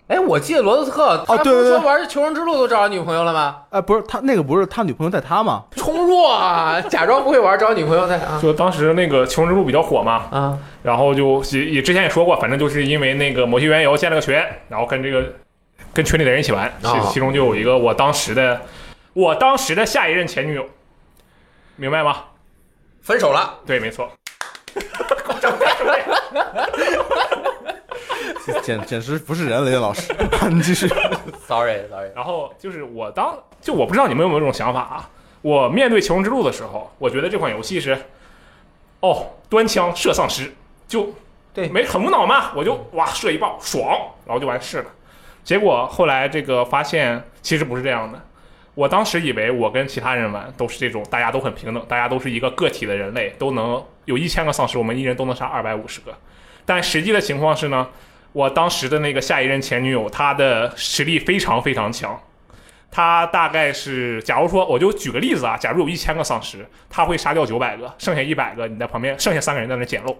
S2: 哎，我记得罗斯特，他
S5: 哦对对
S2: 不是
S5: 对
S2: 说玩《求生之路》都找着女朋友了吗？
S5: 哎，不是他那个不是他女朋友带他吗？ *laughs*
S2: 冲弱啊，假装不会玩，找女朋友在啊
S4: 就哦当时那个《求生之路》比较火嘛，
S2: *laughs* 啊，
S4: 然后就也也之前也说过，反正就是因为那个某些缘由建了个群，然后跟这个跟群里的人一起玩，
S6: 啊
S4: 其
S2: 哦
S4: 其中就有一个我当时的我当时的下一任前女友，明白吗？
S2: 分手了。
S4: 对，没错，
S5: 简简直不是人，雷电老师。 *laughs* 你
S2: *laughs*
S5: 继续。
S2: Sorry，Sorry，
S4: 然后就是我当就我不知道你们有没有这种想法啊？我面对《求生之路》的时候，我觉得这款游戏是，哦，端枪射丧尸，就
S2: 对
S4: 没很无脑嘛，我就哇射一爆爽，然后就完事了。结果后来这个发现其实不是这样的，我当时以为我跟其他人玩都是这种大家都很平等，大家都是一个个体的人类，都能有一千个丧尸，我们一人都能杀二百五十个。但实际的情况是呢，我当时的那个下一任前女友，她的实力非常非常强。她大概是，假如说，我就举个例子啊，假如有一千个丧尸，她会杀掉九百个，剩下一百个你在旁边，剩下三个人在那捡漏，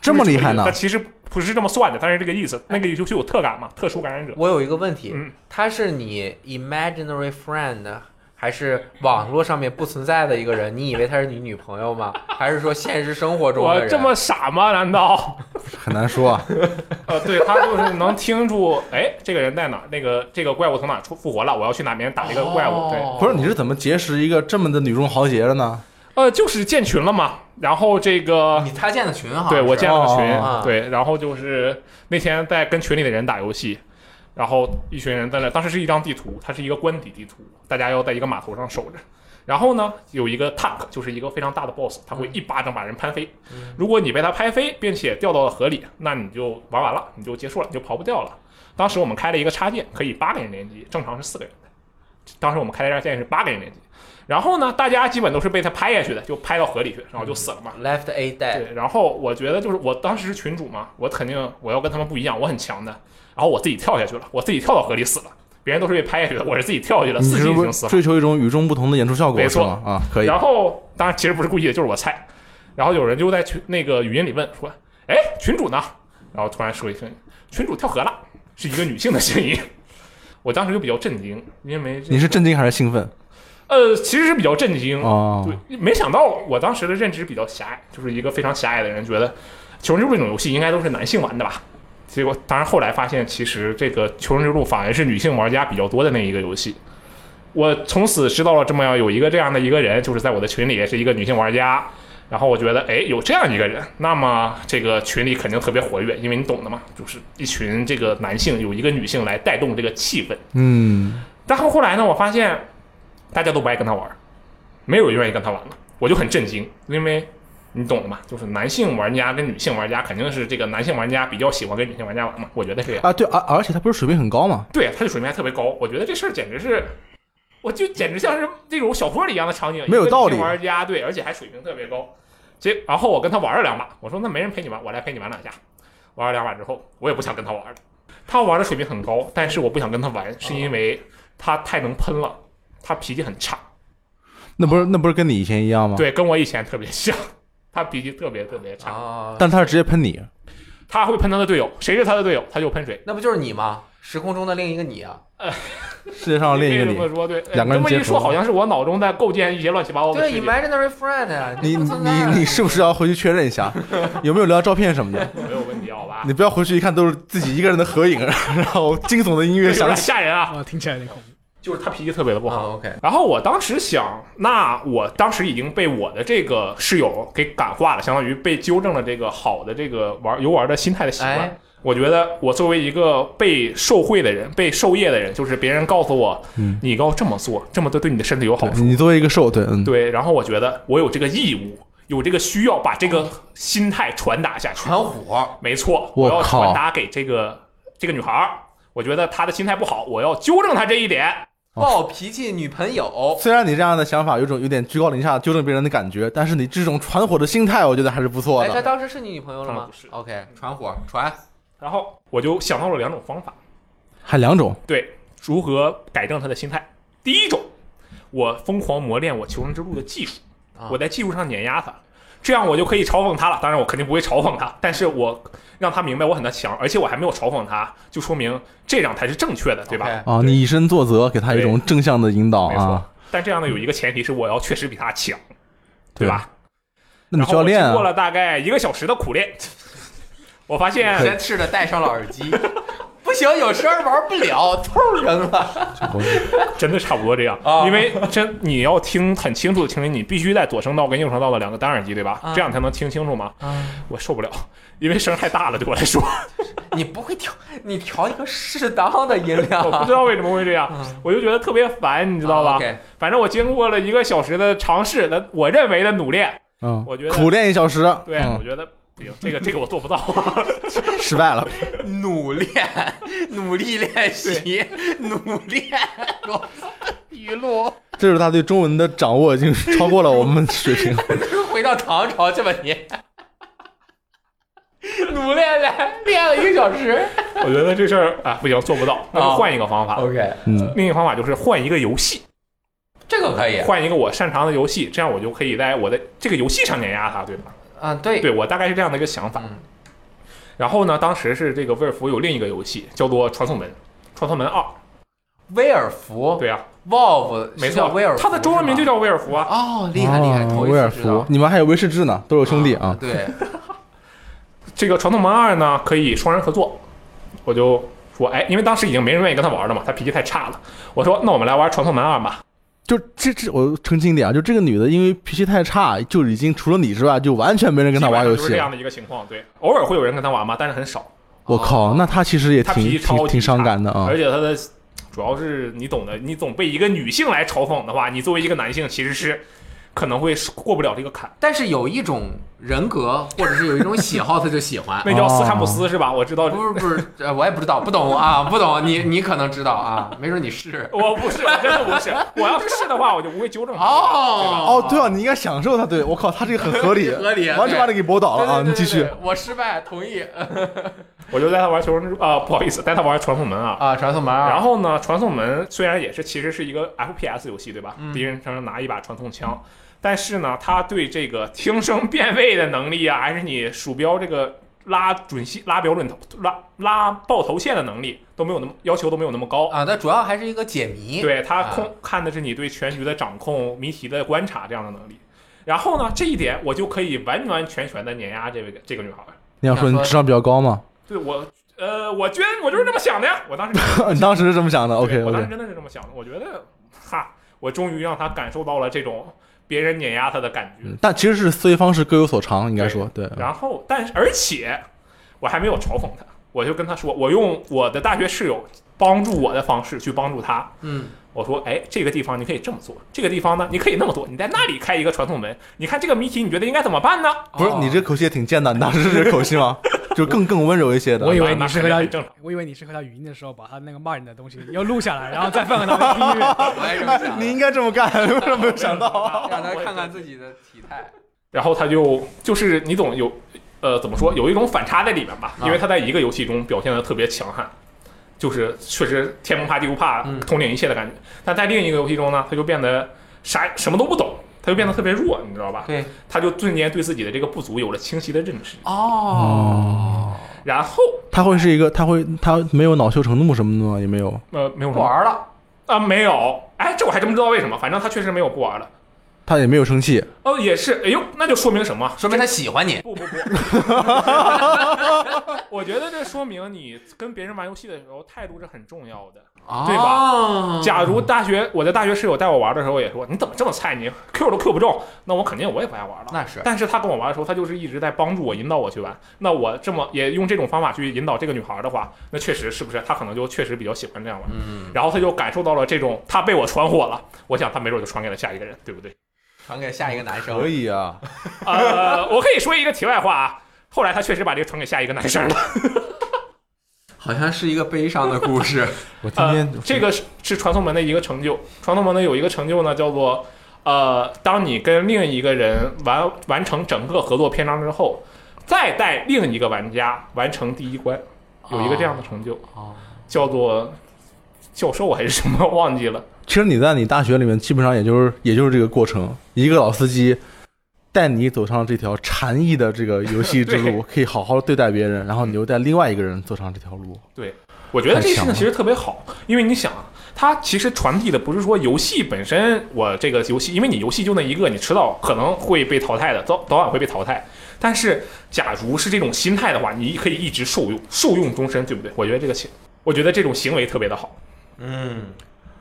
S5: 这么厉害呢 *laughs*
S4: 但其实不是这么算的，但是这个意思，那个就就有特感嘛，特殊感染者。
S2: 我有一个问题
S4: 嗯，
S2: 他是你 imaginary friend，还是网络上面不存在的一个人？你以为他是你女朋友吗？还是说现实生活中的
S4: 我
S2: 人
S4: 这么啊傻吗？难道？
S5: 很难说啊。
S4: *laughs* 呃，对他就是能听住，哎，这个人在哪？那个这个怪物从哪出复活了？我要去哪边打这个呃怪物？对，
S2: 哦
S5: 不是，你是怎么结识一个这么的女中豪杰的呢？
S4: 呃，就是建群了嘛。然后这个
S2: 哦你他建的群哈？
S4: 对我建
S2: 建
S4: 了个群，
S2: 哦
S5: 哦
S4: 对，然后就是那天在跟群里的人打游戏，然后一群人在那，当时是一张地图，它是一个官邸地图，大家要在一个码头上守着。然后呢，有一个 tank，就是一个非常大的 boss，他会一巴掌把人拍飞。如果你被他拍飞，并且掉到了河里，那你就玩完了，你就结束了，你就跑不掉了。当时我们开了一个插件，可以八个人联机，正常是四个人的。当时我们开的插件是八个人联机，然后呢，大家基本都是被他拍下去的，就拍到河里去，然后就死了嘛。
S2: Left A
S5: 哎
S2: 带
S4: 对，然后我觉得就是我当时是群主嘛，我肯定我要跟他们不一样，我很强的。然后我自己跳下去了，我自己跳到河里死了，别人都是被拍下去的，我是自己跳下去的，
S5: 你
S4: 自己
S5: 是
S4: 啊已
S5: 不
S4: 经死
S5: 是
S4: 了。
S5: 追求一种与众不同的演出效果？
S4: 没错
S5: 是吗啊，可以。
S4: 然后当然其实不是故意的，就是我菜。然后有人就在群那个语音里问说：“哎，群主呢？”然后突然说一声：“群主跳河了。”是一个女性的声音。 *laughs* 我当时就比较震惊，因为这
S5: 你是震惊还是兴奋？
S4: 呃，其实是比较震惊，
S5: 哦，
S4: 嗯对，没想到我当时的认知比较狭隘，就是一个非常狭隘的人，觉得《求生之路》这种游戏应该都是男性玩的吧。结果，当然后来发现，其实这个《求生之路》反而是女性玩家比较多的那一个游戏。我从此知道了这么样有一个这样的一个人，就是在我的群里是一个女性玩家。然后我觉得，哎，有这样一个人，那么这个群里肯定特别活跃，因为你懂的嘛，就是一群这个男性有一个女性来带动这个气氛。
S5: 嗯，
S4: 但后后来呢，我发现大家都不爱跟他玩儿，没有人愿意跟他玩了，我就很震惊，因为你懂的嘛，就是男性玩家跟女性玩家肯定是这个男性玩家比较喜欢跟女性玩家玩嘛，我觉得这样。
S5: 啊，对，而、而且他不是水平很高嘛？
S4: 对，他的水平还特别高，我觉得这事儿简直是，我就简直像是那种小说里一样的场景，
S5: 没有
S4: 一个
S5: 道
S4: 女性
S5: 理
S4: 玩家对，而且还水平特别高。结然后我跟他玩了两把，我说那没人陪你玩，我来陪你玩两下。玩了两把之后，我也不想跟他玩了。他玩的水平很高，但是我不想跟他玩，是因为他太能喷了，他脾气很差。
S5: 那不是那不是跟你以前一样吗？，
S4: 对，跟我以前特别像，他脾气特别特别差。
S2: 啊，
S5: 但他是直接喷你，
S4: 他会喷他的队友，谁是他的队友，他就喷谁。
S2: 那不就是你吗？时空中的另一个你啊！
S5: 世界上另一个
S4: 你可以这。么
S5: 你
S4: 说，对，哎
S5: 两个人
S4: 这么一
S5: 结合
S4: 说，好像是我脑中在构建一些乱七八糟的世
S2: 对
S4: 界。
S2: ，imaginary friend 呀，
S5: 你
S2: 不
S5: 你
S2: 存在啊
S5: 你是不是要回去确认
S4: *laughs*
S5: 一下，有没有留到照片什么的？
S4: 没有问题，好吧？
S5: 你不要回去一看都是自己一个人的合影，然后惊悚的音乐
S4: 有
S5: 响
S4: 点
S5: 起。
S4: *laughs* 吓人啊！
S6: 啊，听起来有点恐怖。
S4: 就是他脾气特别的不
S2: 啊
S4: 好。
S2: ，OK，
S4: 然后我当时想，那我当时已经被我的这个室友给感化了，相当于被纠正了这个好的这个玩游玩的心态的习惯。
S2: 哎
S4: 我觉得我作为一个被受贿的人、被受业的人，就是别人告诉我，
S5: 嗯
S4: 你要这么做，这么做对你的身体有好处。
S5: 你作为一个受对，嗯，
S4: 对，然后我觉得我有这个义务，有这个需要把这个心态传达下去。
S2: 传火，
S4: 没错，
S5: 我
S4: 我要
S5: 靠
S4: 传达给这个这个女孩儿，我觉得她的心态不好，我要纠正她这一点。
S2: 暴脾气女朋友，
S5: 虽然你这样的想法有种有点居高临下纠正别人的感觉，但是你这种传火的心态，我觉得还是不错
S2: 哎，她
S5: 的。
S2: 当时是你女朋友了
S4: 当然
S2: 吗
S4: 不是
S2: ？OK，传火，传，
S4: 然后我就想到了两种方法，
S5: 还两种，
S4: 对，如何改正他的心态。第一种，我疯狂磨练我求生之路的技术
S2: 啊，
S4: 我在技术上碾压他，这样我就可以嘲讽他了。当然，我肯定不会嘲讽他，但是我让他明白我很强，而且我还没有嘲讽他，就说明这样才是正确的，对吧
S2: OK
S5: 啊，你以身作则，给他一种正向的引导
S4: 没错
S5: 啊，。
S4: 但这样呢，有一个前提是我要确实比他强，
S5: 对
S4: 吧？
S5: 嗯那你
S4: 然
S5: 就
S4: 后
S5: 要
S4: 我
S5: 练
S4: 经过
S5: 啊，
S4: 了大概一个小时的苦练，我发现
S2: 先试着戴上了耳 *laughs* 机，不行，有声儿玩不了，偷扔了。
S4: 真的差不多这样，
S2: 啊
S4: 因为真你要听很清楚的听，你必须在左声道跟右声道的两个单耳机，对吧？
S2: 啊
S4: 这样才能听清楚嘛。我受不了，因为声太大了，对我
S2: *laughs*
S4: 来说，
S2: 你不会调，你调一个适当的音量
S4: 我哦不知道为什么会这样，我就觉得特别烦，你知道吧？
S2: 啊，OK
S4: 反正我经过了一个小时的尝试的，我认为的努力，
S5: 嗯，
S4: 我觉得
S5: 苦练一小时，
S4: 对、
S5: 嗯
S4: 我觉得。不行，这个这个我做不到， *laughs*
S5: 失败了。
S2: 努练，努力练习，努练螺丝 *laughs* 语录。
S5: 这就是他对中文的掌握已经超过了我们水平。
S4: *laughs*
S2: 回到唐朝去吧你。努练来，练了一个小时。
S4: 我觉得这事儿啊不行，做不到，那就
S2: 啊
S4: 换一个方法。
S2: OK，
S5: 嗯，
S4: 另一个方法就是换一个游戏，
S2: 这个可以啊
S4: 换一个我擅长的游戏，这样我就可以在我的这个游戏上碾压他，对吧？
S2: 啊，对，
S4: 对我大概是这样的一个想法。
S2: 嗯
S4: 然后呢，当时是这个威尔福有另一个游戏叫做《传送门》，《传送门二》。
S2: 威尔福，
S4: 对啊，
S2: ，Valve，
S4: 没
S2: 是叫
S4: 错，
S2: 威尔福，
S4: 它的中文名就
S2: 叫
S4: 叫威尔福啊。
S2: 哦，厉害厉害，
S5: 哦
S2: 头一
S5: 威尔
S2: 次知
S5: 福
S2: 道，。
S5: 你们还有威士忌呢，都是兄弟啊。
S2: 对，
S4: 这个《传送门二》呢，可以双人合作。我就说，哎，因为当时已经没人愿意跟他玩了嘛，他脾气太差了。我说，那我们来玩《传送门二》吧。
S5: 就这这，我澄清一点啊，就这个女的因为脾气太差，就已经除了你之外，就完全没人跟她玩游
S4: 基本上就是
S5: 戏
S4: 这。样的一个情况。对，偶尔会有人跟他玩嘛，但是很少。
S5: 我靠，那她其实也
S4: 他啊脾
S5: 挺
S4: 气超
S5: 挺
S4: 级
S5: 挺伤
S4: 差
S5: 感的啊
S4: 而。且他的主要是你懂的，你总被一个女性来嘲讽的话，你作为一个男性其实是可能会过不了这个坎。
S2: 但是有一种人格，或者是有一种喜好，他就喜欢。
S4: *laughs* 那叫斯坎普斯是吧？我知道，
S2: 不是不是，呃我也不知道，不懂啊，不懂。你你可能知道啊，没准你是。
S4: *laughs* 我不是，我真的不是。 *laughs* 我要是是的话，我就不会纠正他。
S2: 哦
S5: 哦，对啊，你应该享受她。对我靠，她这个很合理，
S2: 合理啊
S5: 完全把你给驳倒了啊！
S2: 对
S5: 你
S2: 对
S5: 继
S2: 对对
S5: 续
S2: 对，我失败，同意。
S4: 我就带他玩求生之啊、不好意思，带他玩传送门啊。
S2: 啊，传送门啊，
S4: 然后呢，传送门虽然也是其实是一个 FPS 游戏，对吧？敌人身上拿一把传送枪，但是呢，他对这个听声辨位的能力啊，还是你鼠标这个拉准细、拉标准头、拉拉爆头线的能力都没有那么要求都没有那么高。
S2: 啊，那主要还是一个解谜。
S4: 对他
S2: 啊
S4: 控、看的是你对全局的掌控、谜题的观察这样的能力。然后呢，这一点我就可以完完全全的碾压这位这个女孩儿。
S5: 你想说你智商比较高吗？ *laughs*
S4: 对我，呃，我居然我就是这么想的呀！我当时
S5: *laughs* 你当时是这么想的
S4: 对
S5: ？OK
S4: 我当时
S5: OK，
S4: 真的是这么想的。我觉得，哈，我终于让她感受到了这种别人碾压她的感觉。
S5: 但其实是思维方式各有所长，应该说对。
S2: 嗯
S4: 然后，但是而且我还没有嘲讽她，我就跟她说，我用我的大学室友帮助我的方式去帮助她。
S2: 嗯，
S4: 我说，哎，这个地方你可以这么做，这个地方呢你可以那么做，你在那里开一个传送门，你看这个谜题，你觉得应该怎么办呢？
S5: 不是你这口气也挺贱的，你当时是这口气吗？就更更温柔一些的。
S6: 我以为你是和
S4: 那
S6: 他
S4: 很正常，
S6: 我以为你是和他语音的时候，把他那个骂人的东西要录下来，然后再放给他们听
S4: *laughs*
S6: 音
S4: 啊
S6: 乐。
S2: 我也这么
S5: *laughs*
S2: 想的
S5: *laughs* 你应该这么干，为什么没有想到？
S2: *laughs* 让他看看自己的体态。
S4: 然后他就就是你总有，呃，怎么说，有一种反差在里面
S2: 啊
S4: 吧，因为他在一个游戏中表现的特别强悍，就是确实天不怕地不怕
S2: 嗯，
S4: 统领一切的感觉。但在另一个游戏中呢，他就变得啥什么都不懂，他就变得特别弱，你知道吧？
S2: 对，
S4: 他就瞬间对自己的这个不足有了清晰的认识。嗯
S2: 哦，
S4: 然后
S5: 他会是一个，他会他没有恼羞成怒什么的吗？也没有。
S4: 呃，没有什
S2: 不
S4: 么
S2: 玩了。
S4: 啊，没有，哎，这我还真不知道为什么，反正他确实没有不玩了。
S5: 他也没有生气，
S4: 哦，也是，哎呦，那就说明
S2: *laughs*
S4: 什么？
S2: 说明他喜欢你。
S4: 不不 *laughs* 不，我觉得这说明你跟别人玩游戏的时候态度是很重要的。
S2: 哦
S4: 对
S2: 吧
S4: 假如大学我的大学室友带我玩的时候也说你怎么这么菜，你 Q 都 Q 不中，那我肯定我也不爱玩了。
S2: 那是
S4: 但是他跟我玩的时候，他就是一直在帮助我引导我去玩。那我这么也用这种方法去引导这个女孩的话，那确实是不是他可能就确实比较喜欢这样玩。
S2: 嗯，
S4: 然后他就感受到了这种，他被我传火了。我想他没准就传给了下一个人，对不对？
S2: 传给下一个男生。
S5: 可以啊。
S4: 呃，我可以说一个题外话啊，后来他确实把这个传给下一个男生了。
S2: 好像是一个悲伤的故事。
S5: 我今
S4: 呃 *laughs*
S5: 天，
S4: 这个是是传送门的一个成就。传送门的有一个成就呢，叫做呃，当你跟另一个人完完成整个合作篇章之后，再带另一个玩家完成第一关，有一个这样的成就，
S2: 哦
S4: 叫做教授还是什么 *laughs* 忘记了。
S5: 其实你在你大学里面，基本上也就是也就是这个过程，一个老司机带你走上这条禅意的这个游戏之
S4: 对
S5: 路，可以好好对待别人，然后你又带另外一个人走上这条路。
S4: 我觉得这事
S5: 太强了
S4: 情其实特别好，因为你想，啊，它其实传递的不是说游戏本身，我这个游戏，因为你游戏就那一个，你迟早可能会被淘汰的，早早晚会被淘汰。但是，假如是这种心态的话，你可以一直受用，受用终身，对不对？我觉得这个行，我觉得这种行为特别的好。
S2: 嗯，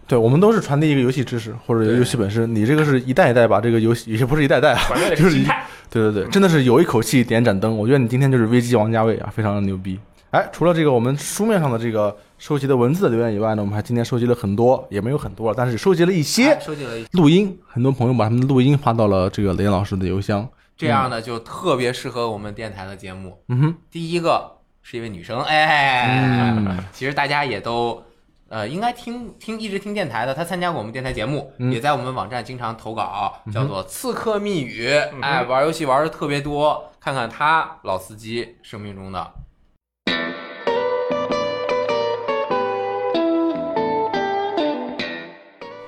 S5: 对，我们都是传递一个游戏知识或者游戏本身，你这个是一代一代把这个游戏，也不是一代代啊，
S4: 反正也
S5: *laughs* 就是是
S4: 心
S5: 一
S4: 态。
S5: 对对对，真的是有一口气点盏灯。我觉得你今天就是危机王家卫啊，非常的牛逼。哎，除了这个我们书面上的这个收集的文字的留言以外呢，我们还今天收集了很多，也没有很多了，但是收集了一些
S2: 啊 *laughs* 收集了一
S5: 录音。很多朋友把他们的录音发到了这个雷老师的邮箱。
S2: 这样呢，就特别适合我们电台的节目。
S5: 嗯哼，
S2: 第一个是一位女生，哎，
S5: 嗯
S2: 其实大家也都。呃，应该听听一直听电台的，她参加过我们电台节目，
S5: 嗯
S2: 也在我们网站经常投稿，叫做《刺客密语》。
S5: 嗯
S4: 哼
S2: 哎，玩游戏玩的特别多，看看她老司机生命中的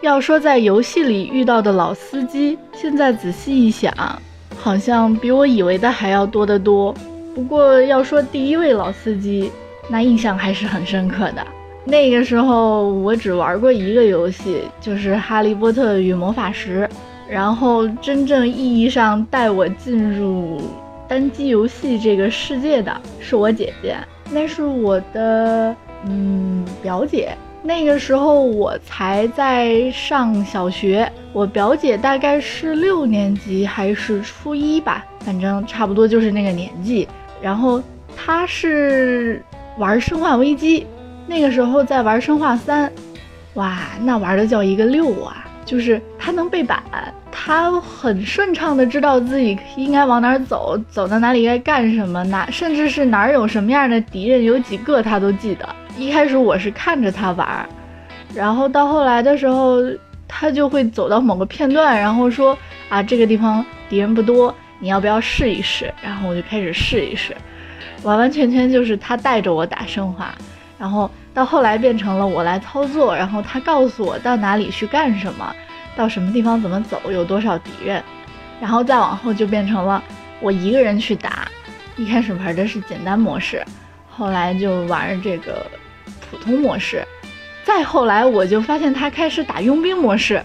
S1: 要说在游戏里遇到的老司机，现在仔细一想，好像比我以为的还要多得多。不过要说第一位老司机，那印象还是很深刻的。那个时候我只玩过一个游戏，就是《哈利波特与魔法石》，然后真正意义上带我进入单机游戏这个世界的是我姐姐，那是我的嗯表姐。那个时候我才在上小学，我表姐大概是六年级还是初一吧，反正差不多就是那个年纪。然后她是玩《生化危机》，那个时候在玩《生化三》，哇，那玩的叫一个溜啊！就是她能背板，她很顺畅的知道自己应该往哪儿走，走到哪里该干什么，哪甚至是哪儿有什么样的敌人，有几个她都记得。一开始我是看着她玩儿，然后到后来的时候，她就会走到某个片段，然后说啊这个地方敌人不多，你要不要试一试？然后我就开始试一试，完完全全就是她带着我打生化。然后到后来变成了我来操作，然后他告诉我到哪里去干什么，到什么地方怎么走，有多少敌人，然后再往后就变成了我一个人去打，一开始玩的是简单模式，后来就玩这个普通模式，再后来我就发现他开始打佣兵模式。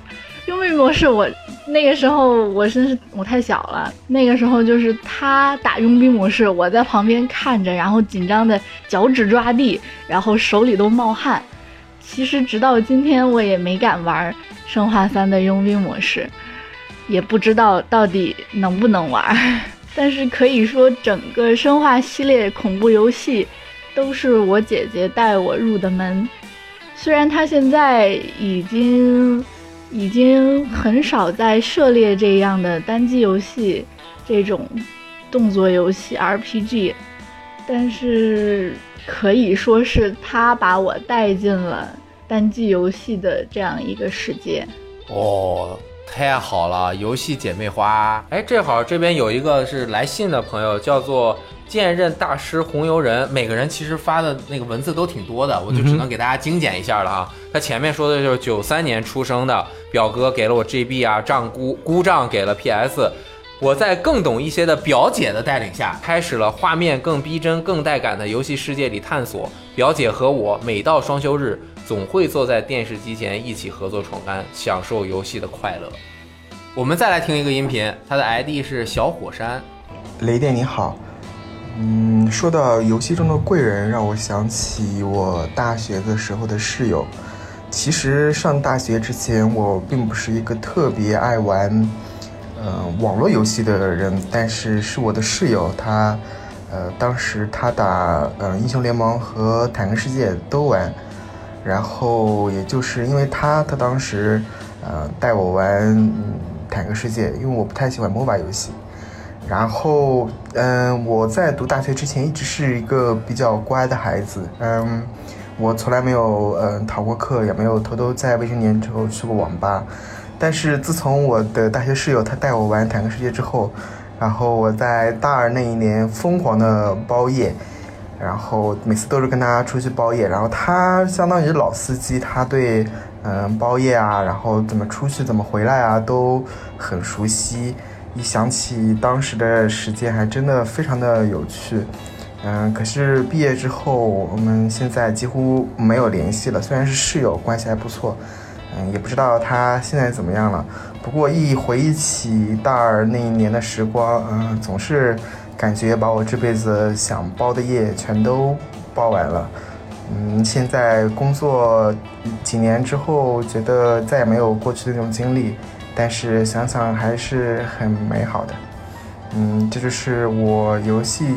S1: 佣兵模式我那个时候我真是我太小了，那个时候就是他打佣兵模式，我在旁边看着，然后紧张的脚趾抓地，然后手里都冒汗。其实直到今天，我也没敢玩《生化三》的佣兵模式，也不知道到底能不能玩。 *laughs* 但是可以说，整个生化系列恐怖游戏都是我姐姐带我入的门。虽然她现在已经已经很少在涉猎这样的单机游戏、这种动作游戏 RPG，但是可以说是她把我带进了单机游戏的这样一个世界。
S2: 哦，太好了，游戏姐妹花。哎，正好这边有一个是来信的朋友，叫做剑刃大师红游人。每个人其实发的那个文字都挺多的，我就只能给大家精简一下了啊。他前面说的就是九三年出生的表哥给了我 GB 啊，丈姑姑丈给了 PS。我在更懂一些的表姐的带领下，开始了画面更逼真、更带感的游戏世界里探索。表姐和我每到双休日，总会坐在电视机前一起合作闯关，享受游戏的快乐。我们再来听一个音频，他的 ID 是小火山。
S3: 雷电你好，嗯，说到游戏中的贵人，让我想起我大学的时候的室友。其实上大学之前，我并不是一个特别爱玩，呃，网络游戏的人，但是是我的室友，他，呃，当时他打呃英雄联盟和坦克世界都玩，然后也就是因为他，他当时，呃，带我玩、嗯坦克世界，因为我不太喜欢 MOBA 游戏。然后，嗯，我在读大学之前一直是一个比较乖的孩子，嗯，我从来没有嗯逃过课，也没有偷偷在未成年之后去过网吧。但是自从我的大学室友他带我玩《坦克世界》之后，然后我在大二那一年疯狂的包夜，然后每次都是跟他出去包夜，然后他相当于老司机，他对嗯包夜啊，然后怎么出去怎么回来啊都很熟悉。一想起当时的时间，还真的非常的有趣。嗯，可是毕业之后，我们现在几乎没有联系了。虽然是室友，关系还不错，嗯，也不知道他现在怎么样了。不过一回忆起大二那一年的时光，嗯，总是感觉把我这辈子想包的夜全都包完了。嗯，现在工作几年之后，觉得再也没有过去的那种经历，但是想想还是很美好的。嗯，这就是我游戏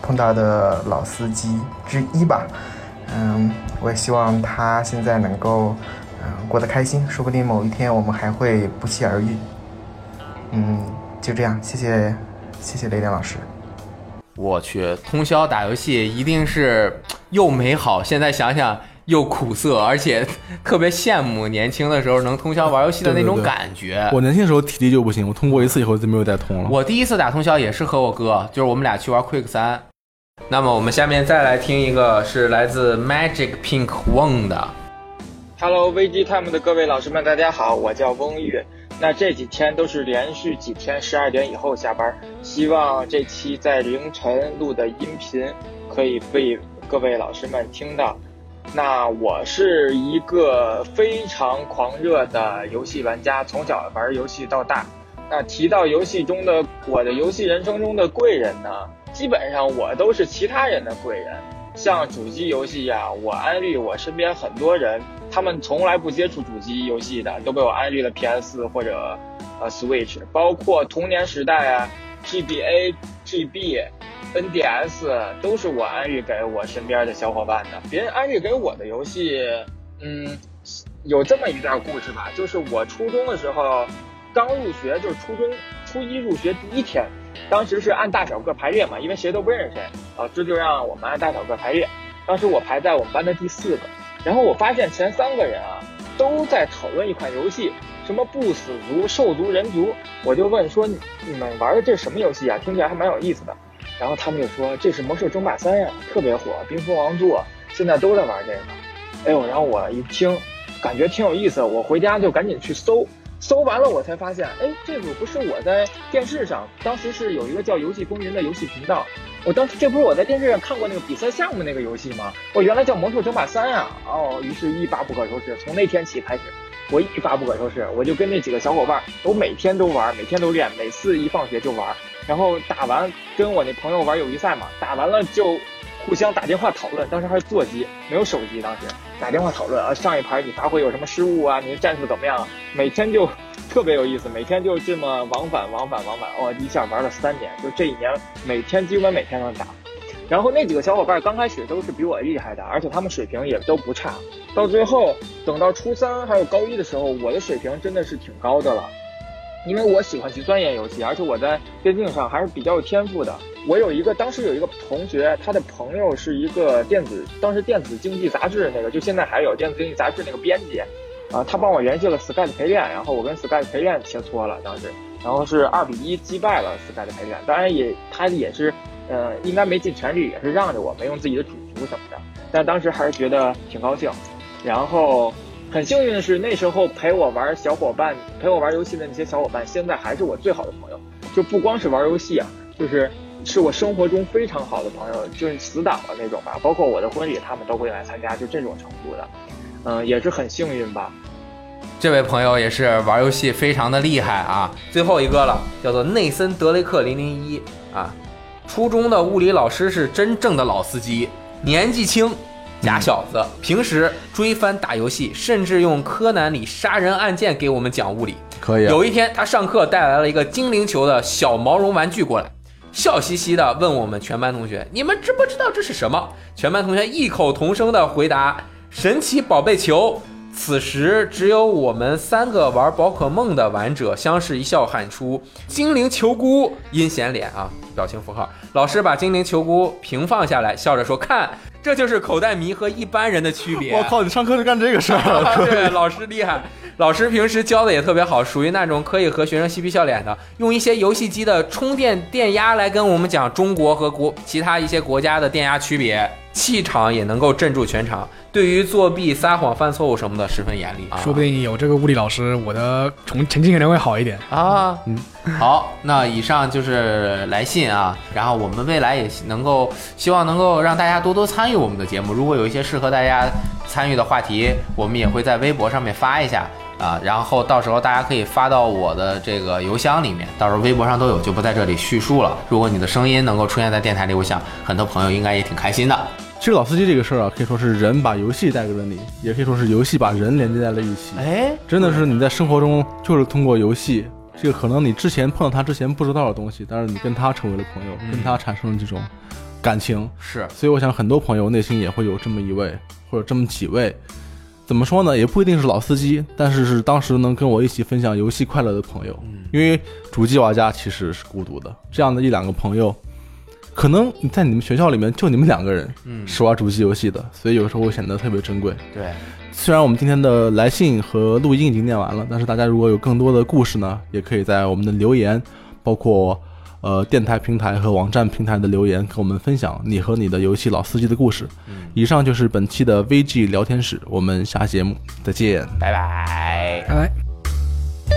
S3: 碰到的老司机之一吧。嗯，我也希望他现在能够嗯过得开心，说不定某一天我们还会不期而遇。嗯，就这样，谢谢，谢谢雷电老师。
S2: 我去，通宵打游戏一定是又美好，现在想想又苦涩，而且特别羡慕年轻的时候能通宵玩游戏的那种
S5: 对对对
S2: 感觉。
S5: 我年轻时候体力就不行，我通过一次以后就没有再通了。
S2: 我第一次打通宵也是和我哥，就是我们俩去玩 Quick 三。那么我们下面再来听一个是来自 Magic Pink Wong 的，
S8: Hello VG Time 的各位老师们，大家好，我叫翁玉。那这几天都是连续几天十二点以后下班，希望这期在凌晨录的音频可以被各位老师们听到。那我是一个非常狂热的游戏玩家，从小玩游戏到大。那提到游戏中的我的游戏人生中的贵人呢，基本上我都是其他人的贵人。像主机游戏呀、我安利我身边很多人，他们从来不接触主机游戏的，都被我安利了 PS 或者呃 Switch，包括童年时代啊，GBA、GB、NDS 都是我安利给我身边的小伙伴的。别人安利给我的游戏，嗯，有这么一段故事吧，就是我初中的时候，刚入学，就是初中初一入学第一天，当时是按大小个排列嘛，因为谁都不认识谁，老师就让我们按大小个排列。当时我排在我们班的第四个，然后我发现前三个人啊都在讨论一款游戏，什么不死族、兽族、人族，我就问说你你们玩的这是什么游戏啊？听起来还蛮有意思的。然后他们就说这是《魔兽争霸三》呀，特别火，冰封王座现在都在玩这个。哎呦，然后我一听，感觉挺有意思，我回家就赶紧去搜，搜完了我才发现，哎，这个不是我在电视上，当时是有一个叫游戏公云的游戏频道，我当时这不是我在电视上看过那个比赛项目那个游戏吗？我原来叫魔兽争霸三啊，哦，于是一发不可收拾，从那天起开始。我一发不可收拾，我就跟那几个小伙伴，我每天都玩，每天都练，每次一放学就玩，然后打完跟我那朋友玩友谊赛嘛，打完了就互相打电话讨论，当时还是座机，没有手机，当时打电话讨论啊，上一盘你发挥有什么失误啊，你的战术怎么样啊？每天就特别有意思，每天就这么往返往返往返，哦，一下玩了三年，就这一年每天基本每天都打。然后那几个小伙伴刚开始都是比我厉害的，而且他们水平也都不差。到最后，等到初三还有高一的时候，我的水平真的是挺高的了，因为我喜欢去钻研游戏，而且我在电竞上还是比较有天赋的。我有一个当时有一个同学，他的朋友是一个电子，当时电子竞技杂志那个，就现在还有电子竞技杂志那个编辑，啊，他帮我联系了 Sky 的陪练，然后我跟 Sky 的陪练切磋了当时，然后是二比一击败了 Sky 的陪练，当然也他也是。呃，应该没尽全力，也是让着我们用自己的主服什么的，但当时还是觉得挺高兴。然后很幸运的是，那时候陪我玩小伙伴、陪我玩游戏的那些小伙伴，现在还是我最好的朋友。就不光是玩游戏啊，就是是我生活中非常好的朋友，就是死党的那种吧。包括我的婚礼，他们都会来参加，就这种程度的。嗯、也是很幸运吧。
S2: 这位朋友也是玩游戏非常的厉害啊。最后一个了，叫做内森德雷克零零一啊。初中的物理老师是真正的老司机，年纪轻，假小子，平时追番打游戏，甚至用柯南里杀人案件给我们讲物理。
S5: *laughs* 可以啊，
S2: 有一天，他上课带来了一个精灵球的小毛绒玩具过来，笑嘻嘻的问我们全班同学：“你们知不知道这是什么？”全班同学异口同声的回答：“神奇宝贝球。”此时，只有我们三个玩宝可梦的玩者相视一笑，喊出“精灵球菇”，阴险脸啊，表情符号。老师把精灵球菇平放下来，笑着说：“看，这就是口袋迷和一般人的区别。”，
S5: 我靠，你上课就干这个事 *laughs* 儿啊
S2: 对，老师厉害，老师平时教的也特别好，属于那种可以和学生嬉皮笑脸的，用一些游戏机的充电电压来跟我们讲中国和国其他一些国家的电压区别，气场也能够镇住全场。对于作弊、撒谎、犯错误什么的，十分严厉啊。
S6: 说不定有这个物理老师，我的成成绩可能会好一点。
S2: 啊，好，那以上就是来信啊，然后我们未来也能够希望能够让大家多多参与我们的节目，如果有一些适合大家参与的话题，我们也会在微博上面发一下啊，然后到时候大家可以发到我的这个邮箱里面，到时候微博上都有，就不在这里叙述了。如果你的声音能够出现在电台里，我想很多朋友应该也挺开心的。
S5: 其实老司机这个事儿啊，可以说是人把游戏带给了你，也可以说是游戏把人连接在了一起。
S2: 哎，
S5: 真的是你在生活中就是通过游戏，这个可能你之前碰到他之前不知道的东西，但是你跟他成为了朋友，
S2: 嗯
S5: 跟他产生了这种感情。
S2: 是，
S5: 所以我想很多朋友内心也会有这么一位或者这么几位，怎么说呢？也不一定是老司机，但是是当时能跟我一起分享游戏快乐的朋友。因为主机玩家其实是孤独的，这样的一两个朋友，可能你在你们学校里面就你们两个人
S2: 嗯，
S5: 是玩主机游戏的，所以有时候会显得特别珍贵。
S2: 对，
S5: 虽然我们今天的来信和录音已经念完了，但是大家如果有更多的故事呢，也可以在我们的留言，包括呃电台平台和网站平台的留言，跟我们分享你和你的游戏老司机的故事。以上就是本期的 VG 聊天室，我们下期节目再见。
S2: 拜拜。
S6: 拜拜。